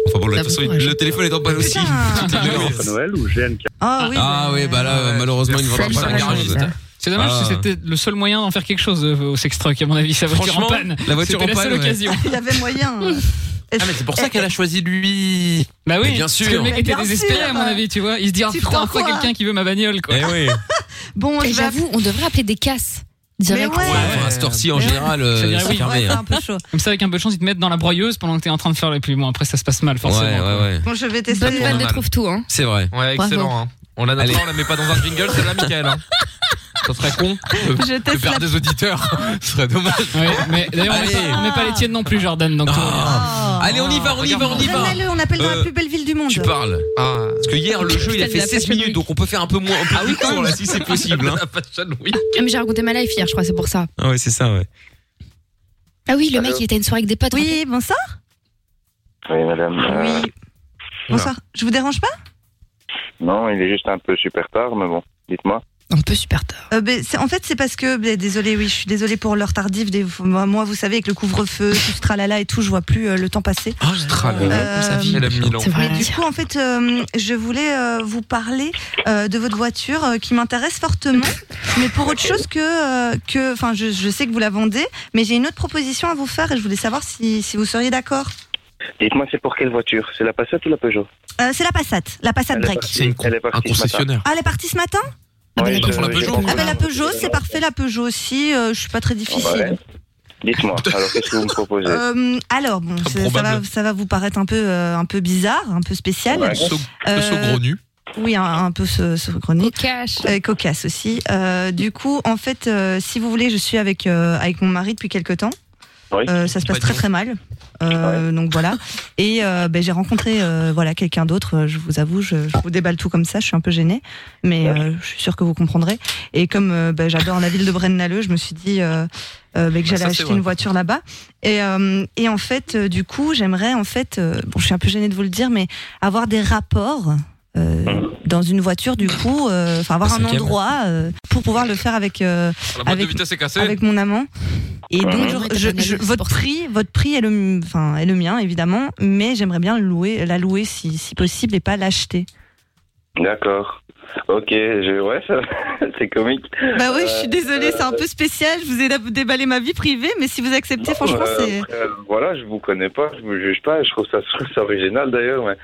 S2: Enfin bon, de toute façon, le téléphone est en panne aussi.
S5: Noël ou GNK
S7: Ah
S2: oui. Ah oui, bah là, malheureusement, il ne vendra pas
S4: C'est
S2: un garagiste.
S4: dommage, C'est dommage,
S2: Ah.
S4: parce que c'était le seul moyen d'en faire quelque chose euh, au sex truck, à mon avis. Sa voiture en
S2: Franchement,
S4: panne.
S2: la voiture
S4: C'était
S2: en
S4: la seule
S2: panne, ouais.
S4: occasion.
S7: Il y avait moyen. hein.
S3: Ah, mais c'est pour ça qu'elle a choisi lui.
S4: Bah oui,
S3: Mais bien
S4: parce
S3: sûr.
S4: que le mec
S3: Mais
S4: était
S3: bien
S4: désespéré,
S3: sûr.
S4: à mon avis, tu vois. Il se dit, ah,
S7: Tu
S4: putain,
S7: prends
S4: enfin
S7: quoi
S4: quelqu'un qui veut ma bagnole, quoi.
S2: Eh oui.
S7: Bon,
S6: j'avoue, on devrait appeler des casses. Direct.
S2: Ouais, enfin, à cette heure-ci,
S3: Eh
S2: en général, euh,
S4: Ça dirait
S2: c'est
S4: oui.
S2: fermé. hein.
S4: Comme ça, avec un peu de chance, ils te mettent dans la broyeuse pendant que t'es en train de faire les plumes. Bon, après, ça se passe mal, forcément.
S2: Ouais, ouais, ouais.
S7: Bon, je vais tester.
S6: Bonne vanne de trouve tout, hein.
S2: C'est vrai.
S11: Ouais,
S6: Bravo.
S11: excellent. hein. On la
S2: Allez.
S11: notera, on la met pas dans un jingle, celle-là, Michael. Hein. Ça serait con de,
S4: Je
S11: de
S4: teste
S11: perdre
S4: la-
S11: des auditeurs. Ce serait dommage.
S4: mais d'ailleurs, on met pas- on met pas les tiennes non plus, Jordan. Donc,
S2: Oh. Allez, on y va, on y va, on y va.
S7: Donnez-le, on appelle dans
S2: Euh,
S7: la plus belle ville du monde.
S2: Tu parles. Parce que hier, le jeu, il a
S6: Putain,
S2: fait
S6: la
S2: 16
S6: Fashion
S2: minutes, donc on peut faire un peu moins, un peu plus court, là, si c'est possible. hein.
S6: Ah, mais j'ai raconté ma life hier, je crois, c'est pour ça.
S2: Ah ouais, c'est ça, ouais.
S6: Ah oui, le mec, il était à une soirée avec des potes.
S7: Oui, bonsoir.
S9: Oui, madame. euh,
S7: Ah Bonsoir. Je vous dérange pas
S9: Non, il est juste un peu super tard, mais bon, dites-moi.
S6: Un peu super tard.
S7: Euh, ben, c'est- en fait, c'est parce que, ben, désolé, oui, je suis désolée pour l'heure tardive. des- moi, moi, vous savez, avec le couvre-feu, tout ce tralala et tout, je vois plus euh, le temps passer.
S11: Ah
S7: Euh,
S11: Elle a mille ans.
S7: mais du coup, en fait, euh, je voulais euh, vous parler euh, de votre voiture euh, qui m'intéresse fortement, mais pour autre chose que, euh, que, enfin, je, je sais que vous la vendez, mais j'ai une autre proposition à vous faire et je voulais savoir si, si vous seriez d'accord.
S9: Dites-moi, c'est pour quelle voiture C'est la Passat ou la Peugeot
S7: Euh, c'est la Passat, la Passat
S9: Elle est
S7: Break.
S9: partie- elle est partie ce matin.
S7: Ah, elle est partie ce matin
S9: Oui, je- je comprends.
S7: Ah ben, la Peugeot, c'est parfait, la Peugeot aussi. euh, je suis pas très difficile.
S9: bah Ouais. Dites-moi, alors qu'est-ce que vous me proposez
S7: Euh, alors bon, ça- ça, va,
S9: Improbable.
S7: ça va vous paraître un peu, euh, un peu bizarre, un peu spécial. Euh,
S9: Ouais. Sau- un peu saugrenu.
S7: Oui, un, un peu sau- saugrenu. Cocasse. cocasse aussi. Euh, du coup, en fait, euh, si vous voulez, je suis avec euh, avec mon mari depuis quelque temps.
S9: Oui.
S7: Euh, ça se passe très très mal. Euh, Donc voilà. Et euh, ben, j'ai rencontré euh, voilà quelqu'un d'autre. Euh, Je vous avoue, je, je vous déballe tout comme ça. Je suis un peu gênée, mais euh, je suis sûre que vous comprendrez. Et comme euh, ben, j'adore la ville de Braine-l'Alleud, je me suis dit euh, euh, ben, que
S13: Ah, ça,
S7: j'allais
S13: c'est
S7: acheter
S13: vrai.
S7: une voiture là-bas. Et, euh, et en fait, euh, du coup, j'aimerais en fait, euh, bon, je suis un peu gênée de vous le dire, mais avoir des rapports. euh, dans une voiture du coup euh, enfin avoir
S11: Ah,
S7: un
S11: cinquième.
S7: endroit euh, pour pouvoir le faire avec euh,
S11: La boîte de
S7: avec,
S11: vitesse est cassée.
S7: avec mon amant et
S11: Ouais.
S7: donc
S11: Ouais,
S7: je- je-
S11: t'as pas
S7: je-
S11: d'analyse,
S7: votre prix votre prix est le m- enfin est le mien évidemment mais j'aimerais bien le louer la louer si, si possible et pas l'acheter
S9: D'accord. Ok, je... ouais, ça... c'est comique.
S7: bah oui je suis
S9: Euh,
S7: désolée c'est un
S9: euh,
S7: peu spécial je vous ai dé- déballé ma vie privée mais si vous acceptez franchement
S9: Euh,
S7: c'est
S9: après, euh, voilà, je vous connais pas, je vous juge pas, je trouve ça, je trouve ça original d'ailleurs. Mais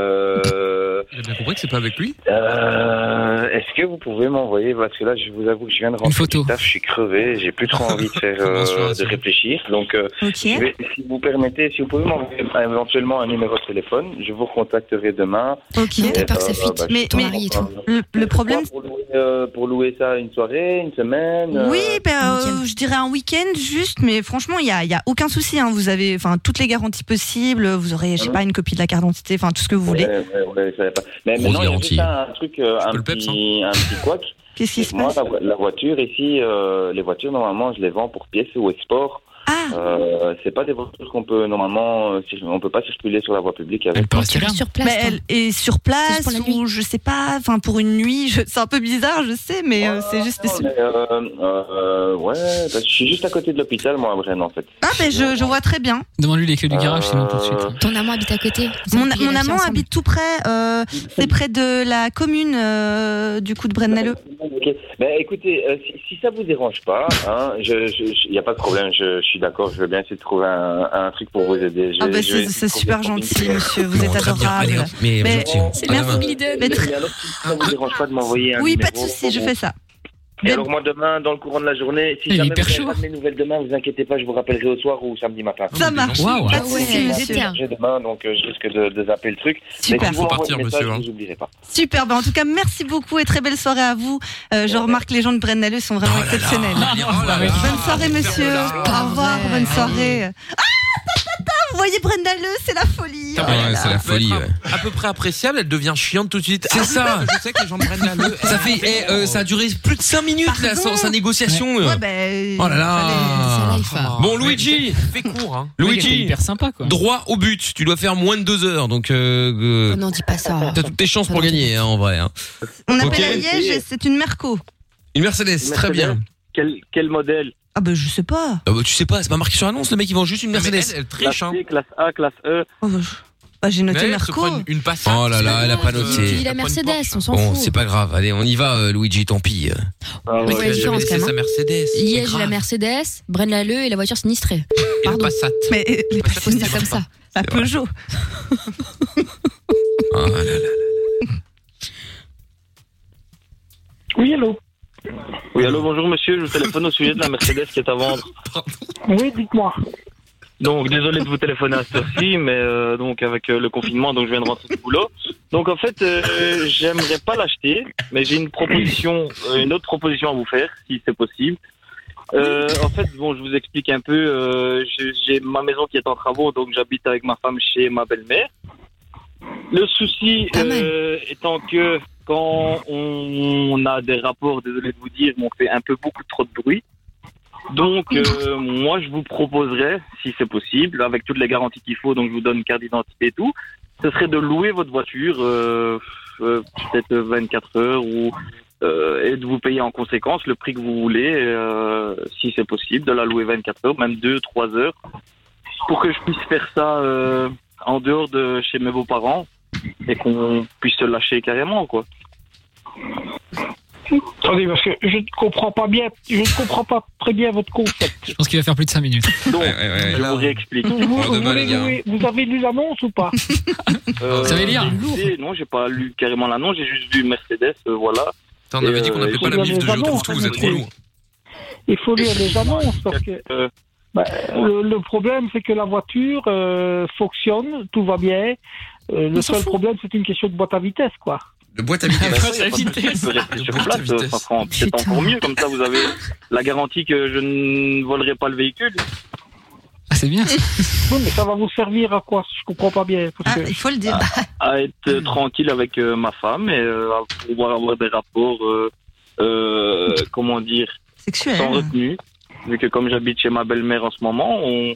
S9: euh,
S11: J'ai bien compris que c'est pas avec lui.
S9: euh, est-ce que vous pouvez m'envoyer parce que là, je vous avoue que je viens de rentrer du taf, je suis crevé, j'ai plus trop envie de faire euh, de réfléchir. Donc, euh, je vais- si vous permettez, si vous pouvez m'envoyer euh, éventuellement un numéro de téléphone, je vous recontacterai demain.
S7: Ok.
S9: Et,
S7: T'as peur que ça
S9: euh,
S7: fuite.
S9: bah, je
S7: Mais-
S9: suis
S7: mais-
S9: content.
S7: le, le problème
S9: Pour louer, euh, pour louer ça une soirée, une semaine. euh,
S7: Oui, ben, euh, je dirais un week-end juste, mais franchement, il n'y a, il y a aucun souci. hein. Vous avez enfin, toutes les garanties possibles. Vous aurez, je sais
S9: Mhm.
S7: pas, une copie de la carte d'identité, enfin, tout ce que vous voulez.
S9: Ouais, ouais, ouais, ça va pas. Mais
S2: Grosse
S9: maintenant, il y a
S2: garantie.
S9: juste un truc, euh, un, petit,
S4: hein.
S9: un petit couac.
S7: Qu'est-ce qui se
S9: Moi,
S7: passe
S9: la, vo- la voiture ici, euh, les voitures normalement, je les vends pour pièces ou export.
S7: Ah.
S9: Euh, c'est pas des voitures qu'on peut normalement, euh, cir- on peut pas circuler sur la voie publique avec.
S7: sur place. et Ben, sur place, ou je sais pas, enfin, pour une nuit, je- c'est un peu bizarre, je sais, mais euh, c'est juste.
S9: Non, mais, euh, euh, ouais, parce que je suis juste à côté de l'hôpital, moi, à Rennes, en fait.
S7: Ah, ben, je, je vois très bien.
S4: Demande-lui les clés du garage, sinon tout de suite.
S9: Euh,
S6: Ton amant habite à côté.
S7: Mon, mon amant habite tout près, euh, c'est près de la commune euh, du coup de Braine-l'Alleud.
S9: Ok. Ben, écoutez, euh, si, si ça vous dérange pas, il hein, je, je- je- y a pas de problème. Je, je suis d'accord. Je vais bien essayer de trouver un, un truc pour vous aider. Je-
S7: Ah bah
S9: je
S7: c'est
S9: vais-
S7: c'est super gentil, monsieur. Vous êtes
S9: très bien. Allez,
S7: adorable.
S9: hop, mais gentil, hein. À demain.
S7: Mais
S9: Mais
S7: très-
S9: alors, si ça vous dérange pas de m'envoyer un
S7: Oui, pas de
S9: numéro,
S7: souci, je
S9: bon.
S7: fais ça.
S9: Et alors moi demain, dans le courant de la journée, si
S4: Il est
S9: jamais
S4: hyper
S9: vous
S4: chaud.
S9: avez pas de mes nouvelles demain, vous inquiétez pas, je vous rappellerai au soir ou samedi matin.
S7: Ça marche. Waouh. Pas de souci,
S9: Je suis
S7: monsieur.
S9: chargé demain, donc euh, je risque de, de zapper le truc.
S7: Super.
S9: Mais si vous
S7: Faut
S9: m'envoyez
S7: partir,
S9: un message,
S7: monsieur, hein.
S9: je vous oublierai pas.
S7: Super, ben en tout cas, merci beaucoup et très belle soirée à vous. Euh, je remarque les gens de Braine-l'Alleud sont vraiment exceptionnels.
S4: Oh
S7: Bonne soirée, monsieur. Au revoir, bonne Oh soirée. Ah, tata, vous voyez Braine-l'Alleud, c'est la folie.
S2: Ah ouais, c'est la folie, ouais.
S11: À peu près appréciable, elle devient chiante tout de suite.
S2: C'est
S11: Ah,
S2: ça.
S11: Je sais que les gens prennent la le.
S2: Ça fait, eh, euh, ça a duré plus de 5 minutes, là, sans sa négociation. euh.
S7: Ouais, ben,
S2: Oh là là. Bon, Luigi.
S11: Fais court, hein.
S2: Luigi,
S4: hyper sympa, quoi.
S2: droit au but. Tu dois faire moins de deux heures, donc euh, euh,
S6: Non, dis pas ça.
S2: t'as toutes tes chances pour gagner, hein, en vrai. hein.
S7: On appelle
S2: Ok.
S7: à Liège et c'est une Merco.
S2: Une Mercedes, très bien.
S9: Quel, quel modèle
S7: Ah ben je sais pas.
S2: Ah bah, tu sais pas, c'est pas marqué sur l'annonce, le mec il vend juste une Mercedes. Elle, hein.
S9: Classe C, classe A, classe E.
S7: Oh, bah, j'ai noté
S2: Mais elle se
S7: Merco.
S2: prend une passante. Oh là là, elle a pas
S6: Il
S2: noté.
S6: la Mercedes, on s'en
S2: Bon,
S6: fout.
S2: c'est pas grave. Allez, on y va, euh, Luigi, tant pis. Ah
S6: ouais, Ouais, c'est différent,
S2: c'est
S6: quand
S2: sa
S6: même.
S2: Mercedes.
S6: Liège, la Mercedes, Braine-l'Alleud et la voiture sinistrée. Pardon.
S7: Mais les
S6: faut se dire comme ça.
S7: La Peugeot.
S2: Ah là là.
S9: Oui, allô Oui, allô, bonjour monsieur, je vous téléphone au sujet de la Mercedes qui est à vendre.
S11: Oui, dites-moi.
S9: Donc désolé de vous téléphoner à cette heure-ci, mais euh, donc avec euh, le confinement, donc je viens de rentrer du boulot. Donc en fait, euh, j'aimerais pas l'acheter, mais j'ai une proposition, euh, une autre proposition à vous faire, si c'est possible. Euh, en fait, bon, je vous explique un peu. euh, j'ai- j'ai ma maison qui est en travaux, donc j'habite avec ma femme chez ma belle-mère. Le souci euh, étant que quand on, on a des rapports, désolé de vous dire, mais on fait un peu beaucoup trop de bruit. Donc, euh, moi, je vous proposerais, si c'est possible, avec toutes les garanties qu'il faut, donc je vous donne carte d'identité et tout, ce serait de louer votre voiture euh, euh, peut-être 24 heures ou euh, et de vous payer en conséquence le prix que vous voulez, euh, si c'est possible, de la louer 24 heures, même 2-3 heures, pour que je puisse faire ça euh, en dehors de chez mes beaux-parents et qu'on puisse se lâcher carrément, quoi.
S11: Attendez, parce que je ne comprends pas bien, je ne comprends pas très bien votre concept.
S4: Je pense qu'il va faire plus de 5 minutes.
S9: Donc, je vous réexplique.
S11: Vous, vous avez lu- vous avez lu l'annonce ou Oh, pas
S9: Euh,
S11: Vous savez lire
S9: j'ai lu- Non, j'ai pas lu carrément l'annonce, j'ai juste vu Mercedes, euh, voilà. euh,
S2: Putain, on avait dit qu'on appelait pas la
S11: mif de Je trouve tout, vous êtes trop lourd. Il faut
S9: euh,
S11: lire les annonces parce que bah, le, le problème c'est que la voiture euh, fonctionne, tout va bien. Euh, le seul problème c'est une question de boîte à vitesse quoi.
S2: De boîte à vitesse.
S9: Bah, ouais, y a pas de souci, je peux rester sur place, euh, ça sera peut-être encore mieux. Comme ça, vous avez la garantie que je ne volerai pas le véhicule.
S4: Ah, c'est bien.
S11: oui, mais ça va vous servir à quoi Je comprends pas bien. Parce que...
S7: Ah, Il faut le dire.
S11: Ah.
S9: À être euh, tranquille avec euh, ma femme et euh, à pouvoir avoir des rapports, euh, euh, comment dire,
S7: Sexuel.
S9: sans retenue. Vu que comme j'habite chez ma belle-mère en ce moment, on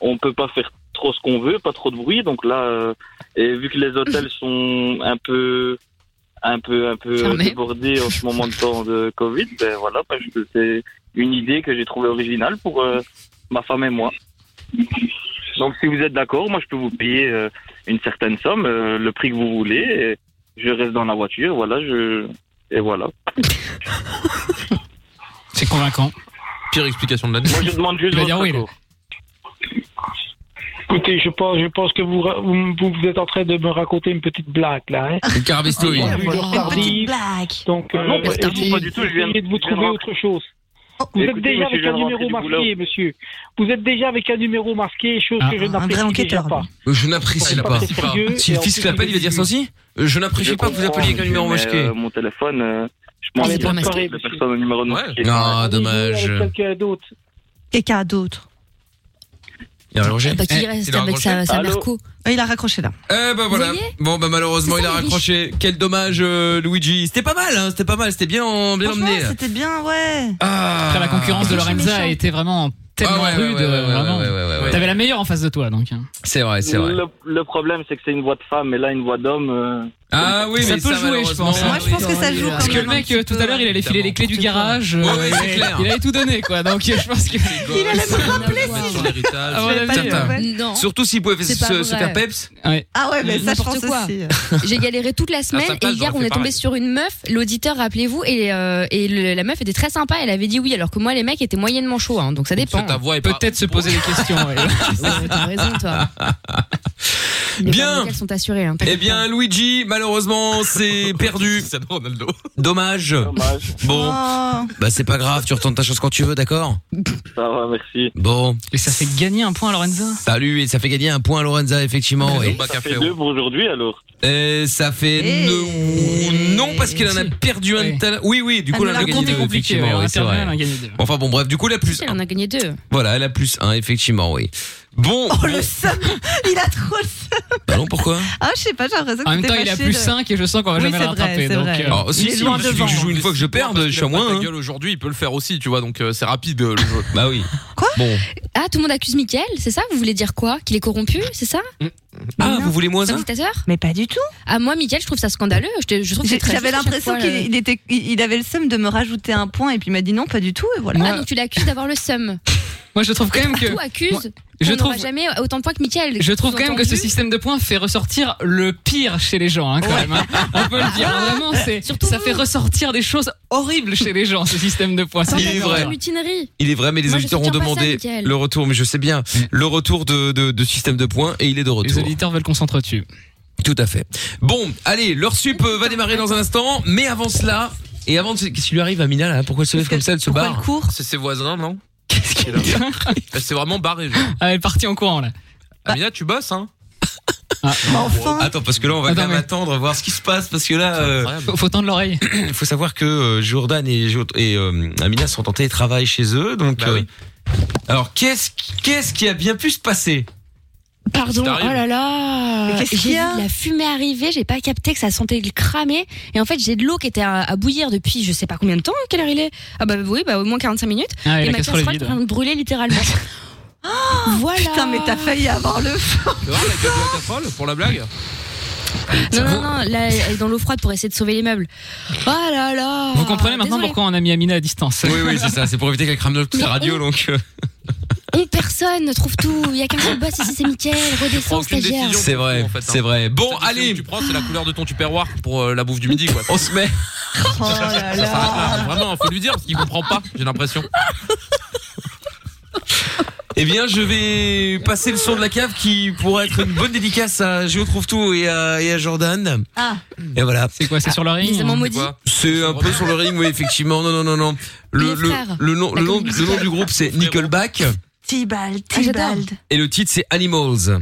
S9: on peut pas faire trop ce qu'on veut, pas trop de bruit. Donc là, euh, et vu que les hôtels sont un peu un peu un peu
S14: Fermés.
S9: débordés en ce moment de temps de Covid, ben voilà, parce que c'est une idée que j'ai trouvée originale pour euh, ma femme et moi. Donc si vous êtes d'accord, moi je peux vous payer euh, une certaine somme, euh, le prix que vous voulez. Et je reste dans la voiture, voilà, je et voilà.
S4: C'est convaincant.
S2: Pire explication de la Moi,
S9: je demande juste.
S11: Il va dire oui, Écoutez, je pense, je pense que vous, ra- vous, vous êtes en train de me raconter une petite blague là. Hein
S2: Une carabistoïde.
S11: Ah, voilà. Tardive. Donc, euh,
S9: Non, pas du
S11: essayez-
S9: tout, pas du tout, je viens de-
S11: essayez de vous
S9: je
S11: trouver
S9: viens de rentrer.
S11: autre chose. Oh, Vous êtes
S9: Écoutez,
S11: déjà
S9: monsieur,
S11: avec
S9: je viens
S11: un
S9: de
S11: numéro
S9: rentrer du
S11: masqué, monsieur. Vous êtes déjà avec un numéro masqué, chose que je n'apprécie déjà pas.
S2: Je n'apprécie
S11: C'est
S2: pas.
S11: pas très sérieux,
S2: Si
S11: et
S2: le
S11: en
S2: fils
S11: plus,
S2: l'appelle,
S11: il
S2: il va dire ça aussi Euh, Je n'apprécie pas que vous appeliez avec un numéro
S9: mais,
S2: masqué.
S9: euh, mon téléphone, euh, je m'en
S11: Ah,
S7: Elle est
S9: vais
S7: pas masquée,
S9: la personne au numéro de masqué.
S2: Ah, dommage.
S11: Quelqu'un d'autre.
S7: Quelqu'un d'autre.
S2: Il a
S6: Ah,
S2: rallongé.
S7: Bah, qu'il
S2: Eh,
S7: reste
S2: il a
S7: avec
S2: raccroché.
S7: sa- sa Allô merco. Il a raccroché là.
S2: Eh ben voilà. Bon ben malheureusement il a raccroché. Quel dommage euh, Luigi. C'était pas mal, hein, c'était pas mal, c'était bien, en- bien
S7: Franchement,
S2: emmené.
S7: c'était bien, ouais.
S2: Ah.
S4: Après, la concurrence de
S2: Je suis
S4: Lorenza
S2: méchant.
S4: a été vraiment tellement
S2: Ah ouais, ouais,
S4: rude.
S2: ouais, ouais,
S4: euh,
S2: ouais,
S4: vraiment.
S2: ouais, ouais, ouais, ouais.
S4: T'avais la meilleure en face de toi, donc. hein.
S2: C'est vrai, c'est vrai.
S9: Le, le problème, c'est que c'est une voix de femme et là, une voix d'homme. euh,
S2: Ah oui,
S4: ça
S2: mais
S4: peut
S2: ça,
S4: jouer, je pense.
S2: malheureusement, Moi, je pense que ça joue
S4: Parce
S2: quand
S4: que
S2: même
S4: le mec, euh, tout à l'heure, il allait filer les clés du garage. euh,
S2: ouais, c'est
S4: il-
S2: clair.
S4: Il allait tout donner, quoi. Donc, je pense que.
S2: Il allait me rappeler si je
S4: Ah, ouais,
S2: l'avais
S4: putain.
S2: pas eu.
S6: Non.
S2: Surtout s'il pouvait se,
S6: C'est pas
S2: se
S6: vrai.
S2: faire peps.
S6: Ah
S7: ouais, mais ça, je
S6: N'importe
S7: pense
S6: quoi.
S7: aussi. euh.
S6: J'ai galéré toute la
S2: À
S6: semaine
S2: sa
S6: et
S2: place,
S6: hier
S2: j'aurais
S6: on
S2: fait
S6: est tombé
S2: pareil.
S6: sur une meuf, l'auditeur rappelez-vous et, euh, et le- la meuf était très sympa, elle avait dit oui alors que moi les mecs étaient moyennement chauds hein, donc ça dépend.
S4: Peut-être se poser des questions. ouais.
S6: Ouais, T'as raison toi. Les
S2: Bien.
S6: Elles sont assurées. hein,
S2: Eh bien Luigi, malheureusement, c'est perdu. Dommage. Bon,
S6: Oh.
S2: bah c'est pas grave, tu retentes ta chance quand tu veux, d'accord
S9: Ça va, merci.
S2: Bon.
S4: Et ça fait gagner un point à Lorenza.
S2: Salut, et ça fait gagner un point à Lorenza,
S6: Ah,
S2: effectivement.
S6: bah,
S2: Et
S9: ça fait deux pour aujourd'hui alors.
S2: Euh, ça fait
S6: Eh.
S2: deux- non parce qu'il en a perdu un tout à l'heure. Oui oui, du coup
S6: Ah,
S2: elle en a
S6: le
S2: gagné
S6: compte est
S2: deux.
S6: compliqué,
S2: effectivement,
S6: ouais, on
S2: oui,
S6: a
S2: c'est
S6: perdu
S2: vrai.
S6: un, on a gagné deux.
S2: Enfin bon bref, du coup elle a plus.
S6: Elle en a gagné deux.
S2: Voilà, elle a plus un effectivement, oui. Bon.
S7: Oh le seum Il a trop le seum
S2: Bah non pourquoi
S7: Ah, je sais pas, j'ai l'impression que
S4: En même
S7: t'es
S4: temps, il a
S7: fâché
S4: plus
S7: de-
S4: 5 et je sens qu'on va
S7: Oui,
S4: jamais
S7: c'est
S4: le
S7: vrai,
S4: rattraper.
S7: c'est
S4: donc,
S7: vrai.
S4: euh,
S2: Ah, si,
S4: il est
S2: si,
S4: loin
S2: il suffit
S4: devant.
S2: que je joue une fois que je perds, je suis à moins.
S3: Ta gueule aujourd'hui, il peut le faire aussi, tu vois, donc euh, c'est rapide euh, le jeu.
S2: Bah oui.
S6: Quoi
S2: Bon.
S6: Ah tout le monde accuse Mickaël, c'est ça Vous voulez dire quoi Qu'il est corrompu, c'est ça
S2: Ah, vous voulez moins
S6: C'est un
S2: un
S6: dictateur
S7: Mais pas du tout.
S6: Ah moi Mickaël, je trouve ça scandaleux. Je, te- je trouve que c'est très
S7: J'avais
S6: juste à chaque
S7: l'impression
S6: fois,
S7: qu'il
S6: euh,
S7: il était, il il avait le seum de me rajouter un point et puis il m'a dit non, pas du tout et voilà.
S6: Ah donc tu l'accuses d'avoir le seum.
S4: Moi, je trouve quand même que.
S6: Tout accuse.
S4: Moi,
S6: je
S4: je
S6: trouve
S4: trouve-
S6: jamais autant de points que Mickaël.
S4: Je trouve quand même que ce système de points fait ressortir le pire chez les gens, hein, quand même. hein. On peut
S6: Ah,
S4: le dire. Vraiment, c'est ça fait ressortir des choses horribles chez les gens, ce système de points.
S2: Il est vrai.
S6: mutinerie.
S2: Il est vrai, mais les
S4: Moi, je
S2: auditeurs ont
S4: soutiens pas ça,
S2: demandé
S4: Mickaël.
S2: le retour, mais je sais bien,
S3: Mm.
S2: le retour de, de, de système de points, et il est de retour.
S4: Les auditeurs veulent qu'on s'entre dessus.
S2: Tout à fait. Bon, allez, leur sup euh, va démarrer dans un instant, mais avant cela, Et avant, de se- qu'est-ce qui lui arrive à Mina là Pourquoi elle se lève comme ça Elle se
S3: pourquoi
S2: barre
S3: elle
S2: court
S3: C'est ses voisins, non Qu'est-ce qu'elle a Elle s'est vraiment barrée. genre.
S4: Ah, elle est partie en courant là.
S2: Bah.
S3: Amina, tu bosses, hein
S2: Enfin. Attends, parce que là, on va
S4: Ah, Attends,
S2: quand même
S4: mais-
S2: attendre, voir ce qui se passe, parce que là, euh,
S4: Faut, faut tendre l'oreille.
S2: il faut savoir que euh, Jordan et, Jo- et euh, Amina sont en télétravail chez eux, donc.
S3: Bah
S2: euh, Alors, qu'est-ce qu'est-ce qui a bien pu se passer
S6: Pardon,
S2: C'est
S6: oh
S2: terrible.
S6: là là
S7: Mais qu'est-ce
S6: J'ai
S7: qu'il y
S6: vu
S7: a
S6: de la fumée arriver, j'ai pas capté que ça sentait le cramer. Et en fait, j'ai de l'eau qui était à, à bouillir depuis je sais pas combien de temps, quelle heure il est Ah bah oui, bah au moins 45 minutes.
S4: Ah, et
S6: et
S4: la
S6: ma
S4: casserole est
S6: casserole est
S4: vide.
S6: en train de brûler littéralement. voilà. Oh, Putain, mais t'as failli avoir le feu
S3: Tu vois, la gueule de la casserole, pour la blague
S6: Non, non, non, là, elle est dans l'eau froide pour essayer de sauver les meubles. Oh là là
S4: Vous comprenez maintenant
S6: Désolée.
S4: pourquoi on a mis Amina à distance.
S2: Oui, oui, c'est ça, c'est pour éviter qu'elle crame toute
S6: la radio,
S2: donc. euh.
S6: On personne ne trouve tout, il y a qu'un seul boss ici, c'est Mickaël, redescends stagiaire.
S2: C'est vrai, c'est vrai. Bon,
S3: allez hein. Tu prends, c'est la couleur de ton tupperware pour euh, la bouffe du midi, quoi.
S2: On se met
S6: Oh
S3: là là Vraiment, faut lui dire, parce qu'il comprend pas, j'ai l'impression.
S2: Eh bien, je vais passer le son de la cave qui pourrait être une bonne dédicace à Géo Trouve Tout et à, et à Jordan.
S6: Ah,
S2: Et voilà.
S4: C'est quoi, c'est sur le ring Les amants maudits
S2: C'est un peu sur le ring, oui, effectivement. Non, non, non, non. Le,
S7: Les
S2: le,
S7: frères.
S2: le nom,
S7: La
S2: le, nom,
S7: commune
S2: le nom du groupe, c'est Nickelback.
S7: Tibald, Tibald.
S2: Et le titre, c'est Animals.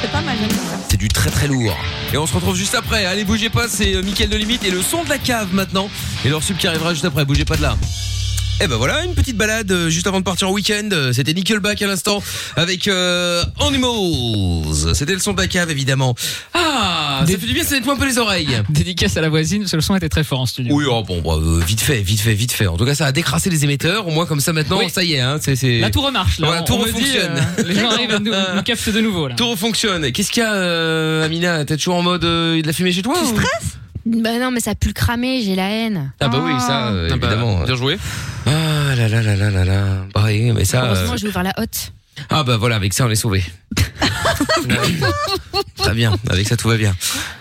S7: C'est pas mal. j'aime bien.
S2: C'est du très très lourd. Et on se retrouve juste après. Allez, bougez pas, c'est euh, Mickaël de Limite et le son de la cave maintenant. Et leur sub qui arrivera juste après, bougez pas de là. Et ben voilà, une petite balade euh, juste avant de partir en week-end. Euh, C'était Nickelback à l'instant avec euh, Animals. C'était le son de la cave évidemment. Ah, ça fait du bien, ça nettoie un peu les oreilles.
S4: Dédicace à la voisine, parce que le son était très fort en studio.
S2: Oui, oh, bon, bah, euh, vite fait, vite fait, vite fait. En tout cas, ça a décrassé les émetteurs. Au moins comme ça maintenant, ça y est. Hein, c'est- c'est-
S4: Là, tout remarche. Là,
S2: Ouais,
S4: on-
S2: tout
S4: on me dit,
S2: refonctionne.
S4: euh, les gens arrivent à nous, nous captent de nouveau. Là.
S2: Tout refonctionne. Qu'est-ce qu'il y a, euh, Amina T'es toujours en mode euh, il y a de la fumée chez toi Tu
S6: Hmm. Bah non, mais ça pue le cramer, j'ai la haine.
S2: Ah bah oui, ça, euh,
S3: Ah bah,
S2: évidemment.
S3: bien joué.
S2: Ah là là là là là là. Pareil, mais ça.
S6: Heureusement,
S2: euh,
S6: je vais ouvrir la hotte.
S2: Ah bah voilà, avec ça on est sauvé. Très bien, avec ça tout va bien.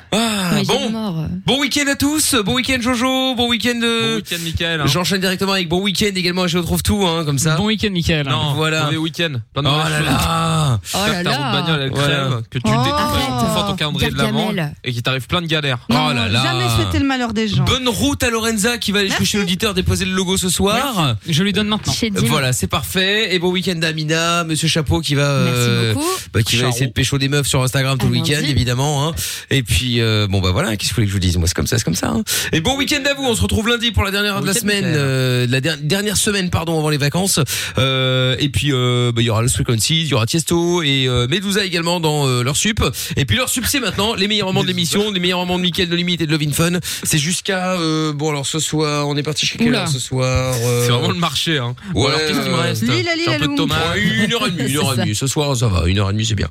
S2: Ah,
S6: Mais j'ai
S2: bon,
S6: mort.
S2: bon week-end à tous, bon week-end Jojo, bon week-end. euh,
S3: Week-end, Michael.
S2: J'enchaîne directement avec bon week-end également. et Je retrouve tout, hein, comme ça.
S4: Bon week-end, Michael.
S2: Non, voilà.
S3: Mauvais week-end.
S2: Oh là là.
S4: Oh
S3: ta roue de
S4: là là.
S3: bagnole, elle
S2: Voilà.
S3: crève, que tu
S2: Oh.
S3: détruis
S2: Arrête.
S3: enfin ton calendrier de
S2: Garde
S3: l'avant
S2: Gamel.
S3: et qu'il t'arrive plein de galères.
S2: Non, Oh là là.
S7: Jamais souhaiter le malheur des gens.
S2: Bonne route à Lorenza qui va aller chez l'auditeur déposer le logo ce soir.
S4: Je lui donne maintenant.
S2: Voilà, c'est parfait. Et bon week-end à Amina, Monsieur Chapeau qui va, euh,
S4: beaucoup.
S2: bah, qui va
S4: Charo.
S2: essayer de pécho des meufs sur Instagram tout le week-end, évidemment. hein. Et puis euh, bon bah voilà, qu'est-ce que vous voulez que je vous dise Moi c'est comme ça, c'est comme ça. hein. Et bon week-end à vous. On se retrouve lundi pour la dernière heure de la
S3: week-end,
S2: semaine,
S3: Michael.
S2: euh, de la der- dernière semaine pardon avant les vacances. Euh, et puis euh, bah, il y aura le Frequency, il y aura Tiesto et euh, Medusa également dans euh, leur sup. Et puis leur sup c'est maintenant les meilleurs moments de l'émission, les meilleurs moments de Mickaël de Limite et de Lovin Fun. C'est jusqu'à euh, bon alors ce soir, on est parti chez quelle
S3: Oula.
S2: heure ce soir euh,
S3: C'est vraiment le marché, hein. Ou
S2: Ouais,
S3: alors, qu'est-ce qui me
S2: euh,
S3: reste
S2: Lila,
S3: J'ai un peu de tomates.
S2: Ouais, Une heure et demie, une heure et demie. Ce soir, ça va, une heure et demie, c'est bien.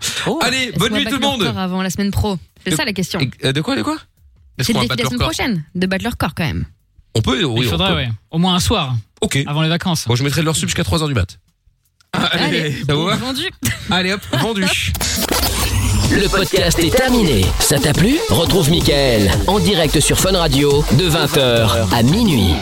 S6: Oh,
S2: Allez,
S6: Est-ce
S2: bonne
S6: qu'on va
S2: nuit tout le
S6: battre leur
S2: monde.
S6: corps avant la semaine pro. C'est
S2: De-
S6: ça la question.
S2: Euh, De quoi, de quoi
S6: C'est le défi la semaine prochaine, de battre leur corps quand même.
S2: On peut, oui,
S4: Il
S2: on
S4: faudrait,
S2: peut.
S4: ouais. Au moins un soir.
S2: Ok.
S4: Avant les vacances.
S2: Bon, je mettrai de leur sub jusqu'à 3h du mat.
S4: Allez,
S2: ça vous va
S6: Vendu.
S2: Allez hop, vendu.
S1: Le podcast est terminé. Ça t'a plu Retrouve Mickaël en direct sur Fun Radio de 20h à minuit.